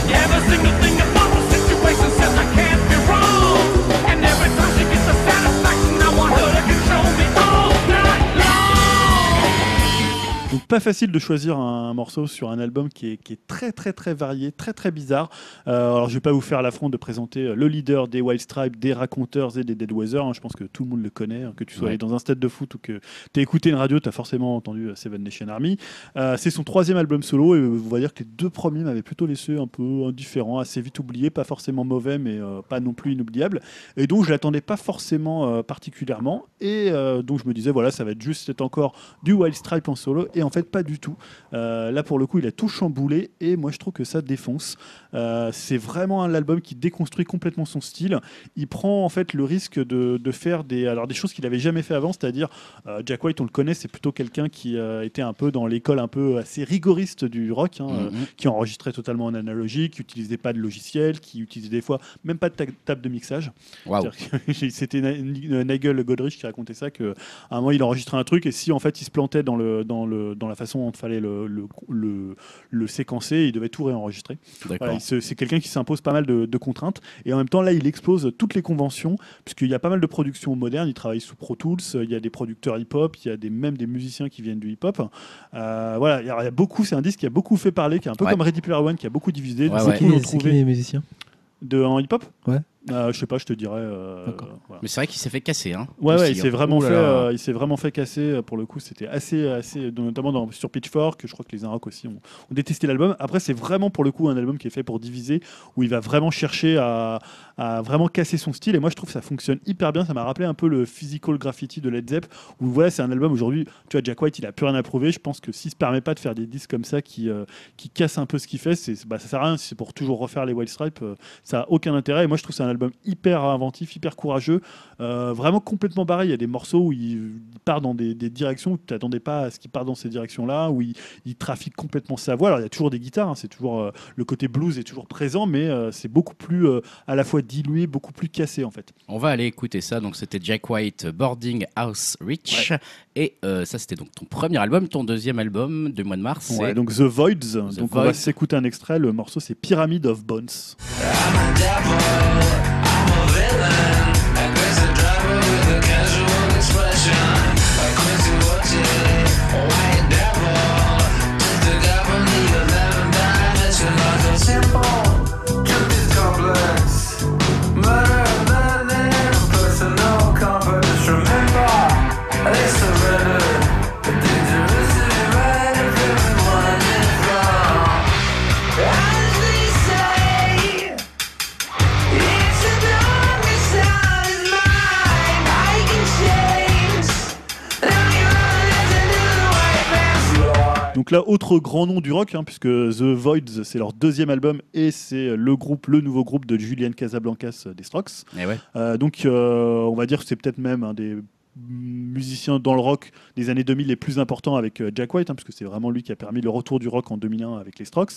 Yeah, every single thing. Donc pas facile de choisir un, un morceau sur un album qui est, qui est très très très varié, très très bizarre. Euh, alors je vais pas vous faire l'affront de présenter euh, le leader des Wild Stripes, des Raconteurs et des Dead Weather. hein. Je pense que tout le monde le connaît, hein, que tu sois Ouais. allé dans un stade de foot ou que tu écouté une radio, tu as forcément entendu euh, Seven Nation Army. Euh, c'est son troisième album solo et euh, on va dire que les deux premiers m'avaient plutôt laissé un peu indifférent, assez vite oublié, pas forcément mauvais mais euh, pas non plus inoubliable. Et donc je l'attendais pas forcément euh, particulièrement et euh, donc je me disais voilà ça va être juste c'est encore du Wild Stripe en solo et en fait pas du tout. Euh, là pour le coup il a tout chamboulé et moi je trouve que ça défonce. Euh, c'est vraiment un album qui déconstruit complètement son style. Il prend en fait le risque de, de faire des alors des choses qu'il avait jamais fait avant, c'est-à-dire euh, Jack White, on le connaît, c'est plutôt quelqu'un qui euh, était un peu dans l'école un peu assez rigoriste du rock, hein, euh, Mhm. qui enregistrait totalement en analogique, qui n'utilisait pas de logiciel, qui utilisait des fois même pas de ta- table de mixage. Waouh. C'est-à-dire que [LAUGHS] j'ai- C'était Na- Ni- euh, Nigel Godrich qui racontait ça que à un moment il enregistrait un truc et si en fait il se plantait dans le dans le dans la façon dont il fallait le le, le- le séquencer, il devait tout réenregistrer. Voilà, D'accord. il se- c'est quelqu'un qui s'impose pas mal de, de contraintes et en même temps là il explose toutes les conventions puisqu'il y a pas mal de productions modernes. Il travaille sous Pro Tools, euh, il y a des producteurs hip-hop, il y a des, même des musiciens qui viennent du hip-hop. Euh, voilà, il y a- il y a beaucoup. C'est un disque qui a beaucoup fait parler, qui est un peu Ouais. comme Ready Player One, qui a beaucoup divisé. Ouais, donc ouais. beaucoup C'est qui, l'ont c'est qui trouvé les musiciens de en hip-hop. Ouais. Euh, je sais pas, je te dirais. euh, D'accord. voilà. Mais c'est vrai qu'il s'est fait casser. Hein, Ouais, ouais, aussi, il s'est hein. vraiment, Ouh là fait, là. euh, il s'est vraiment fait casser. euh, Pour le coup, c'était assez, assez, notamment dans, sur Pitchfork. Je crois que les Inrock aussi ont, ont détesté l'album. Après, c'est vraiment pour le coup un album qui est fait pour diviser, où il va vraiment chercher à, à vraiment casser son style. Et moi, je trouve que ça fonctionne hyper bien. Ça m'a rappelé un peu le Physical Graffiti de Led Zepp, où voilà, c'est un album aujourd'hui. Tu vois, Jack White, il a plus rien à prouver. Je pense que s'il se permet pas de faire des disques comme ça qui, euh, qui cassent un peu ce qu'il fait, c'est, bah, ça sert à rien. C'est pour toujours refaire les Wild Stripes. euh, ça a aucun intérêt. Et moi, je trouve que c'est un album hyper inventif, hyper courageux. Euh, vraiment complètement barré. Il y a des morceaux où il, il part dans des, des directions où tu t'attendais pas à ce qu'il part dans ces directions-là, où il, il trafique complètement sa voix. Alors il y a toujours des guitares, hein, c'est toujours euh, le côté blues est toujours présent, mais euh, c'est beaucoup plus euh, à la fois dilué, beaucoup plus cassé en fait. On va aller écouter ça. Donc, c'était Jack White, Boarding House Rich. Et euh, ça, c'était donc ton premier album, ton deuxième album du mois de mars. Ouais, c'est- donc The Voids. donc on Voids. va s'écouter un extrait. Le morceau c'est Pyramid of Bones. Donc là, autre grand nom du rock, hein, puisque The Voids, c'est leur deuxième album et c'est le groupe, le nouveau groupe de Julian Casablancas euh, des Strokes. Eh ouais. Euh, donc, euh, on va dire que c'est peut-être même un des musiciens dans le rock des années 2000 les plus importants avec euh, Jack White, hein, parce que c'est vraiment lui qui a permis le retour du rock en 2001 avec les Strokes.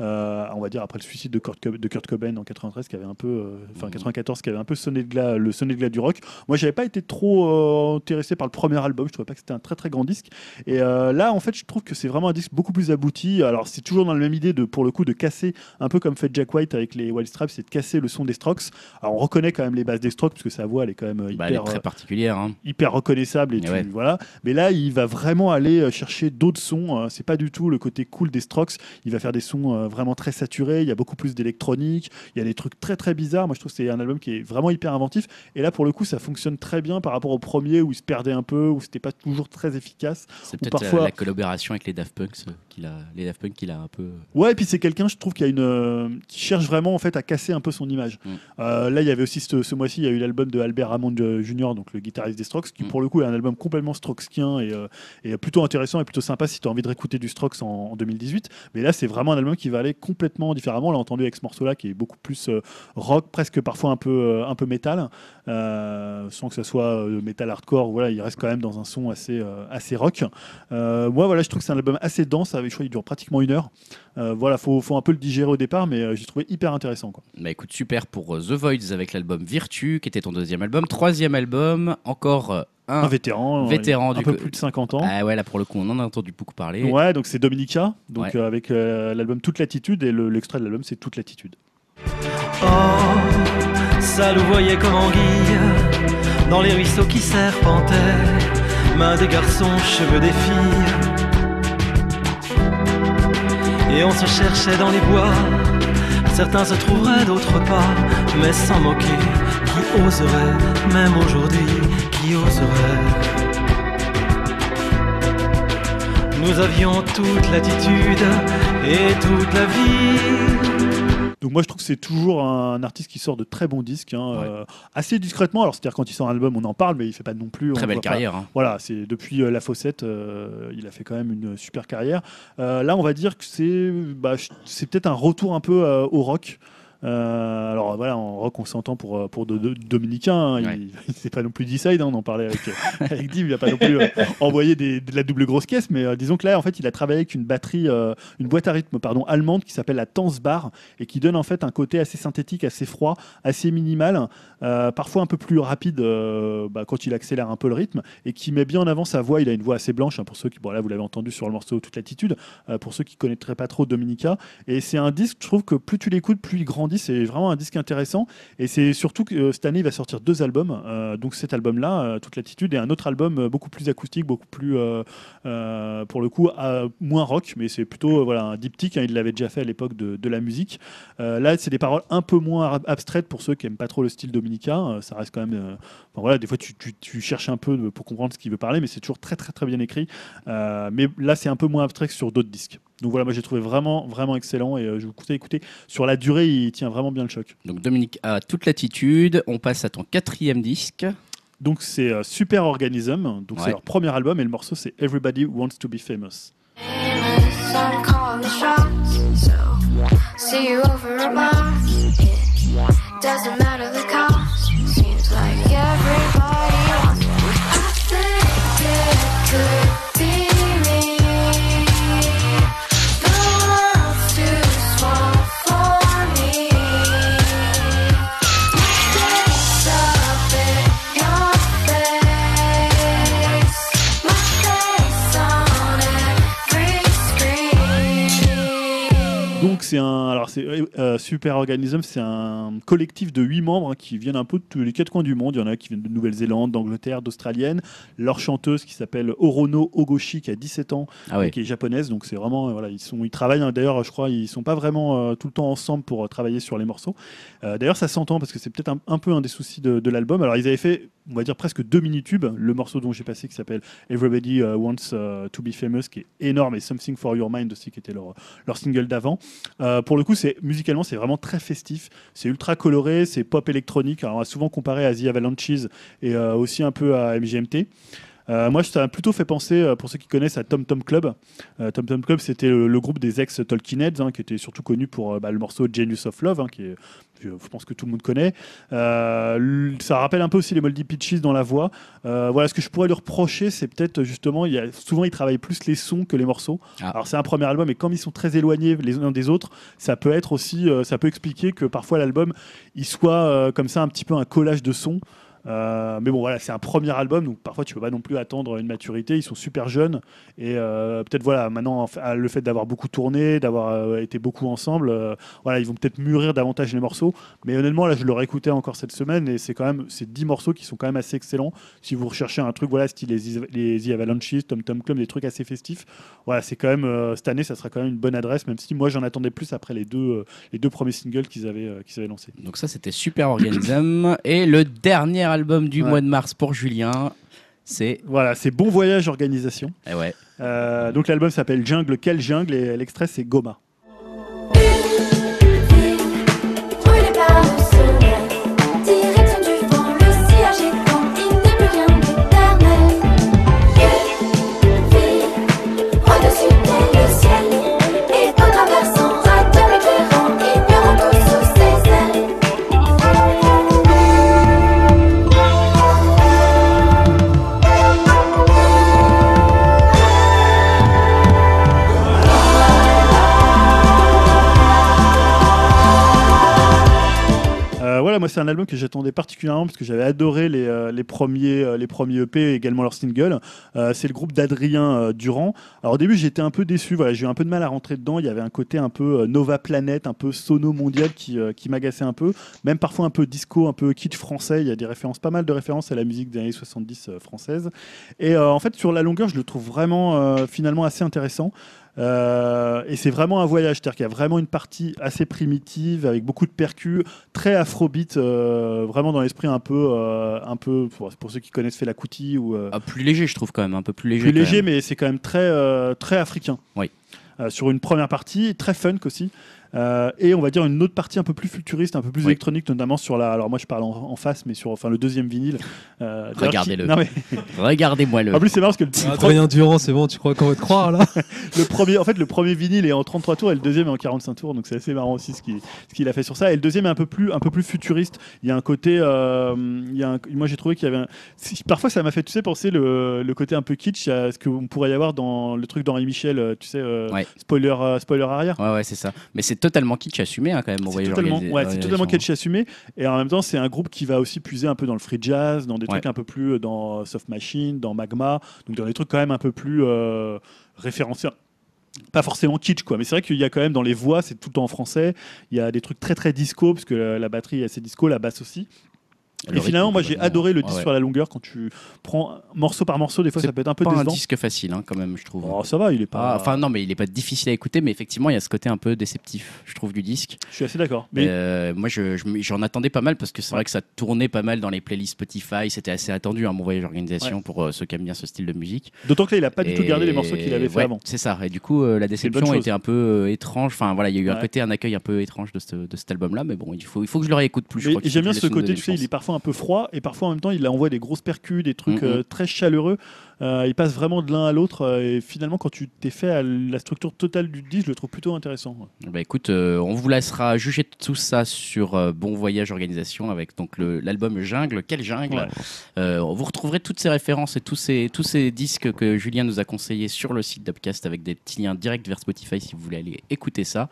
Euh, on va dire après le suicide de Kurt, Cob- de Kurt Cobain en 93, qui avait un peu, euh, Mm. enfin 94, qui avait un peu sonné de glas, le sonné de glas du rock. Moi, j'avais pas été trop euh, intéressé par le premier album. Je trouvais pas que c'était un très très grand disque. Et euh, là, en fait, je trouve que c'est vraiment un disque beaucoup plus abouti. Alors, c'est toujours dans la même idée de, pour le coup, de casser un peu comme fait Jack White avec les Wild Stripes, c'est de casser le son des Strokes. Alors on reconnaît quand même les bases des Strokes parce que sa voix elle est quand même euh, hyper, Bah, elle est euh, très particulière. hein. hyper reconnaissable et tu- Ouais. voilà. Mais là il va vraiment aller euh, chercher d'autres sons. euh, C'est pas du tout le côté cool des Strokes. Il va faire des sons euh, vraiment très saturés. Il y a beaucoup plus d'électronique. Il y a des trucs très très bizarres. Moi je trouve que c'est un album qui est vraiment hyper inventif. Et là pour le coup ça fonctionne très bien par rapport au premier où il se perdait un peu, où c'était pas toujours très efficace. C'est Ou peut-être parfois- euh, la collaboration avec les Daft Punk euh, qu'il a, les Daft Punk qu'il a un peu. euh, Ouais, et puis c'est quelqu'un, je trouve, qui a une, euh, qui cherche vraiment en fait à casser un peu son image. Mm. Euh, là, il y avait aussi ce, ce mois-ci, il y a eu l'album de Albert Hammond euh, Jr., donc le guitariste des Strokes, qui Mm. pour le coup est un album complètement strokeskien et, euh, et plutôt intéressant et plutôt sympa si tu as envie de réécouter du Strokes en, en 2018. Mais là, c'est vraiment un album qui va aller complètement différemment. On l'a entendu avec ce morceau-là, qui est beaucoup plus euh, rock, presque parfois un peu, euh, un peu métal, euh, sans que ça soit euh, métal hardcore. Voilà, il reste quand même dans un son assez, euh, assez rock. Euh, moi, voilà, je trouve que c'est un album assez dense. Avec, je crois qu'il dure pratiquement une heure. Euh, voilà, faut, faut un peu le digérer au départ, mais euh, j'ai trouvé hyper intéressant. Quoi. Bah écoute, super pour euh, The Voids avec l'album Virtue, qui était ton deuxième album. Troisième album, encore euh, un. Un vétéran, euh, vétéran un du peu co- plus de 50 ans. ah ouais, là pour le coup, on en a entendu beaucoup parler. Ouais, donc c'est Dominica, donc Ouais. euh, avec euh, l'album Toute l'attitude et le- l'extrait de l'album c'est Toute l'attitude. Oh, ça nous voyait comme anguille dans les ruisseaux qui serpentaient. Mains des garçons, cheveux des filles. et on se cherchait dans les bois. Certains se trouveraient, d'autres pas, mais sans moquer. Qui oserait, même aujourd'hui, qui oserait Nous avions toute l'attitude et toute la vie. Donc moi je trouve que c'est toujours un artiste qui sort de très bons disques, hein, Ouais. euh, assez discrètement. Alors c'est-à-dire quand il sort un album on en parle, mais il fait pas non plus. Très on belle voit pas- carrière. hein. Voilà, c'est depuis euh, La Fossette, euh, il a fait quand même une super carrière. Euh, là on va dire que c'est bah, ch- c'est peut-être un retour un peu euh, au rock. Euh, alors voilà, en rock on s'entend pour, euh, pour de, de- Dominicains, hein, il- Ouais. [LAUGHS] il s'est pas non plus D-Side, hein, on en parlait avec, [LAUGHS] euh, avec Dim, il a pas non plus euh, envoyé des- de la double grosse caisse, mais euh, disons que là en fait il a travaillé avec une batterie, euh, une boîte à rythme pardon, allemande qui s'appelle la Tanzbar et qui donne en fait un côté assez synthétique, assez froid, assez minimal, euh, parfois un peu plus rapide euh, bah, quand il accélère un peu le rythme et qui met bien en avant sa voix. Il a une voix assez blanche hein, pour ceux qui, bon là vous l'avez entendu sur le morceau Toute l'attitude, euh, pour ceux qui connaîtraient pas trop Dominica. Et c'est un disque, je trouve que plus tu l'écoutes, plus il grandit. C'est vraiment un disque intéressant et c'est surtout que euh, cette année il va sortir deux albums, euh, donc cet album là, Toute l'attitude, et un autre album euh, beaucoup plus acoustique, beaucoup plus euh, euh, pour le coup euh, moins rock, mais c'est plutôt euh, voilà un diptyque. hein, il l'avait déjà fait à l'époque de- de la musique. Euh, là, c'est des paroles un peu moins ab- abstraites pour ceux qui aiment pas trop le style dominicain. Euh, ça reste quand même. euh, enfin, voilà, des fois, tu, tu- tu cherches un peu de- pour comprendre ce qu'il veut parler, mais c'est toujours très, très, très bien écrit. Euh, mais là, c'est un peu moins abstrait que sur d'autres disques. Donc voilà, moi j'ai trouvé vraiment, vraiment excellent et euh, je vous conseille d'écouter. Sur la durée, il tient vraiment bien le choc. Donc Dominique a toute l'attitude. On passe à ton quatrième disque. Donc c'est euh, Super Organism, donc Ouais. c'est leur premier album et le morceau c'est Everybody Wants to Be Famous. Famous, I'm calling the shots. So, see you over a bar. It [LAUGHS] doesn't matter the cost. Seems like everybody wants it. I think it could be me. The world's too small for me. Face up in your face. My face on every screen. Donc c'est un, alors c'est euh, euh, Super Organism, c'est un collectif de huit membres hein, qui viennent un peu de tous les quatre coins du monde. Il y en a qui viennent de Nouvelle-Zélande, d'Angleterre, d'Australienne. Leur chanteuse qui s'appelle Orono Ogoshi qui a 17 ans, Ah ouais. qui est japonaise. Donc c'est vraiment, euh, voilà, ils sont, ils travaillent. hein. D'ailleurs, je crois, ils sont pas vraiment euh, tout le temps ensemble pour euh, travailler sur les morceaux. Euh, D'ailleurs, ça s'entend parce que c'est peut-être un, un peu un des soucis de, de l'album. Alors ils avaient fait, on va dire presque deux mini tubes. Le morceau dont j'ai passé qui s'appelle Everybody euh, Wants euh, to Be Famous, qui est énorme, et Something for Your Mind aussi qui était leur leur single d'avant. Euh, pour le coup, c'est musicalement, c'est vraiment très festif. C'est ultra coloré, c'est pop électronique. Alors, on a souvent comparé à The Avalanches et euh, aussi un peu à MGMT. Euh, moi, ça m'a plutôt fait penser, euh, pour ceux qui connaissent, à Tom Tom Club. Euh, Tom Tom Club, c'était le, le groupe des ex-Tolkien Heads, hein, qui était surtout connu pour euh, bah, le morceau Genius of Love, hein, qui est, je je pense que tout le monde connaît. Euh, l- ça rappelle un peu aussi les Moldy Peaches dans la voix. Euh, voilà, ce que je pourrais leur reprocher, c'est peut-être euh, justement, il y a, souvent ils travaillent plus les sons que les morceaux. Ah. Alors c'est un premier album, et comme ils sont très éloignés les uns des autres, ça peut être aussi, euh, ça peut expliquer que parfois l'album, il soit euh, comme ça un petit peu un collage de sons. Euh, mais bon voilà, c'est un premier album, donc parfois tu peux pas non plus attendre une maturité. Ils sont super jeunes et euh, peut-être voilà maintenant en fait, le fait d'avoir beaucoup tourné, d'avoir euh, été beaucoup ensemble, euh, voilà ils vont peut-être mûrir davantage les morceaux. Mais honnêtement là, je leur écoutais encore cette semaine et c'est quand même ces 10 morceaux qui sont quand même assez excellents. Si vous recherchez un truc voilà style les, Is- les The Avalanches, Tom Tom Club, des trucs assez festifs, voilà c'est quand même euh, cette année ça sera quand même une bonne adresse. Même si moi j'en attendais plus après les deux euh, les deux premiers singles qu'ils avaient euh, qu'ils avaient lancés. Donc ça, c'était Super Organism. Et le dernier album du Ouais. mois de mars pour Julien, c'est... Voilà c'est Bon Voyage Organisation. Eh ouais. Euh, donc l'album s'appelle Jungle, quel jungle Et l'extrait c'est Goma. Brûlé par le soleil, direction du vent, le ciel agitant, il n'est plus rien d'éternel. Il vit au-dessus des le ciel, et au traversant, ratant le terrain, ignorant tout sous ses ailes. Euh, voilà, moi c'est un album que j'attendais particulièrement parce que j'avais adoré les, euh, les, premiers, euh, les premiers EP et également leur single. Euh, c'est le groupe d'Adrien euh, Durand. Alors au début j'étais un peu déçu, voilà, j'ai eu un peu de mal à rentrer dedans. Il y avait un côté un peu euh, Nova Planet, un peu sono mondial qui, euh, qui m'agaçait un peu. Même parfois un peu disco, un peu kitsch français. Il y a des références, pas mal de références à la musique des années 70 euh, française. Et euh, en fait sur la longueur je le trouve vraiment euh, finalement assez intéressant. Euh, et c'est vraiment un voyage, c'est-à-dire qu'il y a vraiment une partie assez primitive avec beaucoup de percus, très afrobeat, euh, vraiment dans l'esprit un peu, euh, un peu pour, pour ceux qui connaissent Fela Kuti ou euh, Ah, plus léger, je trouve quand même, un peu plus léger. plus quand léger, même. mais c'est quand même très, euh, très africain. Oui. Euh, sur une première partie, très funk aussi. Euh, et on va dire une autre partie un peu plus futuriste, un peu plus Oui. électronique, notamment sur la. Alors moi je parle en, en face, mais sur enfin le deuxième vinyle. euh, d'ailleurs, qui- Regardez-le. Non, mais- Regardez-moi le. En plus c'est marrant parce que le, Ah, Adrien Durand, c'est bon, tu crois qu'on va te [LAUGHS] croire là le premier, en fait, le premier vinyle est en 33 tours et le deuxième est en 45 tours, donc c'est assez marrant aussi ce qu'il ce qu'il a fait sur ça. Et le deuxième est un peu plus, un peu plus futuriste. Il y a un côté, euh, il y a un- moi j'ai trouvé qu'il y avait, un- si- parfois ça m'a fait, tu sais, penser le, le côté un peu kitsch à ce qu'on pourrait y avoir dans le truc d'Henri Michel, euh, tu sais, euh, Ouais. spoiler, euh, spoiler arrière. Ouais, ouais, c'est ça. Mais c'est totalement kitsch assumé hein, quand même. au C'est voyage totalement, organisé- ouais, c'est totalement catchy organisation. assumé. Et en même temps, c'est un groupe qui va aussi puiser un peu dans le free jazz, dans des trucs Ouais. un peu plus euh, dans Soft Machine, dans Magma, donc dans des trucs quand même un peu plus euh, référencés. Pas forcément kitsch, quoi. Mais c'est vrai qu'il y a quand même dans les voix, c'est tout le temps en français. Il y a des trucs très très disco, parce que la, la batterie est assez disco, la basse aussi. Et Le rythme, finalement, moi j'ai complètement. adoré le Ouais, disque ouais. sur la longueur. Quand tu prends morceau par morceau, des fois C'est ça peut être un peu Pas un décevant. disque facile hein, quand même, je trouve. Oh, ça va, il est pas. Ah, Enfin non, mais il est pas difficile à écouter, mais effectivement, il y a ce côté un peu déceptif, je trouve, du disque. je suis assez d'accord. Mais Euh, moi, je- je m- j'en attendais pas mal parce que c'est vrai que ça tournait pas mal dans les playlists Spotify. C'était assez attendu, hein, mon voyage organisation pour euh, ceux qui aiment bien ce style de musique. d'autant que là, il a pas du tout Et- gardé les morceaux qu'il avait fait ouais, avant. C'est ça. Et du coup, euh, la une bonne déception chose. était un peu euh, étrange. Enfin, voilà, il y a eu un Ouais. côté, un accueil un peu étrange de, ce- de cet album-là. Mais bon, il faut, il faut que je le réécoute plus. je Mais crois qu'il faut j'aime que bien je ce laisse une côté, tu sais, il est deuxième parfois un peu froid et parfois en même temps il envoie des grosses percus, des trucs Mhm. euh, très chaleureux. Euh, il passe vraiment de l'un à l'autre euh, et finalement quand tu t'es fait à la structure totale du disque, je le trouve plutôt intéressant. ouais. Bah écoute, euh, on vous laissera juger tout ça sur euh, Bon Voyage Organisation avec donc le- l'album Jungle. Quelle jungle Ouais. Euh, Vous retrouverez toutes ces références et tous ces, tous ces disques que Julien nous a conseillés sur le site d'Upcast avec des petits liens directs vers Spotify si vous voulez aller écouter ça.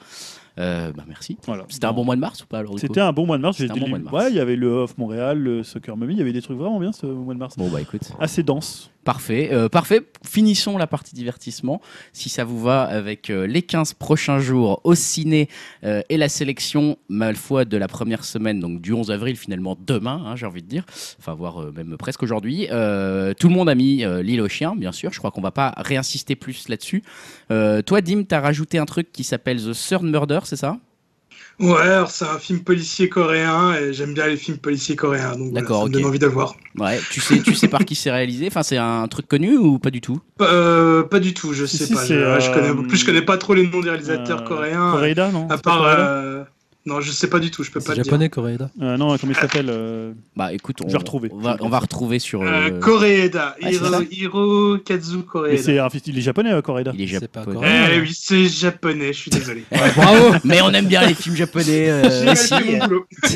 Euh, bah merci. Voilà. C'était un bon mois de mars ou pas alors du coup C'était un bon mois de mars. J'ai C'était dû- un bon mois de mars. Ouais, il y avait le Off Montréal, le Soccer Mummy, il y avait des trucs vraiment bien ce mois de mars. Bon bah écoute, Assez dense. parfait. Euh, parfait, finissons la partie divertissement. Si ça vous va avec euh, les 15 prochains jours au ciné euh, et la sélection, ma foi, de la première semaine, donc du 11 avril finalement demain, hein, j'ai envie de dire, enfin voire euh, même presque aujourd'hui. Euh, tout le monde a mis euh, l'île aux chiens, bien sûr, je crois qu'on va pas réinsister plus là-dessus. Euh, toi Dim, t'as rajouté un truc qui s'appelle The Third Murder, c'est ça Ouais, alors c'est un film policier coréen et j'aime bien les films policiers coréens, donc voilà, D'accord, ça ok. me donne envie de le voir. Ouais, tu sais, tu sais par qui c'est réalisé, enfin c'est un truc connu ou pas du tout Pas- euh, pas du tout, je Si, sais si, pas. Je, c'est, euh, je connais, en plus, je connais pas trop les noms des réalisateurs Euh, coréens. Koreeda, non à C'est pas part. Koreeda euh, non, je sais pas du tout, je peux pas C'est te dire. japonais, Coréda. Euh, Non, comment il s'appelle euh, Bah écoute, on, Je vais retrouver. on va, on va retrouver sur... Euh, euh, Koreeda, ah, c'est ça Hiro, Hiro Kazu mais Koreeda. c'est un fils- Il est japonais, euh, Koreeda. Il est C'est pas japonais. grave. Eh oui, c'est japonais, je suis désolé. Bravo Mais on aime bien les films japonais. euh, J'ai mal si, fait mon euh, boulot. [LAUGHS]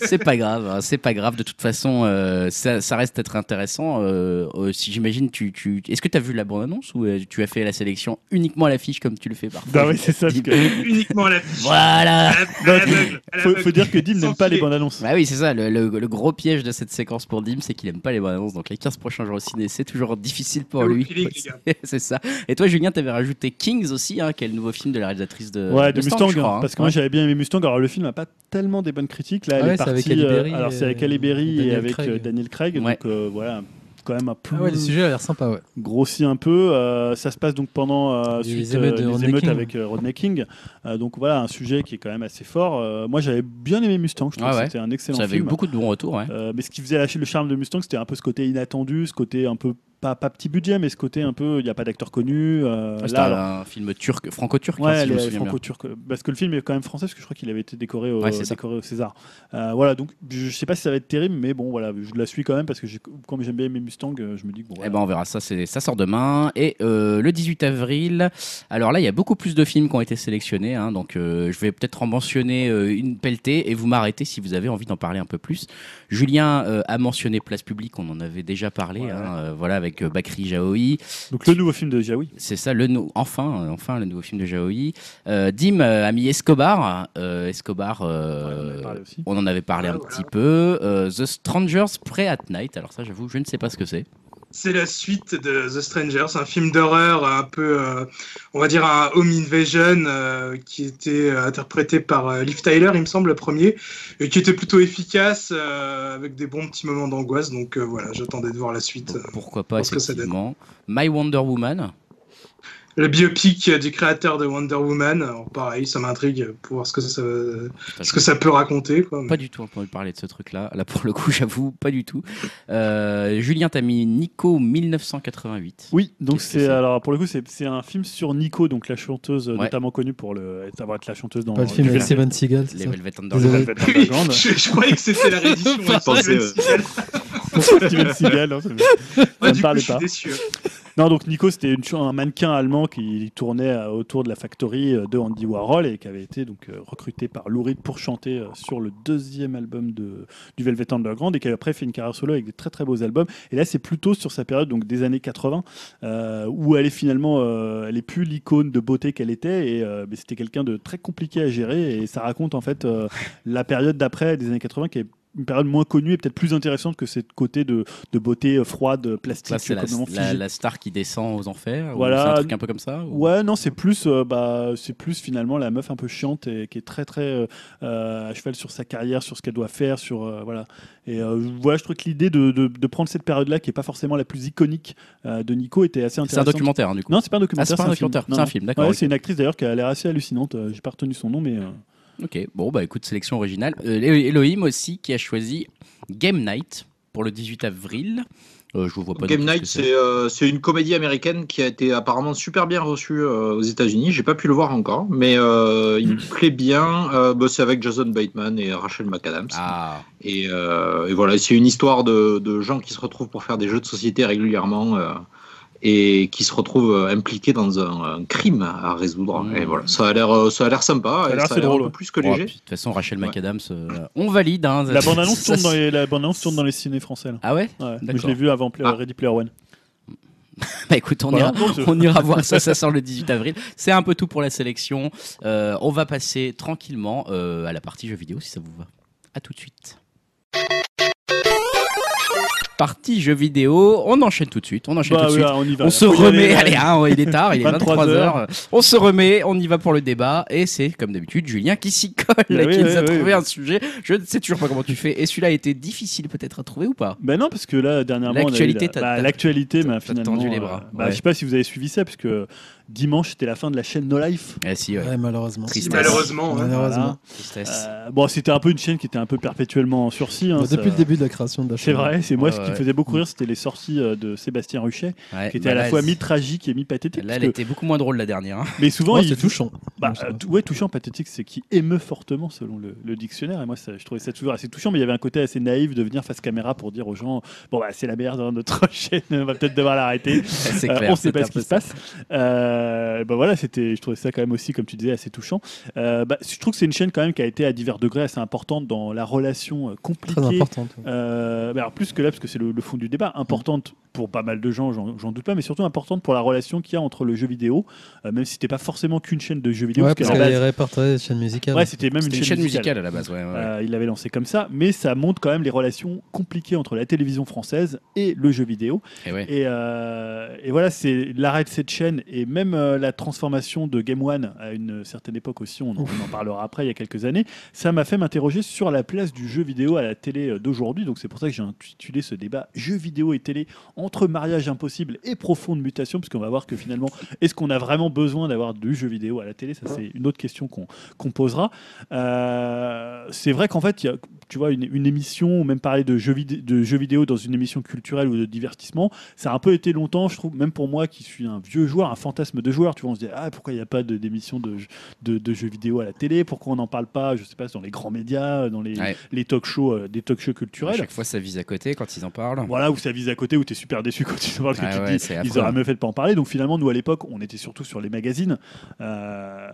c'est pas grave, hein, c'est pas grave. De toute façon, euh, ça, ça reste être intéressant. euh, euh, si j'imagine, tu, tu... est-ce que tu as vu la bande-annonce ou euh, tu as fait la sélection uniquement à l'affiche comme tu le fais parfois Bah oui, c'est ça. parce que- [LAUGHS] Uniquement à l'affiche. Voilà À la- à l'aveugle, à Faut, l'aveugle. faut dire que Dim Sans n'aime pas les filet. bandes annonces. Bah oui, c'est ça, le, le- le gros piège de cette séquence pour Dim, c'est qu'il aime pas les bonnes annonces. Donc les 15 prochains jours au ciné, c'est toujours difficile pour Le lui. feeling, les gars. [LAUGHS] c'est ça. Et toi, Julien, t'avais rajouté Kings aussi, hein, qui est le nouveau film de la réalisatrice de, Ouais, de Mustang, je crois, hein. parce que moi j'avais bien aimé Mustang. Alors le film n'a pas tellement des bonnes critiques. Là, Ah elle ouais, est c'est avec partie. Halle euh, Berry alors c'est et- avec Halle Berry et et Daniel avec euh, Craig. Daniel Craig. Ouais. Donc euh, voilà, quand même un peu Ah ouais, le sujet a l'air sympa, ouais. grossi un peu. Euh, ça se passe donc pendant euh, Les suite, émeutes de les Rodney émeutes King. avec euh, Rodney King. Euh, donc voilà, un sujet qui est quand même assez fort. Euh, moi j'avais bien aimé Mustang. Je trouve Ah ouais. que c'était un excellent Ça avait eu film. beaucoup de bons retours, ouais. Euh, mais ce qui faisait lâcher le charme de Mustang, c'était un peu ce côté inattendu, ce côté un peu pas, pas petit budget, mais ce côté un peu il n'y a pas d'acteur connu. euh, Ah, C'était là, alors- un film turc, franco-turc, hein, Ouais, si je me les souviens bien. franco-turc. Parce que le film est quand même français, parce que je crois qu'il avait été décoré au, Ouais, c'est ça. décoré au César. Euh, voilà, donc je sais pas si ça va être terrible, mais bon, voilà, je la suis quand même, parce que j'ai- comme j'aime bien mes Mustangs, euh, je me dis que bon. Eh voilà. ben on verra ça, c'est ça sort demain et euh, le 18 avril. Alors là, il y a beaucoup plus de films qui ont été sélectionnés, hein, donc euh, je vais peut-être en mentionner euh, une pelletée et vous m'arrêtez si vous avez envie d'en parler un peu plus. Julien euh, a mentionné Place Publique, on en avait déjà parlé, hein, euh, voilà avec euh, Bakri Jaoui. Donc le nouveau film de Jaoui. C'est ça, le nou- enfin, euh, enfin le nouveau film de Jaoui. Euh, Dim euh, a mis Escobar, euh, Escobar. euh, Ouais, on en a parlé aussi. on en avait parlé Ah, un voilà. petit peu. Euh, The Strangers Pray at Night. Alors ça, j'avoue, je ne sais pas ce que c'est. C'est la suite de The Strangers, un film d'horreur un peu, euh, on va dire, un home invasion euh, qui était euh, interprété par euh, Liv Tyler, il me semble, le premier, et qui était plutôt efficace euh, avec des bons petits moments d'angoisse. Donc euh, voilà, j'attendais de voir la suite. Donc, pourquoi pas, Parce que ça donne. effectivement. My Wonder Woman. le biopic du créateur de Wonder Woman. Alors, pareil, ça m'intrigue pour voir ce que ça, Putain, ce que ça peut raconter. Quoi. Pas du tout entendu parler de ce truc-là. Là, pour le coup, [LAUGHS] j'avoue, pas du tout. Euh, Julien, t'as mis Nico 1988. Oui, donc Qu'est-ce que c'est c'est alors pour le coup c'est c'est un film sur Nico, donc la chanteuse euh, Ouais. notamment connue pour le être- avoir été la chanteuse dans Pas le film Velvet avec Steven Seagal, c'est Les ça Velvet Underground. Désolé. Velvet Oui, Underground. je, je croyais que [LAUGHS] c'était la réédition. Je pensais, euh, [LAUGHS] pour Steven Seagal. hein, ça me- Ouais, ça du me coup, je parlait suis pas. déçu. hein. Non, donc Nico, c'était une ch- un mannequin allemand qui tournait euh, autour de la factory euh, de Andy Warhol et qui avait été donc euh, recruté par Lou Reed pour chanter euh, sur le deuxième album de, du Velvet Underground et qui a après fait une carrière solo avec des très très beaux albums. Et là, c'est plutôt sur sa période donc des années 80 euh, où elle est finalement, euh, elle est plus l'icône de beauté qu'elle était et euh, mais c'était quelqu'un de très compliqué à gérer et ça raconte en fait euh, [LAUGHS] la période d'après des années 80 qui est une période moins connue et peut-être plus intéressante que cette côté de, de beauté euh, froide, plastique, Ça, c'est la, complètement la- figée. la star qui descend aux enfers. ou Voilà. C'est un truc un peu comme ça. ou- Ouais, non, c'est plus, euh, bah, c'est plus finalement la meuf un peu chiante et qui est très très euh, euh, à cheval sur sa carrière, sur ce qu'elle doit faire, sur euh, voilà. Et euh, voilà, je trouve que l'idée de, de- de prendre cette période-là, qui est pas forcément la plus iconique euh, de Nico, était assez C'est un intéressante. documentaire, hein, du coup. Non, c'est pas un Ah, documentaire. c'est pas un film. documentaire, Non, c'est un non. film, Ouais, d'accord. c'est une actrice d'ailleurs qui a l'air assez hallucinante. euh, J'ai pas retenu son nom, mais euh, ok, bon, bah écoute, sélection originale. Euh, Elohim- Elohim aussi qui a choisi Game Night pour le 18 avril. Euh, je vous vois pas. Game non plus ce Night, que c'est euh, c'est une comédie américaine qui a été apparemment super bien reçue euh, aux États-Unis. J'ai pas pu le voir encore, mais euh, il Hmm. me plaît bien. Euh, bah, c'est avec Jason Bateman et Rachel McAdams. Ah, Et, euh, et voilà, c'est une histoire de, de gens qui se retrouvent pour faire des jeux de société régulièrement euh, et qui se retrouvent euh, impliqués dans un, un crime à résoudre. Mmh. Et voilà, ça a l'air, euh, ça a l'air sympa. Ça a et l'air assez un drôle, peu ouais. plus que Oh, léger. puis, de toute façon, Rachel Ouais. McAdams, euh, on valide. hein. la bande annonce Ça, tourne dans c'est- les, la bande-annonce tourne dans les ciné français. là. Ah ouais Ouais, mais je D'accord. l'ai vu avant Play- Ah. Ready Player One. Bah écoute, on, Voilà, ira, donc, je- on [LAUGHS] ira voir ça, ça sort le 18 avril. C'est un peu tout pour la sélection. Euh, on va passer tranquillement euh, à la partie jeux vidéo si ça vous va. À tout de suite. Partie jeux vidéo, on enchaîne tout de suite, on enchaîne Bah, tout de ouais, suite. on y va. On là. se Faut y aller, remet, allez, ouais. hein, il est tard, il est 23 23h. On se remet, on y va pour le débat, et c'est comme d'habitude Julien qui s'y colle, Bah oui, [LAUGHS] qui nous oui, a oui, trouvé oui. un sujet. Je ne sais toujours pas comment tu fais, et celui-là a été difficile peut-être à trouver ou pas Ben non, parce que là, dernièrement, on a eu L'actualité, la- t'as- bah, t'as- l'actualité t'as- m'a t'as finalement. tendu les bras, euh, bah, ouais. Je sais pas si vous avez suivi ça, parce que dimanche, c'était la fin de la chaîne No Life. Eh si, ouais. Ouais, malheureusement. Tristesse. Malheureusement. hein. Malheureusement. Tristesse. Voilà. Euh, bon, c'était un peu une chaîne qui était un peu perpétuellement en sursis. hein, Bah, ça- Depuis le début de la création de la C'est chaîne. vrai, c'est moi Ouais, ce qui ouais. me faisait beaucoup rire, c'était les sorties euh, de Sébastien Ruchet, Ouais, qui était à bah la là, fois mi-tragique et mi-pathétique. Là, elle parce que- était beaucoup moins drôle la dernière. hein. Mais souvent, Ouais, il Oh, c'est touchant. Bah, Ouais, c'est euh, vrai. tou- ouais, touchant, pathétique, c'est qui émeut fortement selon le, le dictionnaire. Et moi, ça, je trouvais ça toujours assez touchant, mais il y avait un côté assez naïf de venir face caméra pour dire aux gens Bon, bah, c'est la merde, hein, notre [LAUGHS] chaîne, on va peut-être devoir l'arrêter. [LAUGHS] C'est Euh, clair. on sait c'était pas un ce peu qui se ça. passe. Euh, bah voilà, c'était, je trouvais ça quand même aussi, comme tu disais, assez touchant. Euh, bah, je trouve que c'est une chaîne quand même qui a été à divers degrés assez importante dans la relation euh, Très compliquée. importante. ouais. euh, bah alors plus que là, parce que c'est le, le fond du débat, importante pour pas mal de gens, j'en j'en doute pas, mais surtout importante pour la relation qu'il y a entre le jeu vidéo, euh, même si c'était pas forcément qu'une chaîne de jeux vidéo. Ouais, parce parce qu'à la qu'elle est base- répertoriée sur chaîne musicale. ouais, c'était même C'était une, chaîne, musicale. à la base, ouais. ouais. Euh, il l'avait lancé comme ça, mais ça montre quand même les relations compliquées entre la télévision française et le jeu vidéo. Et Eh ouais. Et, euh, et voilà, c'est l'arrêt de cette chaîne et même euh, la transformation de Game One à une certaine époque aussi, on en, on en parlera après, il y a quelques années, ça m'a fait m'interroger sur la place du jeu vidéo à la télé euh, d'aujourd'hui. Donc c'est pour ça que j'ai intitulé ce débat Jeux vidéo et télé entre mariage impossible et profonde mutation, puisqu'on va voir que finalement, est-ce qu'on a vraiment besoin d'avoir du jeu vidéo à la télé Ça, c'est une autre question qu'on qu'on posera. Euh, c'est vrai qu'en fait, il y a, tu vois, une, une émission, ou même parler de jeux, vid- de jeux vidéo dans une émission culturelle ou de divertissement, ça a un peu été longtemps, je trouve, même pour moi qui suis un vieux joueur, un fantasme de joueur. Tu vois, on se dit ah pourquoi il n'y a pas de- d'émission de, de, de jeux vidéo à la télé Pourquoi on n'en parle pas Je sais pas dans les grands médias, dans les, Ouais. les talk-shows, euh, des talk-shows À culturels. chaque fois, ça vise à côté quand ils en parlent. Voilà, où ça vise à côté, où tu es super déçu quand tu parles, que Ah tu te ouais, dis, c'est ils affreux. auraient mieux fait de pas en parler. Donc finalement, nous à l'époque, on était surtout sur les magazines. Euh,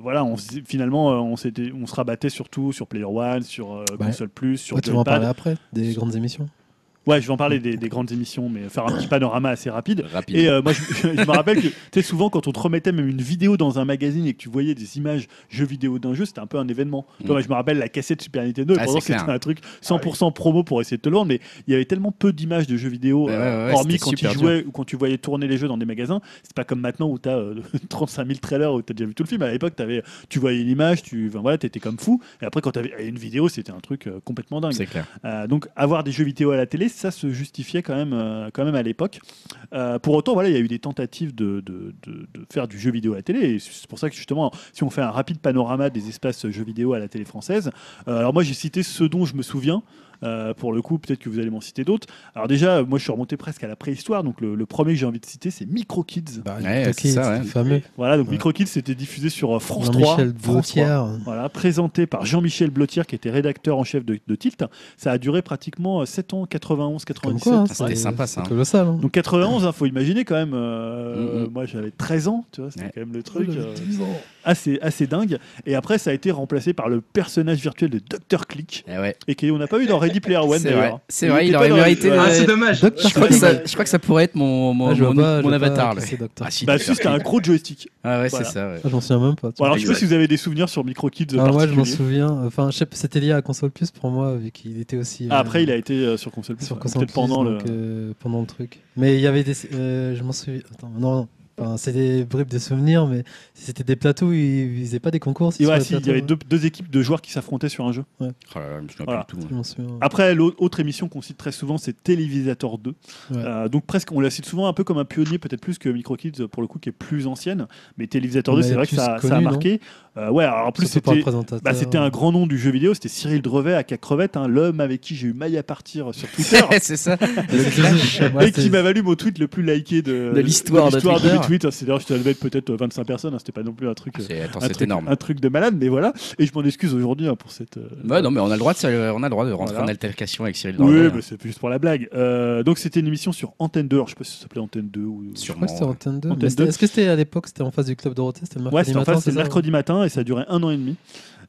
voilà, on, s- finalement, euh, on, s'était- on se rabattait surtout sur Player One, sur euh, Ouais. Console Plus, sur Ouais, tu vas en Joypad. parler après, des grandes émissions. Ouais, je vais en parler des, des grandes émissions, mais faire un petit panorama assez rapide. Rapide. Et euh, moi, je, [LAUGHS] je me rappelle que tu sais, souvent, quand on te remettait même une vidéo dans un magazine et que tu voyais des images jeux vidéo d'un jeu, c'était un peu un événement. Mm. Tu vois, moi, je me rappelle la cassette Super Nintendo, et Ah, pendant c'est clair. c'était un truc 100% promo pour essayer de te le vendre, mais il y avait tellement peu d'images de jeux vidéo, Ouais, euh, ouais, ouais, hormis c'était quand tu super jouais ou quand tu voyais tourner les jeux dans des magasins. C'est pas comme maintenant où euh, tu as [LAUGHS] 35 000 trailers où tu as déjà vu tout le film. À l'époque, t'avais- tu voyais une image, tu enfin, voilà, étais comme fou, et après, quand tu avais une vidéo, c'était un truc euh, complètement dingue. C'est clair. Euh, donc avoir des jeux vidéo à la télé, ça se justifiait quand même, euh, quand même à l'époque. Euh, pour autant, voilà, il y a eu des tentatives de, de- de- de faire du jeu vidéo à la télé. Et c'est pour ça que justement, si on fait un rapide panorama des espaces jeux vidéo à la télé française, euh, alors moi j'ai cité ceux dont je me souviens. Euh, pour le coup, peut-être que vous allez m'en citer d'autres. Alors déjà, moi je suis remonté presque à la préhistoire, donc le, le premier que j'ai envie de citer, c'est Micro Kids. Bah, Ouais, Ok, c'est ça, ouais. le fameux. Voilà, donc Ouais. Micro Kids, c'était diffusé sur euh, France 3. Jean-Michel France 3. Vautière. Voilà, présenté par Jean-Michel Blotier, qui était rédacteur en chef de, de Tilt. Ça a duré pratiquement 7 ans, 91, Comme 97. quoi, hein, Ouais. c'était sympa, ça, c'est hein. colossal. hein. Donc 91, il faut imaginer quand même. euh, Mhm. Moi, j'avais 13 ans, tu vois, c'était Ouais. quand même le truc euh, assez, assez dingue. Et après, ça a été remplacé par le personnage virtuel de Dr. Click, Eh ouais, et qu'on n'a pas eu dans Ready Player One c'est vrai, d'ailleurs. c'est vrai, était il pas aurait dans la- mérité. Ah, de- c'est dommage. Doc Je crois, que Chick. ça, je crois que ça pourrait être mon, mon, Ah, je vois mon- pas, je mon vois pas avatar. qui là. c'est, docteur. Ah, si, Bah, d'accord. si, c'était un gros joystick. Ah ouais, Voilà. c'est ça. ouais. Ah, je m'en souviens même pas. Bon, tu vois. alors, je sais pas si vous avez des souvenirs sur Micro Kids. Ah, moi, je m'en particuliers. souviens. Enfin, je sais pas, c'était lié à Console Plus pour moi, vu qu'il était aussi. Ah, euh, après, il a été euh, sur console. Plus, sur ouais, Console peut-être Plus, pendant le. donc, euh, pendant le truc. Mais il y avait des. euh, je m'en souviens. Attends, non, non. Enfin, c'est des bribes de souvenirs, mais c'était des plateaux, ils ils faisaient pas des concours. c'est Et sur ouais, les si, il y plateaux, avait hein. deux, deux équipes de joueurs qui s'affrontaient sur un jeu. Oh là là, je me souviens Voilà. plus du tout. Je m'en souviens. Après, l'autre autre émission qu'on cite très souvent, c'est Télévisator 2. Ouais. Euh, donc presque, on la cite souvent un peu comme un pionnier, peut-être plus que Micro Kids pour le coup, qui est plus ancienne. Mais Télévisator Mais 2, c'est vrai que plus ça, ça a connu, non marqué. Euh, ouais, alors en plus Surtout par le c'était. présentateur. bah, c'était un grand nom du jeu vidéo, c'était Cyril Drevet à quatre crevettes, hein, l'homme avec qui j'ai eu maille à partir sur Twitter [LAUGHS] c'est ça. [LAUGHS] Le clash. Ouais, et qui c'est- m'a valu mon tweet le plus liké Euh, de, De l'histoire de mes Twitter. tweets. C'est d'ailleurs, je te l'avais peut-être 25 personnes, hein, c'était pas non plus un truc, Ah, C'est- Attends, un c'est truc, énorme. un truc de malade, mais voilà. Et je m'en excuse aujourd'hui hein, pour cette. euh, Bah non, mais on a le droit de, se- on a le droit de rentrer Voilà. en altercation avec Cyril hein. Oui, Doré. mais c'est juste pour la blague. Euh, donc c'était une émission sur Antenne 2. Alors je sais pas si ça s'appelait Antenne 2 ou. Je crois Sûrement. que c'était Antenne 2. mais Antenne c'était- 2. Est-ce que c'était à l'époque, c'était en face du Club Dorothée C'était le Ouais, mercredi c'était en matin fait, c'est c'est le ça mercredi matin et ça durait un an et demi.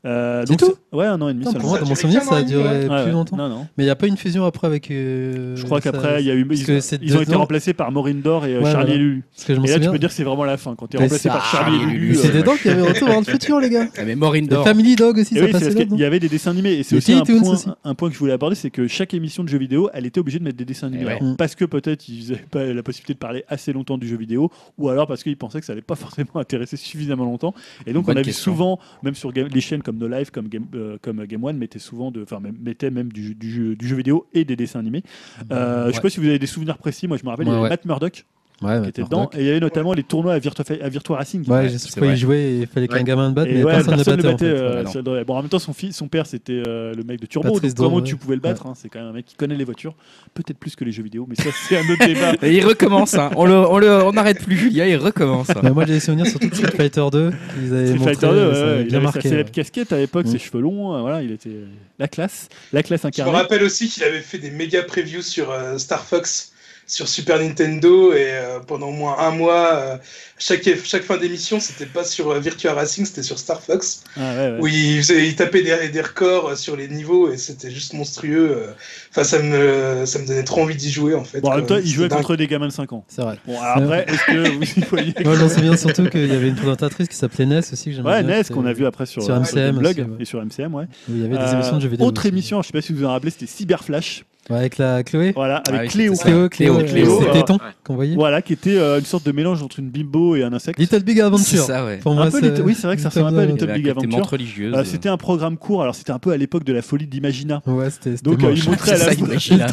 Euh, C'est donc, tout Ouais, un an et demi. Putain, ça a Pour moi, duré. dans mon souvenir, ça a Exactement, ouais. duré Ouais, plus ouais. longtemps. Non, non. Mais il n'y a pas une fusion après avec. euh, Je crois ça- qu'après, il y a eu. parce Ils, que c'est ils ont été dedans- remplacés par Maureen Dor et euh, Ouais, Charlie voilà. et Lulu. Parce que je m'en Et là, tu souviens. peux dire que c'est vraiment la fin. Quand t'es Mais remplacé ça- par Charlie et Charlie et Lulu. Mais Lulu, euh, c'est dedans qu'il y avait Retour vers le futur, les gars. Ah, mais Maureen Et Dor. Family Dog aussi, Et oui, ça c'est parce passait qu'il là-dedans. y avait des dessins animés. Et c'est Et aussi un Tiny Toons point, aussi. un point que je voulais aborder, c'est que chaque émission de jeu vidéo, elle était obligée de mettre des dessins animés. Eh ouais. Mm. Alors, Parce que peut-être ils n'avaient pas la possibilité de parler assez longtemps du jeu vidéo, ou alors parce qu'ils pensaient que ça n'allait pas forcément [LAUGHS] intéresser suffisamment longtemps. Et donc Bonne on a vu question. souvent, même sur Ga- les chaînes comme No Life, comme Game, euh, comme Game One, mettaient souvent, de, enfin même- mettaient même du, jeu- du jeu, du jeu vidéo et des dessins animés. Euh, Je sais pas si vous avez des souvenirs précis. Moi, je me rappelle, il y Ouais, avait ouais. Matt Murdock Ouais, qui mais était dedans, et il y avait notamment les tournois à Virtua, à Virtua Racing. Ouais, je c'est sais pas, vrai. il jouait et il fallait qu'un Ouais. gamin le batte, Et mais ouais, personne ne personne ne battait. en battait. fait. Ah, euh, Voilà, non. Cyril Dray. Bon, en même temps, son, fils, son père, c'était euh, le mec de Turbo. Patrice donc, comment Dray. tu pouvais le battre hein C'est quand même un mec qui connaît les voitures, peut-être plus que les jeux vidéo, mais ça, c'est un autre [LAUGHS] débat. Et [LAUGHS] il recommence, hein. on le, on le, on n'arrête plus, Julia, il recommence. hein. Mais moi, j'ai des souvenirs surtout de Street Fighter 2. Ils avaient Street montré, Fighter 2, ça ouais, m'avait il bien avait sa marqué. célèbre ouais. casquette à l'époque, Mm. ses cheveux longs, euh, voilà, il était euh, la classe, la classe Je me incarnée. rappelle aussi qu'il avait fait des méga previews sur euh, Star Fox, sur Super Nintendo, et euh, pendant au moins un mois, euh, chaque, chaque fin d'émission, c'était pas sur euh, Virtua Racing, c'était sur Star Fox, Ah, ouais, ouais. où il, faisait- il tapait des, des records euh, sur les niveaux, et c'était juste monstrueux. euh. Enfin, ça, me, ça me donnait trop envie d'y jouer, en fait. Bon, en même temps, quoi. il jouait C'était dingue. contre des gamins de 5 ans. C'est vrai. Bon, alors après, est-ce que vous y voyez [LAUGHS] Moi, je m'en souviens surtout qu'il y avait une présentatrice qui s'appelait Ness aussi. que j'aimais Ouais, bien, Ness c'était- qu'on a vu après sur, sur euh, MCM le blog aussi, ouais. et sur MCM, ouais. où Il y avait des Euh, émissions de jeux vidéo. Autre aussi. émission, je sais pas si vous en rappelez, c'était Cyberflash. Ouais, Avec la Chloé. Voilà, Ah avec oui, Cléo. c'était ça. Cléo, Cléo, Cléo, Cléo. Cléo, C'était ton ouais. qu'on voyait. Voilà, qui était euh, une sorte de mélange entre une bimbo et un insecte. Little Big C'est Adventure. ça, ouais. Pour Un peu c'est- Little- oui, c'est vrai que ça ressemble un peu à Il y Little avait Big un côté Aventure. montre religieuse. Euh, c'était un programme court, alors c'était un peu à l'époque de la folie d'Imagina. Ouais, c'était. c'était Donc euh, moche. il montrait à C'est la ça, [LAUGHS] Imagina.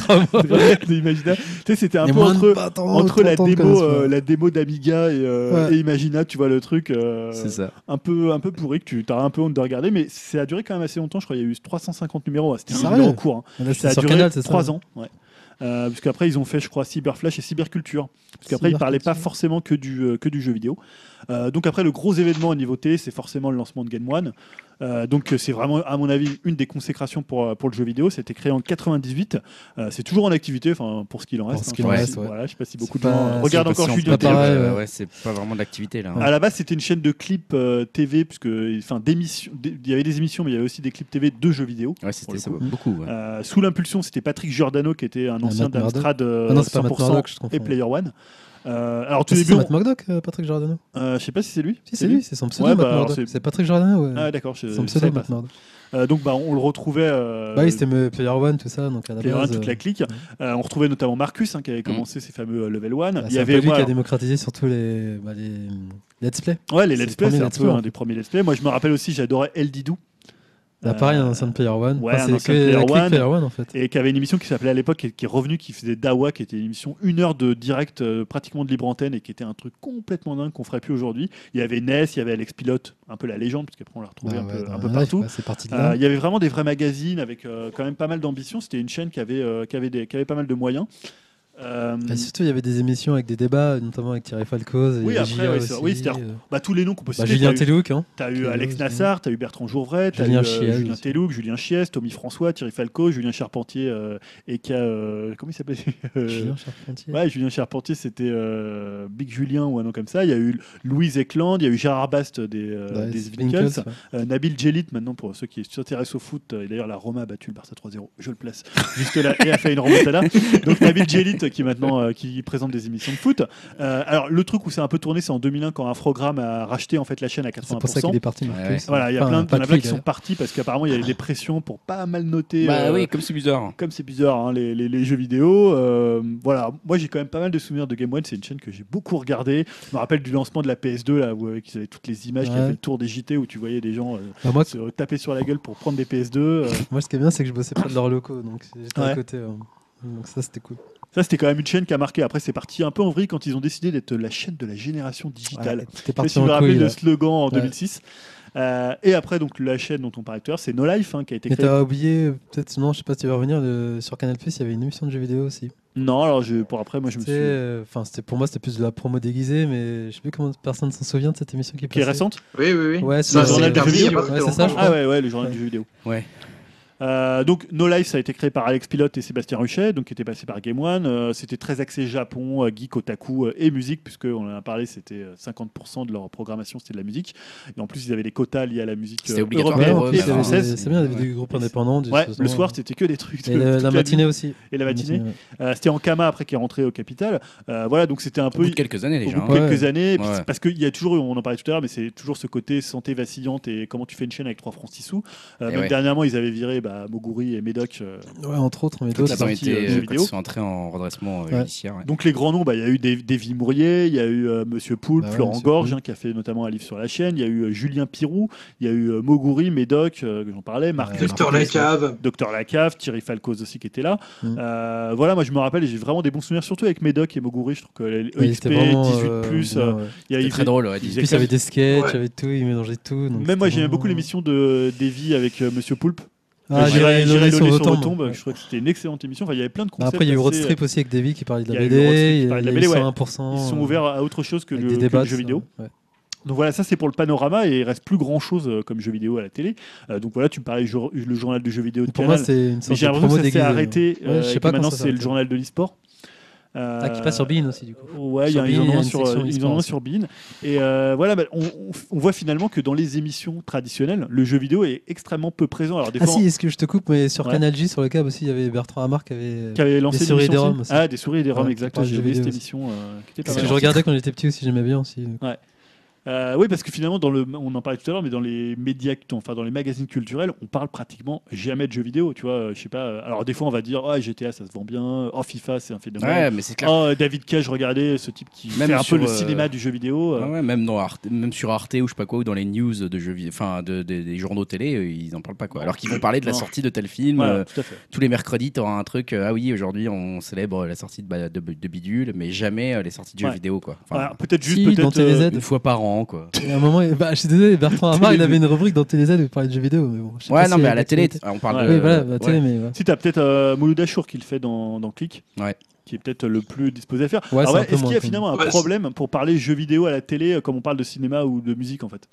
d'Imagina. Tu sais, c'était un Les peu moins de entre, pas tant- entre la, autant de connaissances, démo, euh, ouais. la démo d'Amiga et, euh, Ouais. et Imagina, tu vois le truc euh, C'est ça. un peu un peu pourri que tu as un peu honte de regarder, mais ça a duré quand même assez longtemps. Je crois qu'il y a eu 350 numéros, hein, c'était Sérieux un numéro court. hein. Là, Ça c'était a sur duré Canal, c'est ça 3 ans. Ouais. Euh, parce qu'après ils ont fait je crois Cyberflash et Cyberculture parce qu'après ils parlaient pas Cyberculture. forcément que du, euh, que du jeu vidéo Euh, donc après le gros événement au niveau télé c'est forcément le lancement de Game One Euh, donc euh, c'est vraiment à mon avis une des consécrations pour, euh, pour le jeu vidéo c'était créé en 98 Euh, c'est toujours en activité enfin pour ce qu'il en Pour reste ce hein, qu'il je en sais pas reste, si- ouais. voilà, je sais pas si C'est beaucoup de pas- gens c'est regardent pas encore euh, si on C'est Studio Julien pas peut Théo parler, pareil, ouais. ouais, ouais, c'est pas vraiment de l'activité là. hein. à la base, Ah, c'était une chaîne de clips euh, TV, puisque enfin d'émissions, des- il y avait des émissions, mais il y avait aussi des clips TV de jeux vidéo. Ouais, c'était le ça, coup. beaucoup. ouais. Euh, sous l'impulsion, c'était Patrick Giordano qui était un ancien Matt Murdock. d'Amstrad euh, Ah non, c'est pas Matt 100% Murdock, je comprends. et Player One. Euh, alors au tout C'est début, c'est on- Matt Murdock, euh, Patrick Giordano. euh, je sais pas si c'est lui. Si, c'est lui, c'est son pseudo. Ouais, Matt bah, alors, Murdock. c'est- C'est Patrick Giordano, ouais. Ah d'accord, je, C'est son je savais pseudo, pas Matt ça. Murdock. Euh, donc bah, on le retrouvait. euh, Bah oui, c'était euh, Player One, tout ça. Donc à la Player One, base. toute la euh, clique. Euh, on retrouvait notamment Marcus hein, qui avait Mm. commencé ses fameux euh, Level One. bah, Il y c'est un peu avait lui qui moi, hein. a démocratisé surtout les bah, les hum, let's play. ouais les c'est Let's le Play, premier c'est un Let's peu Play, hein. en un des premiers Let's Play. Moi je me rappelle aussi, j'adorais El Didou. Là, Bah, pareil, Euh, un Sound Player One. ouais, un c'est Sound que Player la clique One. Player One, en fait. et qui avait une émission qui s'appelait à l'époque, qui qui est revenue, qui faisait Dawa, qui était une émission une heure de direct, euh, pratiquement de libre antenne, et qui était un truc complètement dingue qu'on ferait plus aujourd'hui. Il y avait Ness, il y avait Alex Pilote, un peu la légende, puisqu'après on l'a retrouvé Bah un, ouais, peu, dans un peu la life, partout. ouais, C'est parti de là. Euh, Il y avait vraiment des vrais magazines avec euh, quand même pas mal d'ambition. C'était une chaîne qui avait, euh, qui, avait des- qui avait pas mal de moyens. Euh, Et Bah, surtout, il y avait des émissions avec des débats, notamment avec Thierry Falcoz. Oui, après, ouais, c'est- oui, c'était- bah, tous les noms qu'on peut Bah, citer. Julien t'as eu- Tellouk, hein. T'as eu Tellouk, Alex oui. Nassar, t'as eu Bertrand Jourvret, t'as eu Julien euh, Chiez Julien aussi. Tellouk, Julien Chies, Tommy François, Thierry Falco, Julien Charpentier euh, et qui a, euh, comment il s'appelle [LAUGHS] euh, Julien Charpentier. Ouais, Julien Charpentier, c'était euh, Big Julien ou un nom comme ça. Il y a eu Louise Eklund, il y a eu Gérard Bast des, euh, Ouais, des c'est Winkles. Winkles, ouais. Euh, Nabil Jelit, maintenant, pour ceux qui s'intéressent au foot, euh, et d'ailleurs la Roma a battu le Barça 3-0, je le place [LAUGHS] jusque-là et a fait une remontada. Donc Nabil Jelit, euh, qui maintenant euh, qui présente des émissions de foot. Euh, alors, le truc où c'est un peu tourné, c'est en 2001 quand un programme a racheté en fait la chaîne à 80%. C'est pour ça qu'il est parti, Marcus. Ouais. Voilà, il y a Enfin, plein, pas il y en a de plein lui, qui sont d'ailleurs. partis parce qu'apparemment il y avait des pressions pour pas mal noter. Bah euh, oui, comme c'est bizarre. comme c'est bizarre, hein, les, les- les jeux vidéo. euh, voilà, moi j'ai quand même pas mal de souvenirs de Game One. C'est une chaîne que j'ai beaucoup regardée. Je me rappelle du lancement de la PS2 là, où euh, ils avaient toutes les images qui Ouais. avaient fait le tour des JT où tu voyais des gens euh, Bah, moi, se taper sur la gueule pour prendre des PS2. euh. moi, ce qui est bien, c'est que je bossais près de leurs locaux, donc j'étais Ouais. à côté. euh, Donc ça, c'était cool. Ça, c'était quand même une chaîne qui a marqué. Après, c'est parti un peu en vrille quand ils ont décidé d'être la chaîne de la génération digitale. Ouais, T'es Je sais pas parti si vous vous en rappelez couille. le là. slogan en Ouais. 2006. Euh, et après, donc la chaîne dont on parlait tout à l'heure, c'est No Life hein, qui a été Mais créée. t'as oublié, euh, peut-être, non, je sais pas si tu vas revenir, le- sur Canal Plus, il y avait une émission de jeux vidéo aussi. Non, alors je, pour après, moi je me C'était, suis. euh, Enfin, c'était pour moi, c'était plus de la promo déguisée, mais je sais plus comment personne s'en souvient de cette émission qui, Qui est passait. récente Oui, oui, oui. Ouais, Non, sur- c'est euh, le dernier, il y a pas ouais, très c'est ça, longtemps. je crois. Ah ouais, ouais, le journal Ouais. du jeu vidéo. Ouais. Euh, donc No Life ça a été créé par Alex Pilote et Sébastien Ruchet, donc qui était passé par Game One. Euh, c'était très axé Japon, euh, geek, otaku euh, et musique, puisque on en a parlé, c'était euh, 50% de leur programmation c'était de la musique. Et en plus ils avaient des quotas liés à la musique C'était euh, obligatoire Ouais, européenne en pour eux, plus, et il y avait des- française. C'est bien, il y avait des groupes Ouais. indépendants. du- Ouais, ce le soir. soir c'était que des trucs. de- Et le- toute la nuit. matinée aussi. Et la matinée. ouais. Euh, c'était Ankama après qui est rentré au capital. Euh, voilà donc c'était un Au bout peu de quelques années au déjà. bout de hein. Ouais. quelques années. et puis Ouais. c'est Parce qu'il y a toujours, eu- on en parlait tout à l'heure, mais c'est toujours ce côté santé vacillante et comment tu fais une chaîne avec 3 francs 6 sous. Euh, Et même ouais. Dernièrement, ils avaient viré bah, Moguri et Médoc. euh. Ouais, entre autres, mais Quand d'autres. la ils ont sortie, euh, été, jeux euh, quand vidéo. ils sont entrés en redressement euh, Ouais. judiciaire. ouais. Donc les grands noms, bah, il y a eu Dave- Davy Mourier, il y a eu euh, Monsieur Poulpe, Bah ouais, Florent Monsieur Gorge, Poulpe. hein, qui a fait notamment un livre sur la chaîne, il y a eu euh, Julien Pirou, il y a eu euh, Moguri, Médoc, euh, que j'en parlais, Marc Ouais, Docteur Lacave. Docteur Lacave, Thierry Falcoz aussi qui était là. Mm. Euh, voilà, moi je me rappelle, j'ai vraiment des bons souvenirs, surtout avec Médoc et Moguri. Je trouve que les Ouais, EXP, c'était vraiment, 18, euh, plus, bien, euh, ouais. il y a C'était il très faisait- drôle. ils ouais, En dis- faisaient plus, il y avait des sketchs, Ouais. il y avait tout, ils mélangeaient tout. donc Même moi, c'était j'aimais beaucoup vraiment- l'émission de Davy avec euh, Monsieur Poulpe. Ah, J'irai j'irai J'irai Lolé Lolé sur sur retombe. retombe. Je trouvais que c'était une excellente émission. Enfin, il y avait plein de concepts. Après, il y a eu assez- euh, Roadstrip aussi avec Davy qui parlait de Il y la a eu BD. Roadstrip qui il y a parlait de la eu BD, ouais. 101%, Ils se sont euh, ouverts à autre chose que avec le, des que le débats, jeu ça, vidéo. ouais. Donc voilà, ça c'est pour le panorama et il reste plus grand chose euh, comme jeu vidéo à la télé. Euh, donc voilà, tu me parlais du jour- le journal de jeux vidéo de Pour moi, Canal. c'est une mais sorte j'ai l'impression de promo que ça s'est déguisée. arrêté. Ouais, euh, je et sais que pas maintenant quand ça c'est le s'arrête. journal de l'e-sport. Euh, Ah, qui passe sur Bean aussi, du coup. Ouais, il y Sur a- Bein, ils en il y ont a un une sur, section ils en ont un e-sport. sur Bean. Et euh, voilà, bah, on, on- on voit finalement que dans les émissions traditionnelles, le jeu vidéo est extrêmement peu présent. Alors des Ah fois, si, est-ce que je te coupe, mais sur Ouais. Canal J, sur le câble aussi, il y avait Bertrand Amar qui avait... euh, qui avait lancé Des souris et l'émission des aussi. roms aussi. Ah, des souris et des roms, Ouais, exact. pour les jeux J'avais cette vidéo aussi. émission euh, qui était pas Parce mal. que je regardais quand j'étais petit aussi, j'aimais bien aussi. Euh, oui, parce que finalement, dans le, on en parlait tout à l'heure, mais dans les médias, enfin dans les magazines culturels, on parle pratiquement jamais de jeux vidéo. Tu vois, euh, je sais pas. euh, Alors des fois, on va dire, oh GTA, ça se vend bien. Oh FIFA, c'est un phénomène. Ouais, mais c'est clair. Oh David Cage, regardez ce type qui Même fait un sur, peu le euh, cinéma du jeu vidéo. euh, Ouais, ouais, même, dans Arte- même sur Arte ou je sais pas quoi, ou dans les news de jeux vidéo, enfin de, des- des journaux télé, euh, ils en parlent pas quoi. Alors qu'ils vont parler de la Non. sortie de tel film. voilà, euh, tout à fait. tous les mercredis, tu auras un truc. euh, ah oui, aujourd'hui, on célèbre la sortie de, ba- de- de Bidule, mais jamais euh, les sorties de jeux Ouais. vidéo quoi. Enfin, Alors, peut-être juste si, dans peut-être. euh, TVZ. une fois par an [LAUGHS] quoi. Il y a un moment, bah, je suis désolé, Bertrand Amar, il avait une rubrique dans TéléZ où il parlait de jeux vidéo. Mais bon, je sais Ouais, pas non, si mais à elle la est télé, d'actualité. t- on parle de. Oui, voilà, à la télé, ouais. mais... ouais. Si t'as peut-être euh, Mouloud Achour qui le fait dans, dans Click, Ouais. qui est peut-être le plus disposé à faire. Ouais, Alors c'est un ouais, peu Est-ce moins qu'il y a connu. finalement un Ouais, c'est- problème pour parler jeux vidéo à la télé euh, comme on parle de cinéma ou de musique en fait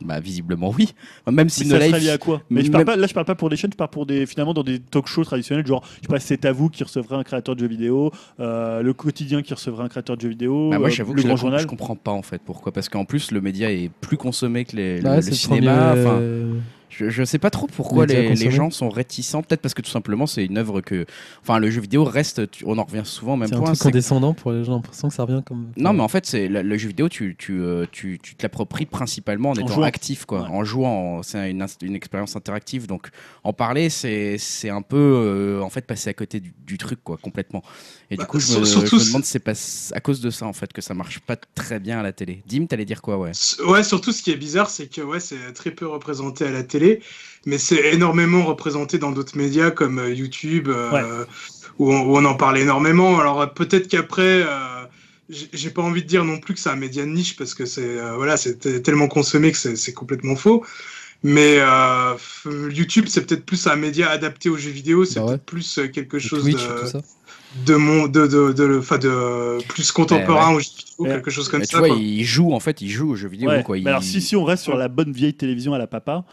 Bah, visiblement, oui. Même si Mais No ça serait Life- lié à quoi Mais je parle même- pas, là, je parle pas pour des chaînes, je parle pour des finalement dans des talk shows traditionnels, genre je sais pas, c'est à vous qui recevrait un créateur de jeux vidéo, euh, le quotidien qui recevrait un créateur de jeux vidéo, Bah, moi, euh, j'avoue que le je, grand la com- journal. je comprends pas en fait pourquoi. Parce qu'en plus, le média est plus consommé que les, le, Bah, Ouais, le c'est cinéma. premier, enfin, euh, je, je sais pas trop pourquoi Média les, les consommé. gens sont réticents. Peut-être parce que tout simplement, c'est une œuvre que. Enfin, le jeu vidéo reste. tu- on en revient souvent au même C'est un point. truc c'est- condescendant pour les gens, j'ai l'impression que ça revient comme... Non, mais en fait, c'est le, le jeu vidéo, tu, tu, euh, tu, tu te l'appropries principalement en, étant jouant. actif, quoi. Ouais. En jouant, en- c'est une, inst- une expérience interactive. Donc, en parler, c'est c'est un peu, euh, en fait, passer à côté du, du truc, quoi, complètement. Et Bah, du coup, je sur- me, surtout je me si- demande, si c'est pas s- à cause de ça, en fait, que ça marche pas très bien à la télé. Dim, t'allais dire quoi, ouais S- Ouais, surtout ce qui est bizarre, c'est que ouais, c'est très peu représenté à la télé. télé, mais c'est énormément représenté dans d'autres médias comme euh, YouTube, euh, Ouais. où, on, où on en parle énormément. Alors euh, peut-être qu'après, euh, j'ai j'ai pas envie de dire non plus que c'est un média de niche parce que c'est euh, voilà, c'est t- tellement consommé que c'est c'est complètement faux. Mais euh, f- YouTube, c'est peut-être plus un média adapté aux jeux vidéo, c'est Bah ouais. peut-être plus euh, quelque Le chose Twitch, de- tout ça. de mon de de de, le- enfin, de plus Eh contemporain ou quelque chose comme Bah, Ben, tu ça vois, quoi. il joue en fait, il joue aux jeux vidéo. Ouais, quoi. mais Il- alors si, si on reste sur la bonne vieille télévision à la papa,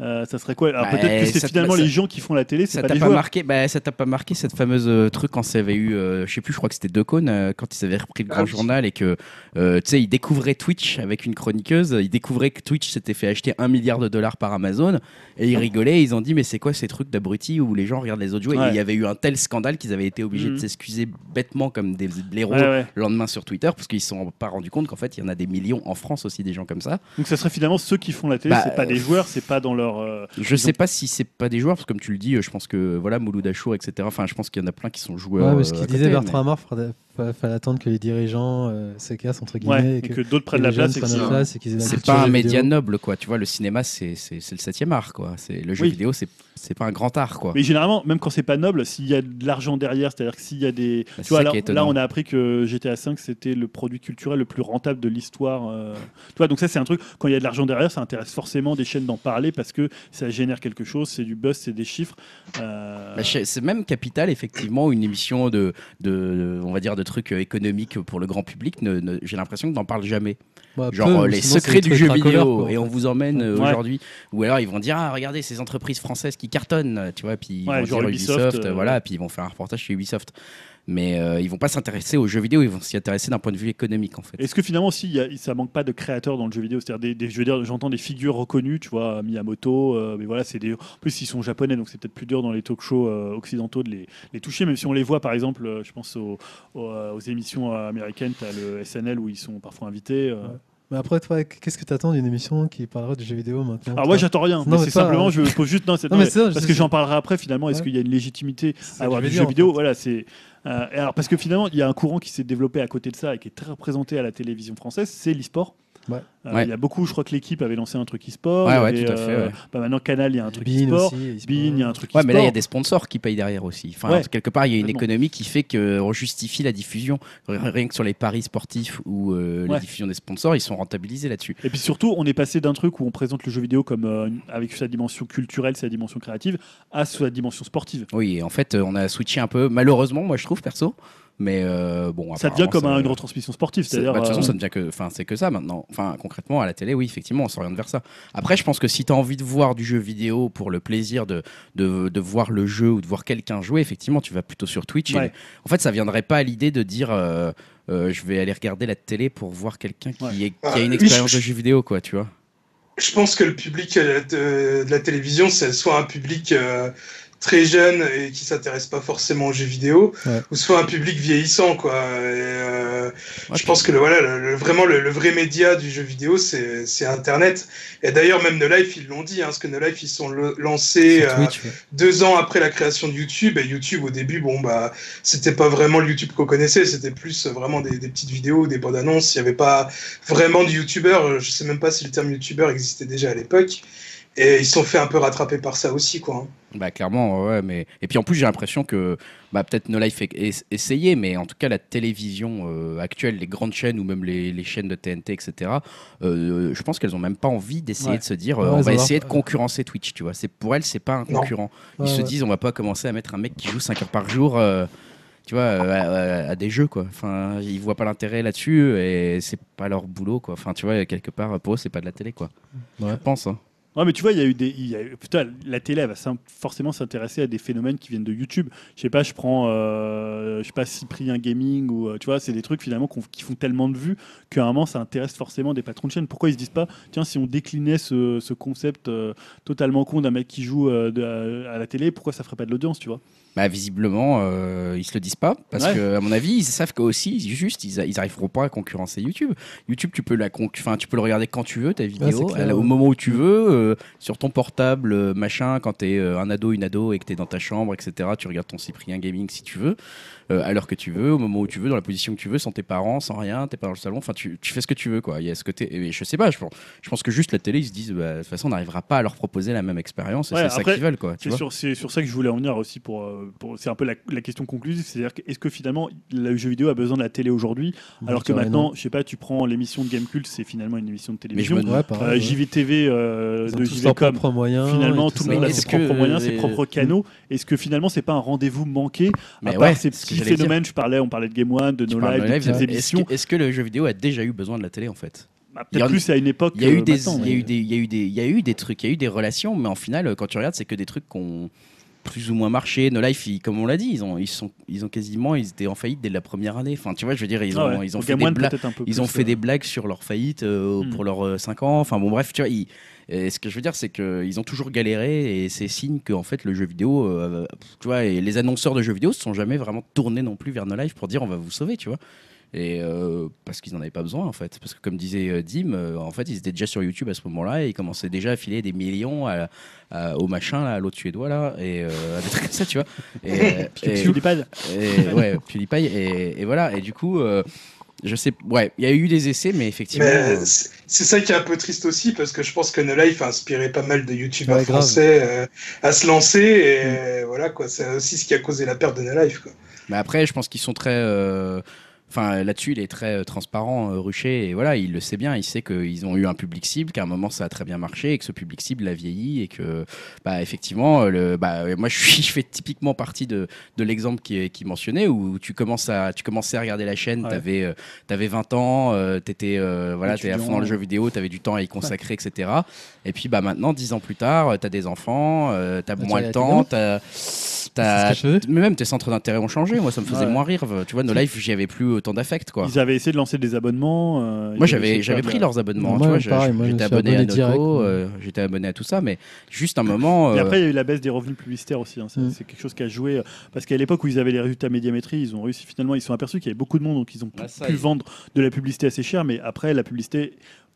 euh, ça serait quoi Alors Bah, peut-être que ça c'est te- finalement ça- les gens qui font la télé, c'est ça pas t'a les pas, joueurs. marqué, bah, ça t'a pas marqué cette fameuse euh, truc quand ça avait eu, euh, je sais plus, je crois que c'était deux cônes euh, quand ils avaient repris le Ah grand oui. journal et que euh, tu sais ils découvraient Twitch avec une chroniqueuse, ils découvraient que Twitch s'était fait acheter un milliard de dollars par Amazon et ils rigolaient, ils ont dit mais c'est quoi ces trucs d'abrutis où les gens regardent les autres jouer Et Ouais. Il y avait eu un tel scandale qu'ils avaient été obligés de Mhm. s'excuser bêtement comme des blaireaux. Ouais, ouais. Le lendemain sur Twitter, parce qu'ils ne se sont pas rendus compte qu'en fait, il y en a des millions en France aussi, des gens comme ça. Donc ça serait finalement ceux qui font la télé, Bah, c'est pas des euh, joueurs, c'est pas dans leur. euh, Je Ils sais ont- pas si c'est pas des joueurs, parce que comme tu le dis, euh, je pense que voilà, Mouloud Achour, etc. Enfin, je pense qu'il y en a plein qui sont joueurs. Ouais, mais ce euh, qu'il à disait côté, Bertrand Amar, fallait, fa- fallait attendre que les dirigeants euh, se cassent entre guillemets Ouais, et et que, que d'autres prennent que la les jeunes place. et prennent qu'ils- la place et qu'ils aient mais la C'est culture pas un jeux média vidéo. noble, quoi. Tu vois, le cinéma, c'est c'est- c'est le septième art, quoi. C'est le jeu Oui. vidéo, c'est c'est pas un grand art, quoi. Mais généralement, même quand c'est pas noble, s'il y a de l'argent derrière, c'est-à-dire que s'il y a des. Bah, c'est tu vois, ça là, qui est étonnant. là, on a appris que GTA V, c'était le produit culturel le plus rentable de l'histoire. euh. Tu vois, donc ça, c'est un truc, quand il y a de l'argent derrière, ça intéresse forcément des chaînes d'en parler parce que ça génère quelque chose, c'est du buzz, c'est des chiffres. euh, Bah, chez- c'est même Capital, effectivement, une émission de, de, de- on va dire, de trucs euh, économiques pour le grand public. ne- ne- J'ai l'impression qu'on n'en parle jamais. Bah, Genre peu, euh, ou les sinon, c'est secrets du des trucs jeu racoleurs, vidéo quoi. et on vous emmène euh, Ouais. aujourd'hui. Ou alors ils vont dire ah regardez ces entreprises françaises qui cartonnent, euh, tu vois, puis ils Ouais, vont genre dire Ubisoft, Ubisoft, euh, voilà, puis ils vont faire un reportage chez Ubisoft. Mais euh, ils vont pas s'intéresser aux jeux vidéo, ils vont s'y intéresser d'un point de vue économique en fait. Est-ce que finalement aussi, il y a- ça manque pas de créateurs dans le jeu vidéo C'est-à-dire, des, des- je veux dire, j'entends des figures reconnues, tu vois, Miyamoto, euh, mais voilà, c'est des. En plus, ils sont japonais, donc c'est peut-être plus dur dans les talk-shows euh, occidentaux de les, les toucher, même si on les voit, par exemple, euh, je pense aux, aux, euh, aux émissions euh, américaines, t'as le SNL où ils sont parfois invités. euh. Ouais. Mais après, toi, qu'est-ce que t'attends d'une émission qui parlera de jeux vidéo maintenant Alors moi, Ah j'attends rien. mais mais c'est toi, simplement, euh, je pose juste non, c'est- Non, non, mais mais- c'est ça, parce je- que j'en parlerai après. Finalement, est-ce Ouais. qu'il y a une légitimité C'est à avoir du du jeu jeu vidéo, vidéo en fait. Voilà, c'est. euh, et alors parce que finalement, il y a un courant qui s'est développé à côté de ça et qui est très représenté à la télévision française, c'est l'e-sport. Ouais. Euh, Ouais. Il y a beaucoup, je crois que l'équipe avait lancé un truc e-sport. Ouais, il y ouais, avait, tout à fait, ouais. bah, maintenant, Canal, il y a un truc Bean e-sport. aussi, e-sport. Bean, il y a un truc Ouais, e-sport. mais là il y a des sponsors qui payent derrière aussi. Enfin, Ouais. quelque part il y a une Complètement. économie qui fait qu'on justifie la diffusion. R- Rien que sur les paris sportifs ou euh, la Ouais. diffusion des sponsors, ils sont rentabilisés là-dessus. Et puis surtout, on est passé d'un truc où on présente le jeu vidéo comme euh, une- avec sa dimension culturelle, sa dimension créative, à sa dimension sportive. Oui, et en fait euh, on a switché un peu, malheureusement, moi je trouve perso. Mais euh, bon, Ça devient apparemment, comme ça- un- une retransmission sportive, C'est- c'est-à-dire. bah, de toute façon, euh, ça devient que, enfin, c'est que ça maintenant. Enfin, concrètement, à la télé, oui, effectivement, on s'oriente vers ça. Après, je pense que si tu as envie de voir du jeu vidéo pour le plaisir de, de, de voir le jeu ou de voir quelqu'un jouer, effectivement, tu vas plutôt sur Twitch. Et Ouais. en fait, ça viendrait pas à l'idée de dire. euh, euh, je vais aller regarder la télé pour voir quelqu'un qui, Ouais. est- qui a une Ah, expérience oui, je- de jeu vidéo, quoi, tu vois. je pense que le public euh, de, de la télévision c'est soit un public euh, très jeune et qui s'intéresse pas forcément aux jeux vidéo Ouais. ou soit un public vieillissant quoi Et, euh, Ouais, je pense que le, voilà, le, le- vraiment le, le vrai média du jeu vidéo, c'est c'est Internet. Et d'ailleurs, même No Life, ils l'ont dit, hein, parce que No Life, ils sont le- lancés Sur euh, Twitch, ouais. deux ans après la création de YouTube. Et YouTube, au début, bon, bah, c'était pas vraiment le YouTube qu'on connaissait, c'était plus euh, vraiment des, des petites vidéos, des bandes annonces. Il n'y avait pas vraiment de YouTubeurs. Euh, Je sais même pas si le terme YouTubeur existait déjà à l'époque. Et ils se sont fait un peu rattraper par ça aussi, quoi. hein. Bah clairement, ouais, mais et puis en plus j'ai l'impression que bah peut-être No Life est- est essayé, mais en tout cas la télévision euh, actuelle, les grandes chaînes ou même les, les chaînes de TNT, etc. euh, je pense qu'elles ont même pas envie d'essayer Ouais. de se dire euh, Ouais, on elles va ont essayer de leur- concurrencer Twitch, tu vois. C'est pour elles c'est pas un Non. concurrent. Ils Ouais, se ouais. disent on va pas commencer à mettre un mec qui joue 5 heures par jour. euh, tu vois, euh, à, à- à des jeux quoi. Enfin, ils voient pas l'intérêt là-dessus et c'est pas leur boulot quoi. Enfin, tu vois, quelque part pour eux c'est pas de la télé quoi. Ouais. Je pense. hein. Ouais, mais tu vois, il y a eu des. il y a eu- putain, la télé, elle va s'in- forcément s'intéresser à des phénomènes qui viennent de YouTube. Je sais pas, je prends. euh, je sais pas, Cyprien Gaming ou. euh, tu vois, c'est des trucs finalement qu'on- qui font tellement de vues qu'à un moment, ça intéresse forcément des patrons de chaîne. Pourquoi ils se disent pas, tiens, si on déclinait ce, ce concept euh, totalement con d'un mec qui joue euh, de- à la télé, pourquoi ça ferait pas de l'audience, tu vois Bah, visiblement, euh, ils se le disent pas parce Ouais. que, à mon avis, ils savent qu'aussi, ils- juste, ils, a- ils arriveront pas à concurrencer YouTube. YouTube, tu peux la con- enfin, tu peux le regarder quand tu veux ta vidéo, c'est clair. elle- au moment où tu veux, euh, sur ton portable, euh, machin, quand t'es euh, un ado, une ado et que t'es dans ta chambre, etc. Tu regardes ton Cyprien Gaming si tu veux, euh, à l'heure que tu veux, au moment où tu veux, dans la position que tu veux, sans tes parents, sans rien, t'es pas dans le salon. Enfin, tu, tu fais ce que tu veux, quoi. Il y a ce côté, et je sais pas, je pense, je pense que juste la télé, ils se disent, bah, de toute façon, on n'arrivera pas à leur proposer la même expérience. et Ouais, c'est ça après, qu'ils veulent, quoi. Tu C'est vois. sur, c'est sur ça que je voulais en venir aussi. Pour, euh, pour- c'est un peu la, la question conclusive. C'est-à-dire, que, est-ce que finalement le jeu vidéo a besoin de la télé aujourd'hui Alors que Ouais, maintenant, je sais pas, tu prends l'émission de Gamecult, c'est finalement une émission de Mais je télévision. me non. Ouais, Euh, pareil, ouais. JVTV euh, Ils ont de tous leurs JVcom. propres moyens. Finalement, et tout ça. le monde a Mais ses est-ce propres que moyens, ses les- Hmm. propres canaux. Est-ce que finalement, c'est pas un rendez-vous manqué Mais à part ouais, ces ce que petits j'allais dire. phénomènes Je parlais, on parlait de Game One, de Tu No parles Live, de de live, petites est-ce que- émissions. Est-ce que le jeu vidéo a déjà eu besoin de la télé en fait Bah, il y en- Peut-être plus à une époque. Il y a eu que des, maintenant, il y a eu mais- des, il y a eu des, il y a eu des trucs, il y a eu des relations, mais en final, euh, quand tu regardes, c'est que des trucs qui ont plus ou moins marché. No Life, ils- comme on l'a dit, ils ont, ils sont, ils ont quasiment, ils étaient en faillite dès la première année. Enfin, tu vois, je veux dire, ils ont, Ah ouais, ils ont pour fait Game des One, blagues. peut-être un peu Ils ont plus, fait euh, des blagues sur leur faillite euh, Hmm. pour leurs 5 ans. Enfin bon, bref, tu vois, ils- et ce que je veux dire, c'est qu'ils ont toujours galéré et c'est signe que en fait le jeu vidéo, euh, pff, tu vois, et les annonceurs de jeux vidéo se sont jamais vraiment tournés non plus vers nos lives pour dire on va vous sauver, tu vois. Et euh, parce qu'ils n'en avaient pas besoin en fait, parce que comme disait euh, Dim, euh, en fait ils étaient déjà sur YouTube à ce moment-là et ils commençaient déjà à filer des millions à, à- au machin là, à l'autre suédois là, et euh, à des trucs comme ça, tu vois. Et, euh, Tu- et- tu dis pas de- et, ouais, PewDiePie, et, et voilà. Et du coup, euh, je sais, ouais, il y a eu des essais, mais effectivement. Mais euh, c'est c'est ça qui est un peu triste aussi, parce que je pense que No Life a inspiré pas mal de youtubeurs Ouais, grave. français euh, à se lancer, et euh, voilà quoi, c'est aussi ce qui a causé la perte de No Life. Quoi. mais après, je pense qu'ils sont très. euh, Enfin, là-dessus, il est très euh, transparent, euh, Ruchet, et voilà, il le sait bien. Il sait qu'ils ont eu un public cible, qu'à un moment, ça a très bien marché, et que ce public cible a vieilli, et que, bah, effectivement, euh, le, bah, euh, moi, [LAUGHS] je, suis, je fais typiquement partie de, de l'exemple qui, est- qui mentionnait, où tu commences à, tu commençais à regarder la chaîne, Ouais. t'avais, euh, t'avais 20 ans, euh, t'étais, euh, voilà, t'es à fond Étudiant. dans le jeu vidéo, t'avais du temps à y consacrer, etc. Et puis, bah, maintenant, 10 ans plus tard, euh, t'as des enfants, euh, t'as Bah, tu moins le regardes temps, Gamer. t'as, C'est ce t'as, que je faisais. mais même tes centres d'intérêt ont changé. Moi, ça me faisait Ouais. moins rire. Tu vois, No Life, j'y avais plus autant d'affect, quoi. Ils avaient essayé de lancer des abonnements. euh, ils Moi, avaient j'avais essayé j'avais de pris faire de- leurs abonnements. Moi, tu vois, même pareil, je- moi, je j'étais suis abonné, à abonné direct, Noco, moi. euh, j'étais abonné à tout ça, mais juste un moment. Et euh, après, il y a eu la baisse des revenus publicitaires aussi. hein. Ça, Mm. C'est quelque chose qui a joué. euh, Parce qu'à l'époque où ils avaient les résultats médiamétrie, ils ont réussi finalement, ils se sont aperçus qu'il y avait beaucoup de monde, donc ils ont Ah, ça, pu ils- vendre de la publicité assez cher. Mais après, la publicité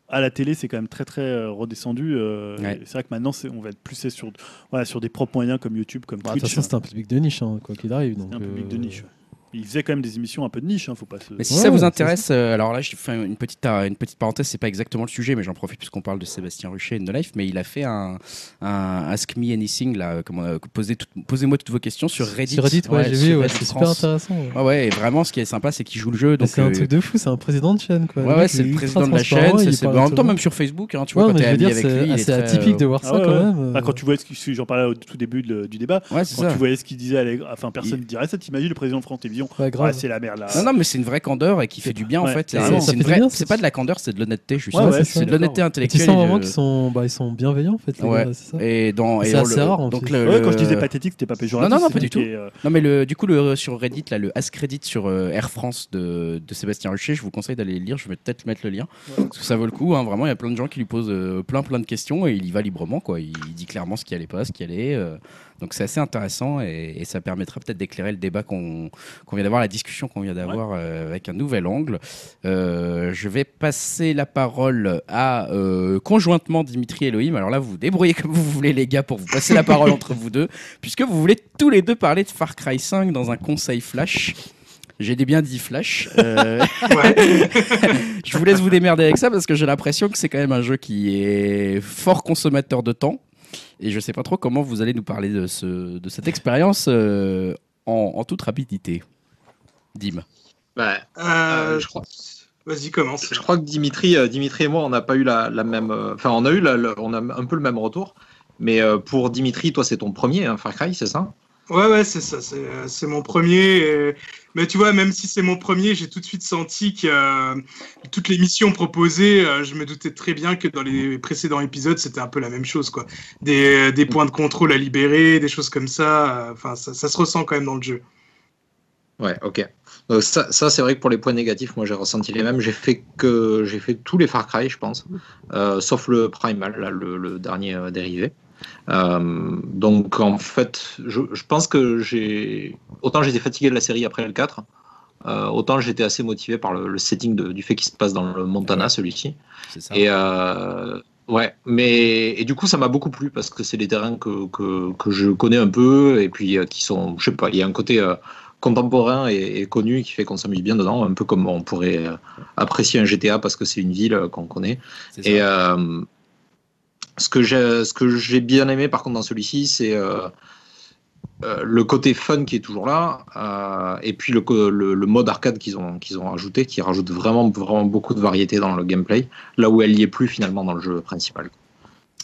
à la télé, c'est quand même très très euh, redescendu. euh, Ouais. et C'est vrai que maintenant, c'est- on va être plus sur, voilà, sur des propres moyens comme YouTube, comme Bah, De Twitch. toute façon, c'est un public de niche, hein, quoi qu'il arrive. donc, un public de euh, niche. ouais. Ils faisaient quand même des émissions un peu de niche, hein, faut pas se. Mais si Ouais, ça vous c'est intéresse, euh, alors là, je fais une petite, euh, une petite parenthèse, c'est pas exactement le sujet, mais j'en profite puisqu'on parle de Sébastien Ruchet et de No Life, mais il a fait un, un Ask Me Anything, là, euh, comment, euh, posez tout- posez-moi toutes vos questions sur Reddit. Sur Reddit, ouais, j'ai vu, sur ouais, Reddit c'est super France. intéressant. ouais. Ouais, ouais, et vraiment, ce qui est sympa, c'est qu'il joue le jeu. Mais donc, C'est un euh, truc de fou, c'est un président de chaîne quoi. Ouais, mec, ouais, il c'est le ultra président de la chaîne. transparent, c'est- il c'est- parle En à même tout temps, le même monde. sur Facebook, hein, tu vois, Ouais, quand mais t'es je veux ami dire, avec lui, c'est il est assez très, atypique de voir ça Ah ouais, quand ouais. même. euh. Ah, quand tu vois ce qui- j'en parlais au tout début de- du débat, Ouais, c'est quand ça. tu voyais ce qu'il disait, à l'é- enfin personne ne dirait ça. T'imagines le président de France Télévisions, Ouais, ouais, grave. c'est la merde là. Non, non, mais c'est une vraie candeur et qui fait du bien en Ouais, fait. Et carrément. C'est Ça une fait du vraie- bien, c'est c'est- pas de la candeur, c'est de l'honnêteté, je suis Ouais, sûr. ouais, je suis C'est de l'honnêteté Et tu intellectuelle. sens vraiment et de- qu'ils sont, bah, ils sont bienveillants en fait. Les Ouais. gars, c'est ça. Et dans. et C'est on assez le- rare, en donc plus. le- Ouais, quand je disais pathétique, c'était pas péjoratif. Non, non, non, pas c'était- du tout. euh, Non, mais le, du coup, le, sur Reddit, là, le Ask Reddit sur euh, Air France de, de Sébastien Rocher, je vous conseille d'aller le lire. Je vais peut-être mettre le lien. Parce que ça vaut le coup. hein, vraiment, il y a plein de gens qui lui posent euh, plein, plein de questions et il y va librement. Quoi. Il, il dit clairement ce qui allait pas, ce qui allait. euh, donc, c'est assez intéressant et, et ça permettra peut-être d'éclairer le débat qu'on qu'on vient d'avoir, la discussion qu'on vient d'avoir euh, avec un nouvel angle. Euh, je vais passer la parole à euh, conjointement Dimitri et Elohim. Alors là, vous vous débrouillez comme vous voulez, les gars, pour vous passer la parole entre vous deux puisque vous voulez tous les deux parler de Far Cry 5 dans un conseil flash. J'ai bien dit flash. Euh, Ouais. [LAUGHS] je vous laisse vous démerder avec ça parce que j'ai l'impression que c'est quand même un jeu qui est fort consommateur de temps. Et je sais pas trop comment vous allez nous parler de, ce, de cette expérience euh, en, en toute rapidité. Dim. Ouais, Euh, euh, je crois. Vas-y, commence. Je crois que Dimitri, euh, Dimitri et moi, on n'a pas eu la, la même. euh, Enfin, on a eu la- la- on a un peu le même retour. Mais euh, pour Dimitri, toi, c'est ton premier hein, Far Cry, c'est ça Ouais, ouais, c'est ça, c'est euh, c'est mon premier. euh, Mais tu vois, même si c'est mon premier, j'ai tout de suite senti que euh, toutes les missions proposées, euh, je me doutais très bien que dans les précédents épisodes, c'était un peu la même chose, quoi. Des, euh, des points de contrôle à libérer, des choses comme ça. euh, Enfin, ça, ça se ressent quand même dans le jeu. Ouais, ok. Donc ça, ça, c'est vrai que pour les points négatifs, moi j'ai ressenti les mêmes. J'ai fait que j'ai fait tous les Far Cry, je pense, Euh, sauf le Primal, là, le, le dernier euh, dérivé. Euh, donc en fait, je, je pense que j'ai. Autant j'étais fatigué de la série après le 4, euh, autant j'étais assez motivé par le, le setting de- du fait qu'il se passe dans le Montana, celui-ci. C'est ça. Et euh, ouais, mais et du coup, ça m'a beaucoup plu parce que c'est des terrains que, que, que je connais un peu et puis euh, qui sont, je sais pas, il y a un côté euh, contemporain et, et connu qui fait qu'on s'amuse bien dedans, un peu comme on pourrait euh, apprécier un GTA parce que c'est une ville euh, qu'on connaît. C'est ça. Et euh, ce que j'ai, ce que j'ai bien aimé par contre dans celui-ci, c'est euh, euh, le côté fun qui est toujours là, euh, et puis le, co- le, le mode arcade qu'ils ont, qu'ils ont rajouté, qui rajoute vraiment, vraiment beaucoup de variété dans le gameplay, là où elle n'y est plus finalement dans le jeu principal.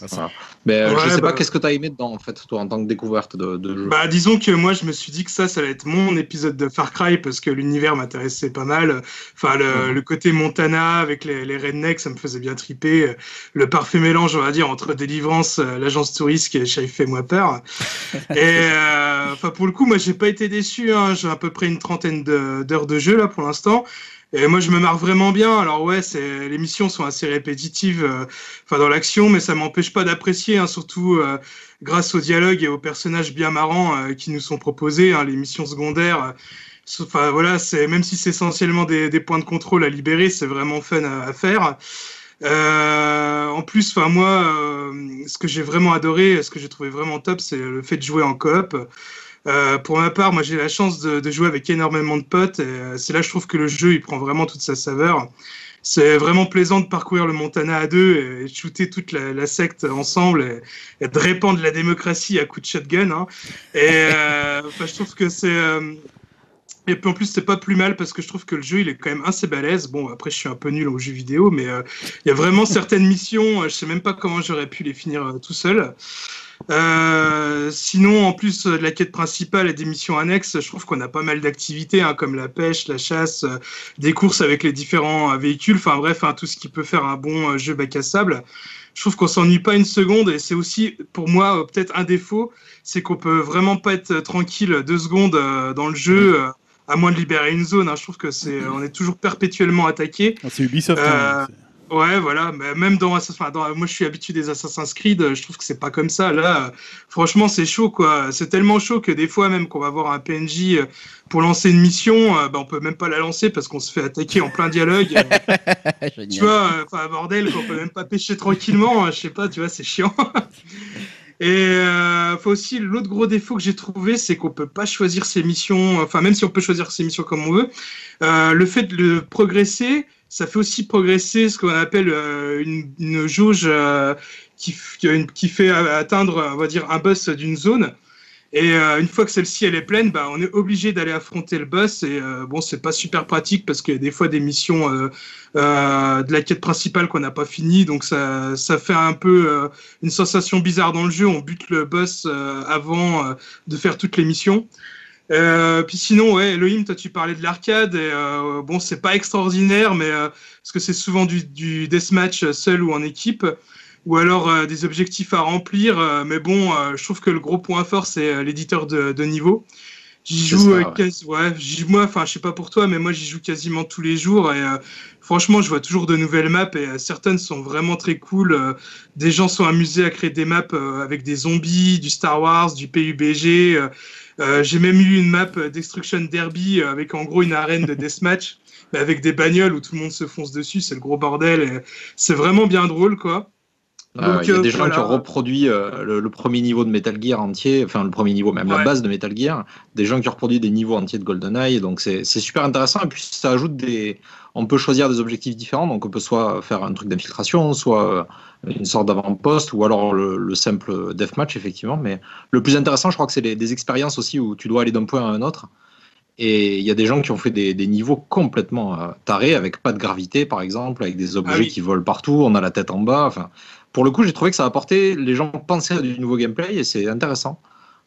Ah, ça. Voilà. Mais euh, je Ouais, sais bah- pas, qu'est-ce que tu as aimé dedans en fait, toi, en tant que découverte de, de jeu Bah, disons que moi, je me suis dit que ça, ça va être mon épisode de Far Cry parce que l'univers m'intéressait pas mal. Enfin, le, le côté Montana avec les, les rednecks, ça me faisait bien triper. Le parfait mélange, on va dire, entre Délivrance, euh, l'agence touriste et Chai Fais-moi peur. et euh, enfin, pour le coup, moi, j'ai pas été déçu. hein. J'ai à peu près une trentaine de- d'heures de jeu là pour l'instant. Et moi, je me marre vraiment bien. Alors ouais, c'est les missions sont assez répétitives, euh, enfin dans l'action, mais ça m'empêche pas d'apprécier, hein, surtout euh, grâce au dialogue et aux personnages bien marrants euh, qui nous sont proposés, hein, les missions secondaires. euh, sont- Enfin voilà, c'est même si c'est essentiellement des, des points de contrôle à libérer, c'est vraiment fun à, à faire. Euh, en plus, enfin moi, euh, ce que j'ai vraiment adoré, ce que j'ai trouvé vraiment top, c'est le fait de jouer en coop. Euh, pour ma part, moi j'ai la chance de, de jouer avec énormément de potes. et, euh, c'est là je trouve que le jeu il prend vraiment toute sa saveur. C'est vraiment plaisant de parcourir le Montana à deux et, et de shooter toute la, la secte ensemble. Et, et de répandre la démocratie à coups de shotgun. hein. Et euh, enfin, je trouve que c'est. euh, Et puis en plus, c'est pas plus mal parce que je trouve que le jeu il est quand même assez balèze. Bon, après, je suis un peu nul aux jeux vidéo, mais euh, il y a vraiment certaines missions, euh, je sais même pas comment j'aurais pu les finir euh, tout seul. Euh, sinon, en plus euh, de la quête principale et des missions annexes, je trouve qu'on a pas mal d'activités hein, comme la pêche, la chasse, euh, des courses avec les différents euh, véhicules, enfin bref, hein, tout ce qui peut faire un bon euh, jeu bac à sable. Je trouve qu'on s'ennuie pas une seconde et c'est aussi pour moi euh, peut-être un défaut, c'est qu'on peut vraiment pas être euh, tranquille deux secondes euh, dans le jeu. euh, à moins de libérer une zone, hein. je trouve que c'est, on est toujours perpétuellement attaqué. Ah, C'est Ubisoft. Euh, hein, c'est- Ouais, voilà. Mais même dans, Assassin's- enfin, dans- moi, je suis habitué des Assassin's Creed. euh, Je trouve que c'est pas comme ça. Là, euh, franchement, c'est chaud, quoi. C'est tellement chaud que des fois, même qu'on va voir un PNJ euh, pour lancer une mission, euh, bah, on peut même pas la lancer parce qu'on se fait attaquer en plein dialogue. Euh, Génial. tu vois, euh, enfin, bordel, quoi, on peut même pas pêcher tranquillement. euh, Je sais pas, tu vois, c'est chiant. [LAUGHS] Et euh, faut aussi l'autre gros défaut que j'ai trouvé, c'est qu'on peut pas choisir ses missions. Enfin, même si on peut choisir ses missions comme on veut, euh, le fait de le progresser, ça fait aussi progresser ce qu'on appelle euh, une, une jauge euh, qui, f- qui a une- qui fait euh, atteindre, on va dire, un boss d'une zone. Et euh, une fois que celle-ci elle est pleine, bah, on est obligé d'aller affronter le boss. Et euh, bon, c'est pas super pratique parce qu'il y a des fois des missions euh, euh, de la quête principale qu'on n'a pas fini, donc ça, ça fait un peu euh, une sensation bizarre dans le jeu. On bute le boss euh, avant euh, de faire toutes les missions. Euh, puis sinon, ouais, Elohim, toi tu parlais de l'arcade. et, euh, bon, c'est pas extraordinaire, mais euh, parce que c'est souvent du, du deathmatch euh, seul ou en équipe, ou alors euh, des objectifs à remplir. euh, mais bon, euh, je trouve que le gros point fort c'est euh, l'éditeur de, de niveau. J'y C'est joue, ça, euh, ouais. quasi- ouais, j'y- moi, enfin, je sais pas pour toi, mais moi j'y joue quasiment tous les jours et euh, franchement, je vois toujours de nouvelles maps et euh, certaines sont vraiment très cool. euh, des gens sont amusés à créer des maps euh, avec des zombies, du Star Wars, du PUBG. euh, euh, J'ai même eu une map euh, Destruction Derby euh, avec en gros une arène de deathmatch, [LAUGHS] mais avec des bagnoles où tout le monde se fonce dessus. C'est le gros bordel. et C'est vraiment bien drôle, quoi. Ah ouais, Donc, Il y a euh, des gens voilà. qui ont reproduit euh, le, le premier niveau de Metal Gear entier, enfin le premier niveau, même Ouais. la base de Metal Gear, des gens qui ont reproduit des niveaux entiers de GoldenEye, donc c'est c'est super intéressant. Et puis ça ajoute des. On peut choisir des objectifs différents, donc on peut soit faire un truc d'infiltration, soit euh, une sorte d'avant-poste, ou alors le, le simple deathmatch, effectivement. Mais le plus intéressant, je crois que c'est les- des expériences aussi où tu dois aller d'un point à un autre. Et il y a des gens qui ont fait des, des niveaux complètement euh, tarés, avec pas de gravité, par exemple, avec des objets Ah oui. qui volent partout, on a la tête en bas. Enfin, pour le coup, j'ai trouvé que ça apportait. Les gens pensaient à du nouveau gameplay et c'est intéressant.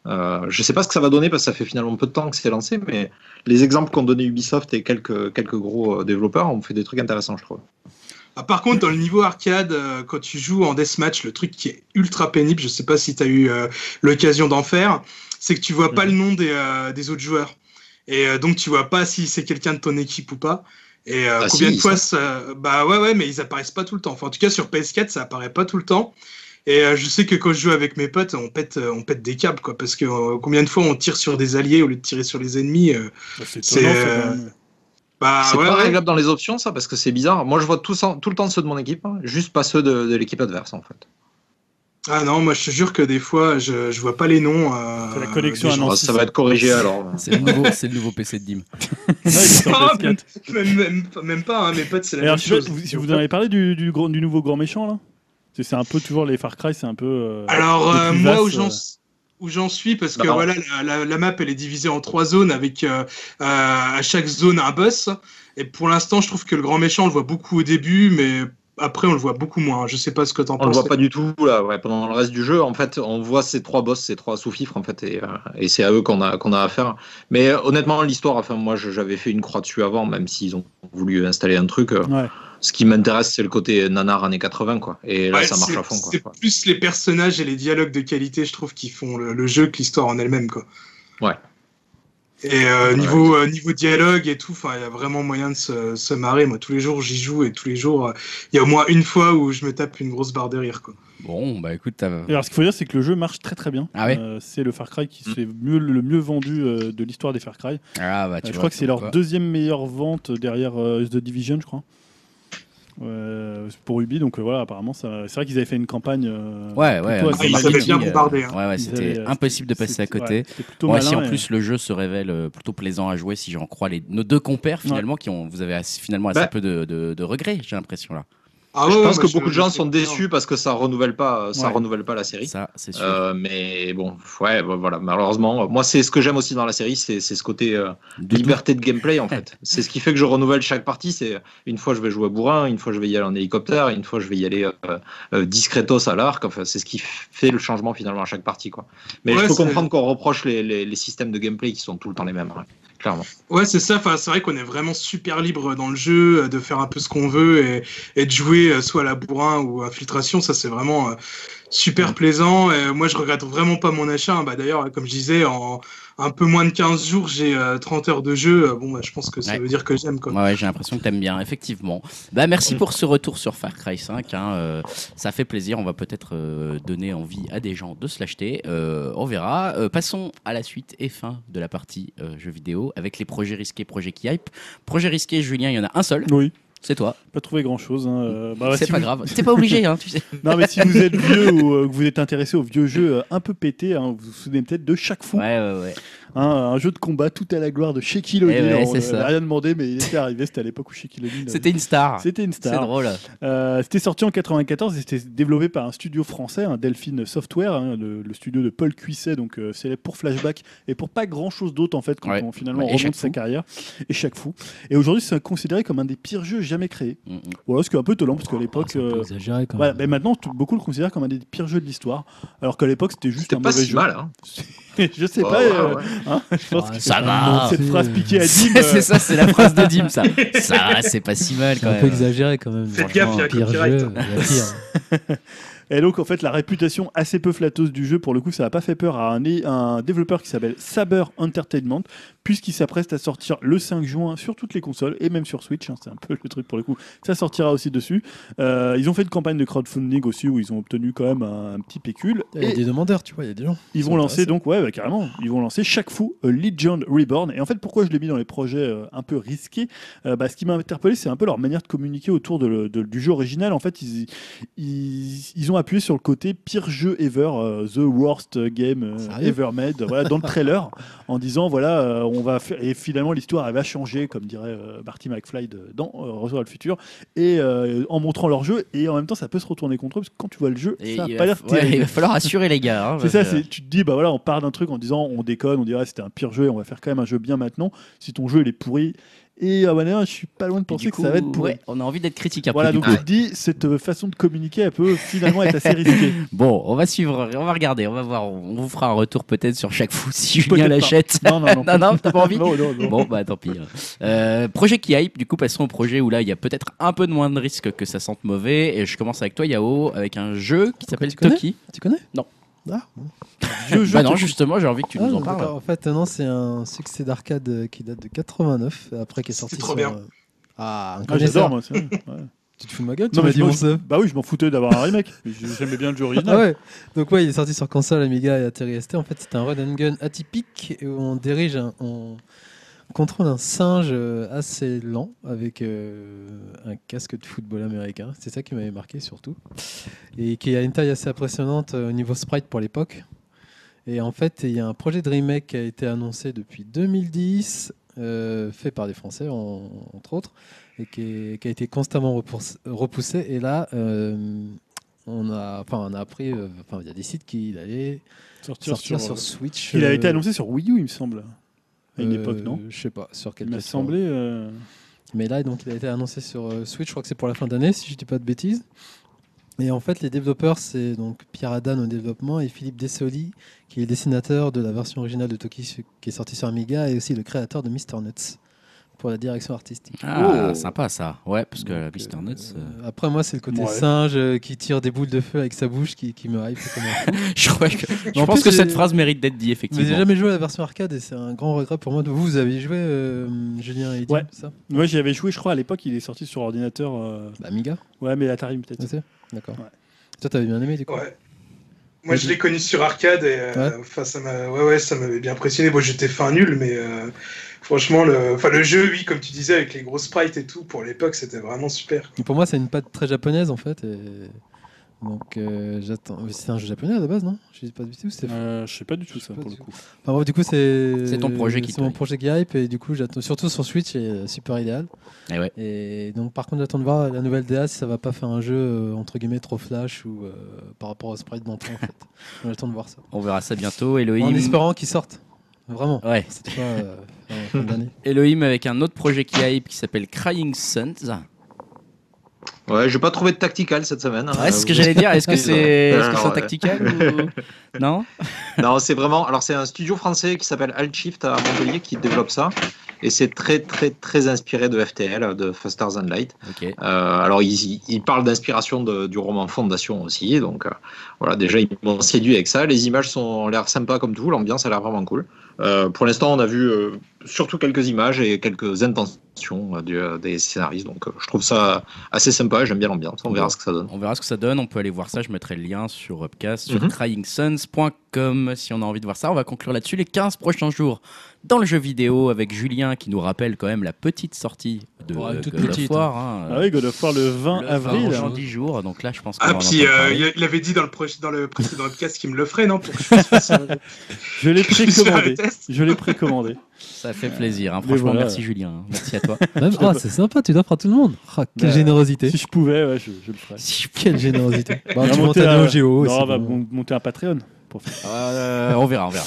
Euh, je sais pas ce que ça va donner parce que ça fait finalement peu de temps que c'est lancé, mais les exemples qu'ont donné Ubisoft et quelques, quelques gros euh, développeurs ont fait des trucs intéressants, je trouve. Ah, par contre, dans le niveau arcade, euh, quand tu joues en deathmatch, le truc qui est ultra pénible, je sais pas si tu as eu euh, l'occasion d'en faire, c'est que tu vois Mhm. pas le nom des, euh, des autres joueurs. Et euh, donc tu vois pas si c'est quelqu'un de ton équipe ou pas. Et euh, Ah, combien si, bah, de fois ça... Bah ouais, ouais, mais ils apparaissent pas tout le temps. Enfin, en tout cas, sur PS4, ça apparaît pas tout le temps. Et euh, je sais que quand je joue avec mes potes, on pète, euh, on pète des câbles, quoi, parce que euh, combien de fois on tire sur des alliés au lieu de tirer sur les ennemis euh, Ah, C'est C'est, étonnant, ça, euh, quand même. Bah c'est ouais, pas ouais. réglable dans les options, ça, parce que c'est bizarre. Moi, je vois tout, ça- tout le temps ceux de mon équipe, hein, juste pas ceux de, de l'équipe adverse, en fait. Ah non, moi je te jure que des fois, je, je vois pas les noms. euh, C'est la connexion des à gens. Non, Bon, si, Ah, ça ça- va être [LAUGHS] corrigé alors. C'est le, nouveau- c'est le nouveau PC [LAUGHS] de Dim. Ouais, il est sur Ah, PS4. même, même, même pas, hein, mes potes, c'est la Alors, même je sais pas chose. si vous, si vous en avez parlé du, du, grand- du nouveau grand méchant là Parce que C'est un peu toujours les Far Cry, c'est un peu. euh, Alors, le euh, plus moi, vaste, où j'en euh, où j'en suis, parce Bah, que non. voilà, la, la- la map, elle est divisée en trois zones, avec euh, euh, à chaque zone un boss. Et pour l'instant, je trouve que le grand méchant, on le voit beaucoup au début, mais après, on le voit beaucoup moins. Je sais pas ce que t'en On le penses. voit pas du tout là. Ouais, pendant le reste du jeu, en fait, on voit ces trois boss, ces trois sous-fifres en fait, et, euh, et c'est à eux qu'on a qu'on a affaire. Mais euh, honnêtement, l'histoire, enfin moi, je- j'avais fait une croix dessus avant, même s'ils ont voulu installer un truc. euh, Ouais. Ce qui m'intéresse, c'est le côté nanar années 80 quoi. Et là, Ouais, ça marche c'est- à fond quoi. C'est plus les personnages et les dialogues de qualité, je trouve, qui font le, le jeu que l'histoire en elle-même, quoi. Ouais. Et euh, niveau euh, niveau dialogue et tout, enfin, il y a vraiment moyen de se, se marrer. Moi, tous les jours, j'y joue et tous les jours, euh, il y a au moins une fois où je me tape une grosse barre de rire, quoi. Bon, bah écoute, t'as- Et Alors, ce qu'il faut dire, c'est que le jeu marche très très bien. Ah ouais Hmm. Euh, c'est le Far Cry qui s'est mieux, le mieux vendu euh, de l'histoire des Far Cry. Ah, bah, Euh, tu je vois, crois que c'est quoi. leur deuxième meilleure vente derrière euh, The Division, je crois. Euh, pour Ubi, donc euh, voilà, apparemment, ça... c'est vrai qu'ils avaient fait une campagne. euh, Ouais, ouais. plutôt Ah, un gros ils assez avaient marketing, bien euh, bombardé, hein. Ouais, ouais, Ils c'était avaient, euh, impossible de passer à c'était- côté. ouais, c'était plutôt Ouais, malin, si en et- plus le jeu se révèle euh, plutôt plaisant à jouer, si j'en crois les, nos deux compères finalement, qui ont, vous avez assez- finalement assez Bah. peu de, de, de regrets, j'ai l'impression là. Ah je ouais, pense moi, que je- beaucoup de je gens sais sont pas. déçus parce que ça renouvelle pas, euh, ça Ouais. renouvelle pas la série. Ça, c'est sûr. Euh, mais bon, ouais, bah, voilà. Malheureusement, moi, c'est ce que j'aime aussi dans la série, c'est c'est ce côté euh, De liberté de gameplay en fait. C'est ce qui fait que je renouvelle chaque partie. C'est une fois je vais jouer à bourrin, une fois je vais y aller en hélicoptère, une fois je vais y aller euh, euh, discretos à l'arc. Enfin, c'est ce qui fait le changement finalement à chaque partie quoi. Mais Ouais, je peux c'est- comprendre qu'on reproche les, les- les systèmes de gameplay qui sont tout le temps les mêmes, ouais, clairement. Ouais, c'est ça. Enfin, c'est vrai qu'on est vraiment super libre dans le jeu, euh, de faire un peu ce qu'on veut et, et de jouer euh, soit à la bourrin ou à filtration. Ça, c'est vraiment euh, super plaisant. Et moi, je regrette vraiment pas mon achat. Bah, D'ailleurs, comme je disais, en un peu moins de 15 jours, j'ai euh, 30 heures de jeu. Euh, Bon, bah, je pense que ça Ouais. veut dire que j'aime. quoi. Ouais, ouais, j'ai l'impression que t'aimes bien, effectivement. Bah, Mm. merci pour ce retour sur Far Cry 5. hein, euh, ça fait plaisir. On va peut-être euh, donner envie à des gens de se l'acheter. euh, on verra. Euh, passons à la suite et fin de la partie euh, jeux vidéo avec les projets risqués, projets qui hype. Projet risqué, Julien, il y en a un seul. Oui, C'est toi. pas trouvé hein, euh, grand chose. bah c'est pas grave. T'es pas obligé, hein, tu sais. [LAUGHS] Non, mais si vous [LAUGHS] êtes vieux ou euh, que vous êtes intéressé aux vieux jeux euh, un peu pétés, hein, vous vous souvenez peut-être de chaque fou. Ouais, ouais, ouais. Hein, un jeu de combat tout à la gloire de Shaquille Eh ouais, O'Neal. c'est on ça. n'a rien demandé, [LAUGHS] mais il était arrivé. C'était à l'époque où Shaquille O'Neal. euh, C'était une star. c'était une C'est star. drôle. Euh, c'était sorti en 94 et c'était développé par un studio français, un Delphine Software, hein, le, le studio de Paul Cuisset, donc euh, célèbre pour Flashback et pour pas grand chose d'autre en fait quand Ouais. on finalement Et chaque remonte sa fou. carrière et chaque fou. Et aujourd'hui, c'est considéré comme un des pires jeux jamais créés. Mm, mm. Voilà, ce qui est un peu étonnant parce qu'à l'époque. Oh, C'est un peu euh, exagéré quand voilà, même. mais maintenant, tout- beaucoup le considèrent comme un des pires jeux de l'histoire, alors qu'à l'époque, c'était juste C'était un pas mauvais si jeu. mal. Hein. [LAUGHS] Je sais Oh, Ouais, pas. ouais, euh, ouais. hein, je pense que Ah, Ouais, ça c'est va. pas non cette plus, phrase euh, piquée à Dim. C'est euh, [LAUGHS] c'est ça, c'est la phrase de Dim, ça. Ça, va, c'est pas si mal C'est quand un peu même. exagéré quand même. Faites gaffe, il y a Franchement, pire copyright. jeu, il y a pire. [LAUGHS] Et donc, en fait, la réputation assez peu flatteuse du jeu, pour le coup, ça n'a pas fait peur à un, un développeur qui s'appelle Saber Entertainment, puisqu'il s'apprête à sortir le 5 juin sur toutes les consoles et même sur Switch. hein, c'est un peu le truc pour le coup. Ça sortira aussi dessus. Euh, ils ont fait une campagne de crowdfunding aussi où ils ont obtenu quand même un, un petit pécule. Il y a Et des demandeurs, tu vois, il y a des gens. ils sont vont lancer intéressés. donc, ouais, bah, carrément, ils vont lancer chaque fou a Legion Reborn. Et en fait, pourquoi je l'ai mis dans les projets euh, un peu risqués Euh, bah, Ce qui m'a interpellé, c'est un peu leur manière de communiquer autour de le- de- du jeu original. En fait, ils, ils, ils ont appuyé sur le côté pire jeu ever, euh, the worst game euh, Sérieux ever made, voilà, [LAUGHS] dans le trailer, en disant voilà, euh, on va faire. Et finalement, l'histoire, elle va changer, comme dirait euh, Marty McFly de- dans euh, Retour vers le futur, et euh, en montrant leur jeu. Et en même temps, ça peut se retourner contre eux, parce que quand tu vois le jeu, Et ça n'a il, va, pas l'air ouais, terrible. il va falloir assurer les gars. hein, C'est ça, parce que- c'est- tu te dis, bah voilà, on part d'un truc en disant on déconne, on dirait ah, c'était un pire jeu et on va faire quand même un jeu bien maintenant. Si ton jeu il est pourri, et ah bah, non, je suis pas loin de Et penser du que ça va coup, être pourri. ouais, on a envie d'être critique après. Voilà, du donc coup. je te dis, cette euh, façon de communiquer, elle peut finalement être [LAUGHS] assez risquée. [LAUGHS] Bon, on va suivre, on va regarder, on va voir, on on vous fera un retour peut-être sur chaque fou si Julien Peut-être pas. l'achète. Non, non, non. [LAUGHS] Non, non, t'as pas envie Non, non, non. Bon, bah tant pis. Euh, projet qui hype, du coup, passons au projet où là, il y a peut-être un peu de moins de risques que ça sente mauvais. Et je commence avec toi, Yao, avec un jeu qui s'appelle tu connais Toki. Tu connais Non. Ah, bon. Vieux jeu, Bah non, t'es- justement, j'ai envie que tu Ah, nous en d'accord. parles. En fait, non, c'est un succès d'arcade euh, qui date de 89, après qui est sorti trop sur, bien. euh, Ah, un Ah, j'adore, connaisseur. moi. ça. Ouais. Tu te fous de ma gueule Tu Non, mais m'as je dit m'en- mon seum. Bah oui, je m'en foutais d'avoir un remake. [LAUGHS] mais J'aimais bien le jeu original. Ah ouais. Donc ouais, il est sorti sur console Amiga et Atari ST. En fait, c'est un run and gun atypique où on dirige un, on contrôle un singe euh, assez lent avec euh, un casque de football américain. C'est ça qui m'avait marqué surtout et qui a une taille assez impressionnante euh, au niveau sprite pour l'époque. Et en fait, il y a un projet de remake qui a été annoncé depuis 2010, euh, fait par des Français en- entre autres, et qui, est- qui a été constamment repoussé. repoussé. Et là, euh, on a, enfin, on a appris, euh, enfin, il y a des sites qui allaient Sortir sortir sur, sur- Switch. Il a euh, été annoncé sur Wii U, il me semble. À une euh, époque, non Je sais pas sur quelle Il m'a plateforme. semblé. euh, Mais là, donc, il a été annoncé sur euh, Switch, je crois que c'est pour la fin d'année, si je dis pas de bêtises. Et en fait, les développeurs, c'est donc Pierre Adan au développement et Philippe Dessoli, qui est le dessinateur de la version originale de Toki su- qui est sortie sur Amiga, et aussi le créateur de Mr. Nuts pour la direction artistique. Ah, Oh. sympa ça. Ouais, parce que Donc, Mr. euh, Nuts. euh, euh, Après, moi, c'est le côté Ouais. singe euh, qui tire des boules de feu avec sa bouche qui, qui me hype. comme un fou. [LAUGHS] Je, crois que- je en pense plus, que cette j'ai- phrase mérite d'être dit, Mais j'ai effectivement. jamais joué à la version arcade et c'est un grand regret pour moi. Vous, vous avez joué, euh, Julien et Eddy, Ouais. ça Ouais, j'y avais joué, je crois, à l'époque, il est sorti sur ordinateur. euh, bah, Amiga, Ouais, mais Atari, peut-être. tu sais D'accord. Ouais. Ah, Toi, t'avais bien aimé, du coup Ouais. Moi, je l'ai connu sur arcade et euh, enfin, ça m'a, ouais, ouais, ça m'avait bien impressionné. Moi, j'étais fin nul, mais euh, franchement, le, enfin, le jeu, oui, comme tu disais, avec les gros sprites et tout, pour l'époque, c'était vraiment super. Et Pour moi, c'est une patte très japonaise en fait. et Donc, euh, j'attends. euh, C'est un jeu japonais à la base, non Je dis pas de bêtises, ou c'est. Euh, je sais pas du tout ça, pas pour le du coup. Enfin, bref, du coup, c'est. C'est ton projet qui C'est mon te- projet qui hype, et du coup, j'attends. Surtout sur Switch, c'est euh, super idéal. Eh ouais. Et donc, par contre, j'attends de voir la nouvelle DA si ça va pas faire un jeu euh, entre guillemets trop flash ou euh, par rapport au sprite d'antan [LAUGHS] en fait. J'attends de voir ça. On verra ça bientôt, En Elohim. espérant [LAUGHS] qu'ils sortent. Vraiment. Ouais. Cette fois, euh, en fin d'année. Elohim avec un autre projet qui hype qui s'appelle Crying Suns. Ouais, j'ai pas trouvé de tactical cette semaine. hein. Ouais, c'est ce que Euh, j'allais dire. Est-ce [LAUGHS] que Ouais, c'est est-ce que alors, c'est ouais. tactical [LAUGHS] ou non Non, c'est vraiment. Alors, c'est un studio français qui s'appelle Altshift à Montpellier qui développe ça. Et c'est très, très, très inspiré de FTL, de Faster Than Light. Ok. Euh, alors, ils, ils parlent d'inspiration de- du roman Fondation aussi. Donc, euh, voilà, déjà, ils m'ont séduit avec ça. Les images sont, ont l'air sympas comme tout. L'ambiance a l'air vraiment cool. Euh, pour l'instant, on a vu euh, surtout quelques images et quelques intentions euh, du- euh, des scénaristes. Donc, euh, je trouve ça assez sympa. et J'aime bien l'ambiance. On verra ce que ça donne. On verra ce que ça donne. On peut aller voir ça. Je mettrai le lien sur Upcast, sur Mhm. cryingsuns.com si on a envie de voir ça. On va conclure là-dessus les 15 prochains jours dans le jeu vidéo avec Julien qui nous rappelle quand même la petite sortie de Ouais, euh, toute God of petite, War, hein. Ah oui, God of War le 20 Le- avril. dans 10 jours. Donc là, je pense qu'on Ah, va en puis entendre euh, parler. il il avait dit dans le, proche- dans le précédent podcast qu'il me le ferait, non Pour que je [LAUGHS] fasse un- Je l'ai que je puisse faire le précommandé. test. Je l'ai précommandé. Ça fait plaisir. hein. Mais Franchement, voilà. merci Julien. hein. Merci à [LAUGHS] toi. Même- Je te- Ah, c'est sympa, tu l'offres à tout le monde. Ah, quelle Bah, générosité. Si je pouvais, ouais, je, je le ferais. [LAUGHS] Quelle générosité. Bah, On tu va montes monter à un- Neo Geo. et Non, c'est on va bon. mon- monter un Patreon. Pour faire... Euh, on verra, [LAUGHS] on verra.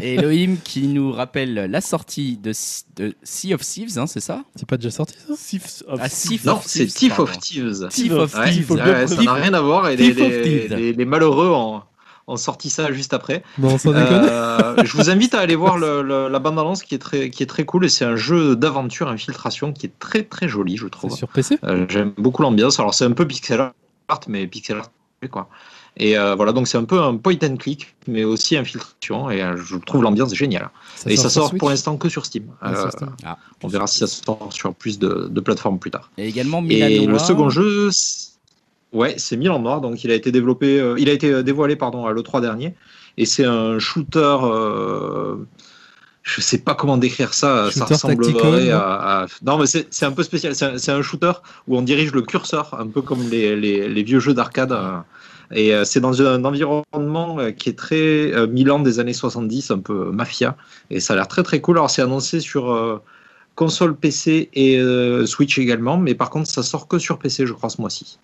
Et Elohim qui nous rappelle la sortie de, de Sea of Thieves, hein, c'est ça C'est pas déjà sorti ça Sifs of Ah, Thieves. Thief Non, of c'est Thieves, Thief of pardon. Thieves. Thief of Ouais, Thieves. Thief of- ouais, ça n'a rien à voir et les, Thief of les- Thieves. les- les malheureux ont, ont sorti ça juste après. Non, sans déconner. Euh, [LAUGHS] je vous invite à aller voir le- le- la bande-annonce qui, est très- qui est très cool et c'est un jeu d'aventure infiltration qui est très très joli je C'est trouve. sur PC Euh, J'aime beaucoup l'ambiance, alors c'est un peu pixel art mais pixel art quoi. Et euh, voilà donc c'est un peu un point and click mais aussi infiltration et euh, je trouve l'ambiance géniale. et ça sur sort Switch pour l'instant que sur Steam. Ah, Euh, sur Steam. Ah. on verra si ça sort sur plus de, de plateformes plus tard. Et également Et Milanoa. le second jeu, c'est- ouais, c'est Milan Noir, donc il a été développé, euh, il a été dévoilé pardon à l'E3 dernier, et c'est un shooter. euh, je sais pas comment décrire ça. Shooter ça ressemblerait tactical, à, à- Non, mais c'est c'est un peu spécial. C'est un, c'est un shooter où on dirige le curseur, un peu comme les, les- les vieux jeux d'arcade. euh, et euh, c'est dans un environnement euh, qui est très euh, Milan des années 70, un peu mafia. Et ça a l'air très très cool. Alors c'est annoncé sur euh, console PC et euh, Switch également, mais par contre ça sort que sur PC, je crois, ce mois-ci.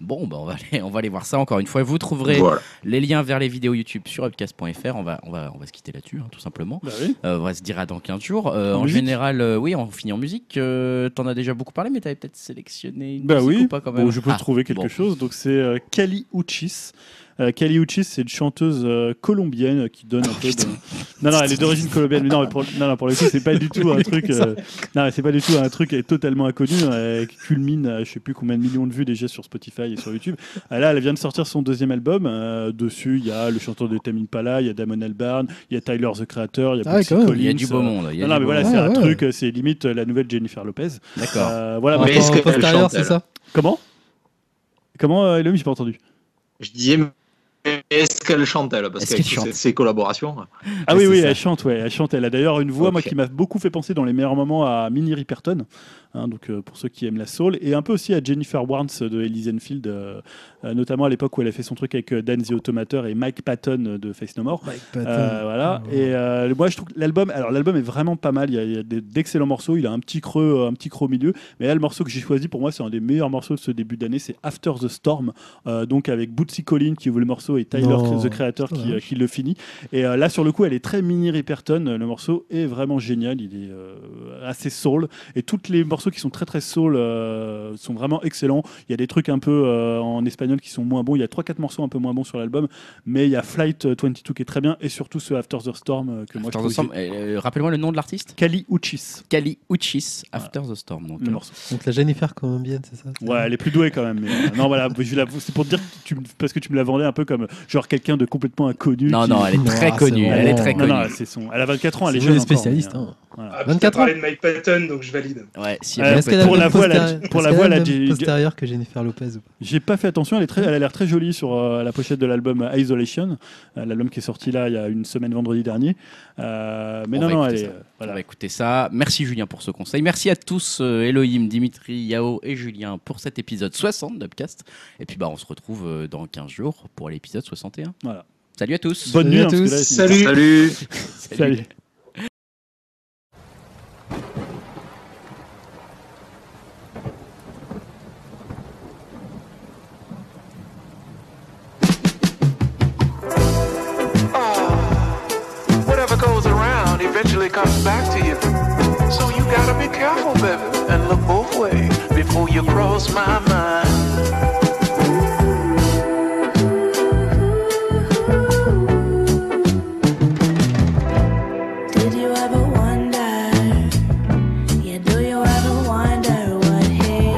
Bon, bah, on, va aller, on va aller voir ça encore une fois. Vous trouverez Voilà. les liens vers les vidéos YouTube sur upcast.fr. On va, on, va, on va se quitter là-dessus, hein, tout simplement. Bah oui. Euh, on va se dire à dans 15 jours. Euh, En en musique général, euh, oui, on finit en musique. Euh, T'en as déjà beaucoup parlé, mais t'avais peut-être sélectionné une Bah musique oui, ou pas quand même Bon, je peux Ah, trouver quelque bon. chose. Donc c'est euh, Kali Uchis. Euh, Kali Uchis, c'est une chanteuse euh, colombienne qui donne Oh, un peu de. [LAUGHS] Non, non, elle est d'origine colombienne, mais non, mais pour, non, non, pour le coup, c'est pas du [LAUGHS] tout un truc. euh, Non, mais c'est pas du tout un truc qui est totalement inconnu, euh, qui culmine, à je sais plus combien de millions de vues déjà sur Spotify et sur YouTube. Euh, Là, elle vient de sortir son deuxième album. Euh, dessus, il y a le chanteur de Tamine Pala, il y a Damon Albarn, il y a Tyler the Creator, il y a Ah ouais, Bootsy quand même. Collins. Il y a du beau euh, monde. il y a Non, non, du mais voilà, beau monde. monde. c'est un Ouais, ouais. truc, euh, c'est limite euh, la nouvelle Jennifer Lopez. D'accord. Euh, voilà, Par Mais maintenant- est-ce rapport qu'elle postérieur, chante, c'est elle ça comment Comment, euh, Elohim, j'ai pas entendu Je disais, mais est-ce qu'elle chante, elle Parce Est-ce qu'avec qu'elle toutes chante ses- ses collaborations. Ah Ouais, oui, c'est oui, ça. elle chante, ouais, elle chante. Elle a d'ailleurs une voix, moi, Ok. qui m'a beaucoup fait penser dans les meilleurs moments à Minnie Riperton, hein, donc euh, pour ceux qui aiment la soul, et un peu aussi à Jennifer Warnes de Elise Enfield, euh, euh, notamment à l'époque où elle a fait son truc avec euh, Dan the Automateur et Mike Patton de Face No More. Euh, voilà. Et euh, moi, je trouve que l'album, alors l'album est vraiment pas mal. Il y a, il y a des- d'excellents morceaux. Il a un petit creux, euh, un petit creux au milieu. Mais là, le morceau que j'ai choisi pour moi, c'est un des meilleurs morceaux de ce début d'année. C'est After the Storm, euh, donc avec Bootsy Collins qui joue le morceau et Tyler Non. the Creator qui, Putain, euh, qui le finit. Et euh, là, sur le coup, elle est très mini Riperton. Le morceau est vraiment génial. Il est euh, assez soul. Et tous les morceaux qui sont très très soul euh, sont vraiment excellents. Il y a des trucs un peu euh, en espagnol qui sont moins bons. Il y a trois quatre morceaux un peu moins bons sur l'album mais il y a Flight euh, 22 qui est très bien et surtout ce After the Storm euh, que moi je After the trouve Storm, euh, euh, rappelle-moi le nom de l'artiste Kali Uchis Kali Uchis, After the Storm. Donc, le euh, morceau. Donc la Jennifer Colombienne, c'est ça Ouais, elle est plus douée quand même. mais, euh, non, voilà, je la- c'est pour te dire que tu, me- parce que tu me la vendais un peu comme genre quelqu'un de complètement inconnu. Non, qui- non, elle est très Non, connue. c'est Elle est bon. très Non, connue. non, c'est son. Elle a 24 ans, elle est C'est jeune. les encore, mais, spécialistes. euh, hein. Voilà. Ah, 24 24 ans. parlé de Mike Patton, donc je valide. Ouais, si Euh, elle parce est Est-ce qu'elle a pour le la même voix, elle a- postérieur- pour la est-ce voix, qu'elle a elle a le même dit- postérieur que Jennifer Lopez. ou pas J'ai pas fait attention, elle, est très, elle a l'air très jolie sur euh, la pochette de l'album Isolation, euh, l'album qui est sorti là il y a une semaine vendredi dernier. Euh, mais On non, va non, elle écouter est. ça. euh, On voilà. va écouter ça. Merci Julien pour ce conseil. Merci à tous, euh, Elohim, Dimitri, Yao et Julien pour cet épisode 60 d'Upcast. Et puis bah, on se retrouve euh, dans 15 jours pour l'épisode 61. Voilà. Salut à tous. Bonne Salut nuit à hein, parce que tous. là, c'est- Salut. [LAUGHS] Salut Salut. Whatever goes around eventually comes back to you. So you gotta be careful, baby, and look both ways before you cross my mind. Did you ever wonder? Yeah, do you ever wonder what he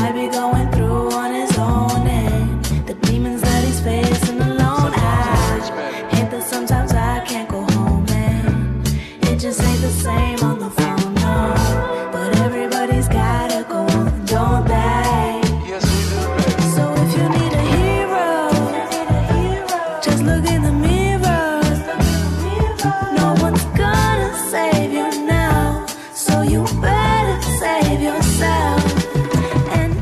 might be going through on his own and the demons that he's facing alone? I hate that sometimes I can't go home and it just ain't the same on the phone, no. But everybody's gotta go, on, don't they? Yes, we do, baby. So if you need a hero, just look in the mirror. No one's gonna save you now, so you better save yourself. And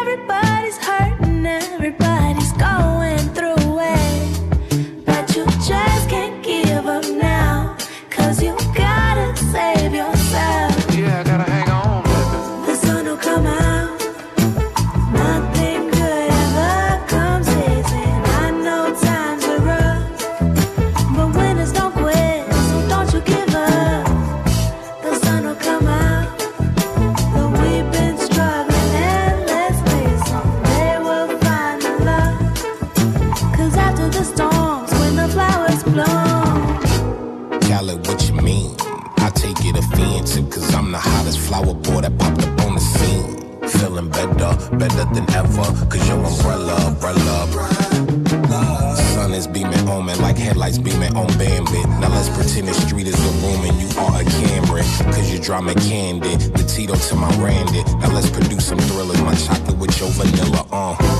everybody's hurting, everybody's going through it, but you just can't give up now, 'cause you gotta save yourself. Yeah, I gotta hang on, baby. The sun will come out. Nothing good ever comes easy. I know times are rough, but winners don't quit, so don't you give up. The sun will come out. Though we've been struggling endlessly, someday we'll find the love. 'Cause after the storms, when the flowers bloom. Call it what you mean. I take it offensive, cause I'm the hottest flower boy that popped up on the scene. Feeling better, better than ever, cause your umbrella, umbrella. Sun is beaming on me like headlights beaming on Bambi. Now let's pretend the street is a room and you are a camera. Cause you drama candid, the Tito to my Randy. Now let's produce some thrillers, my chocolate with your vanilla, uh.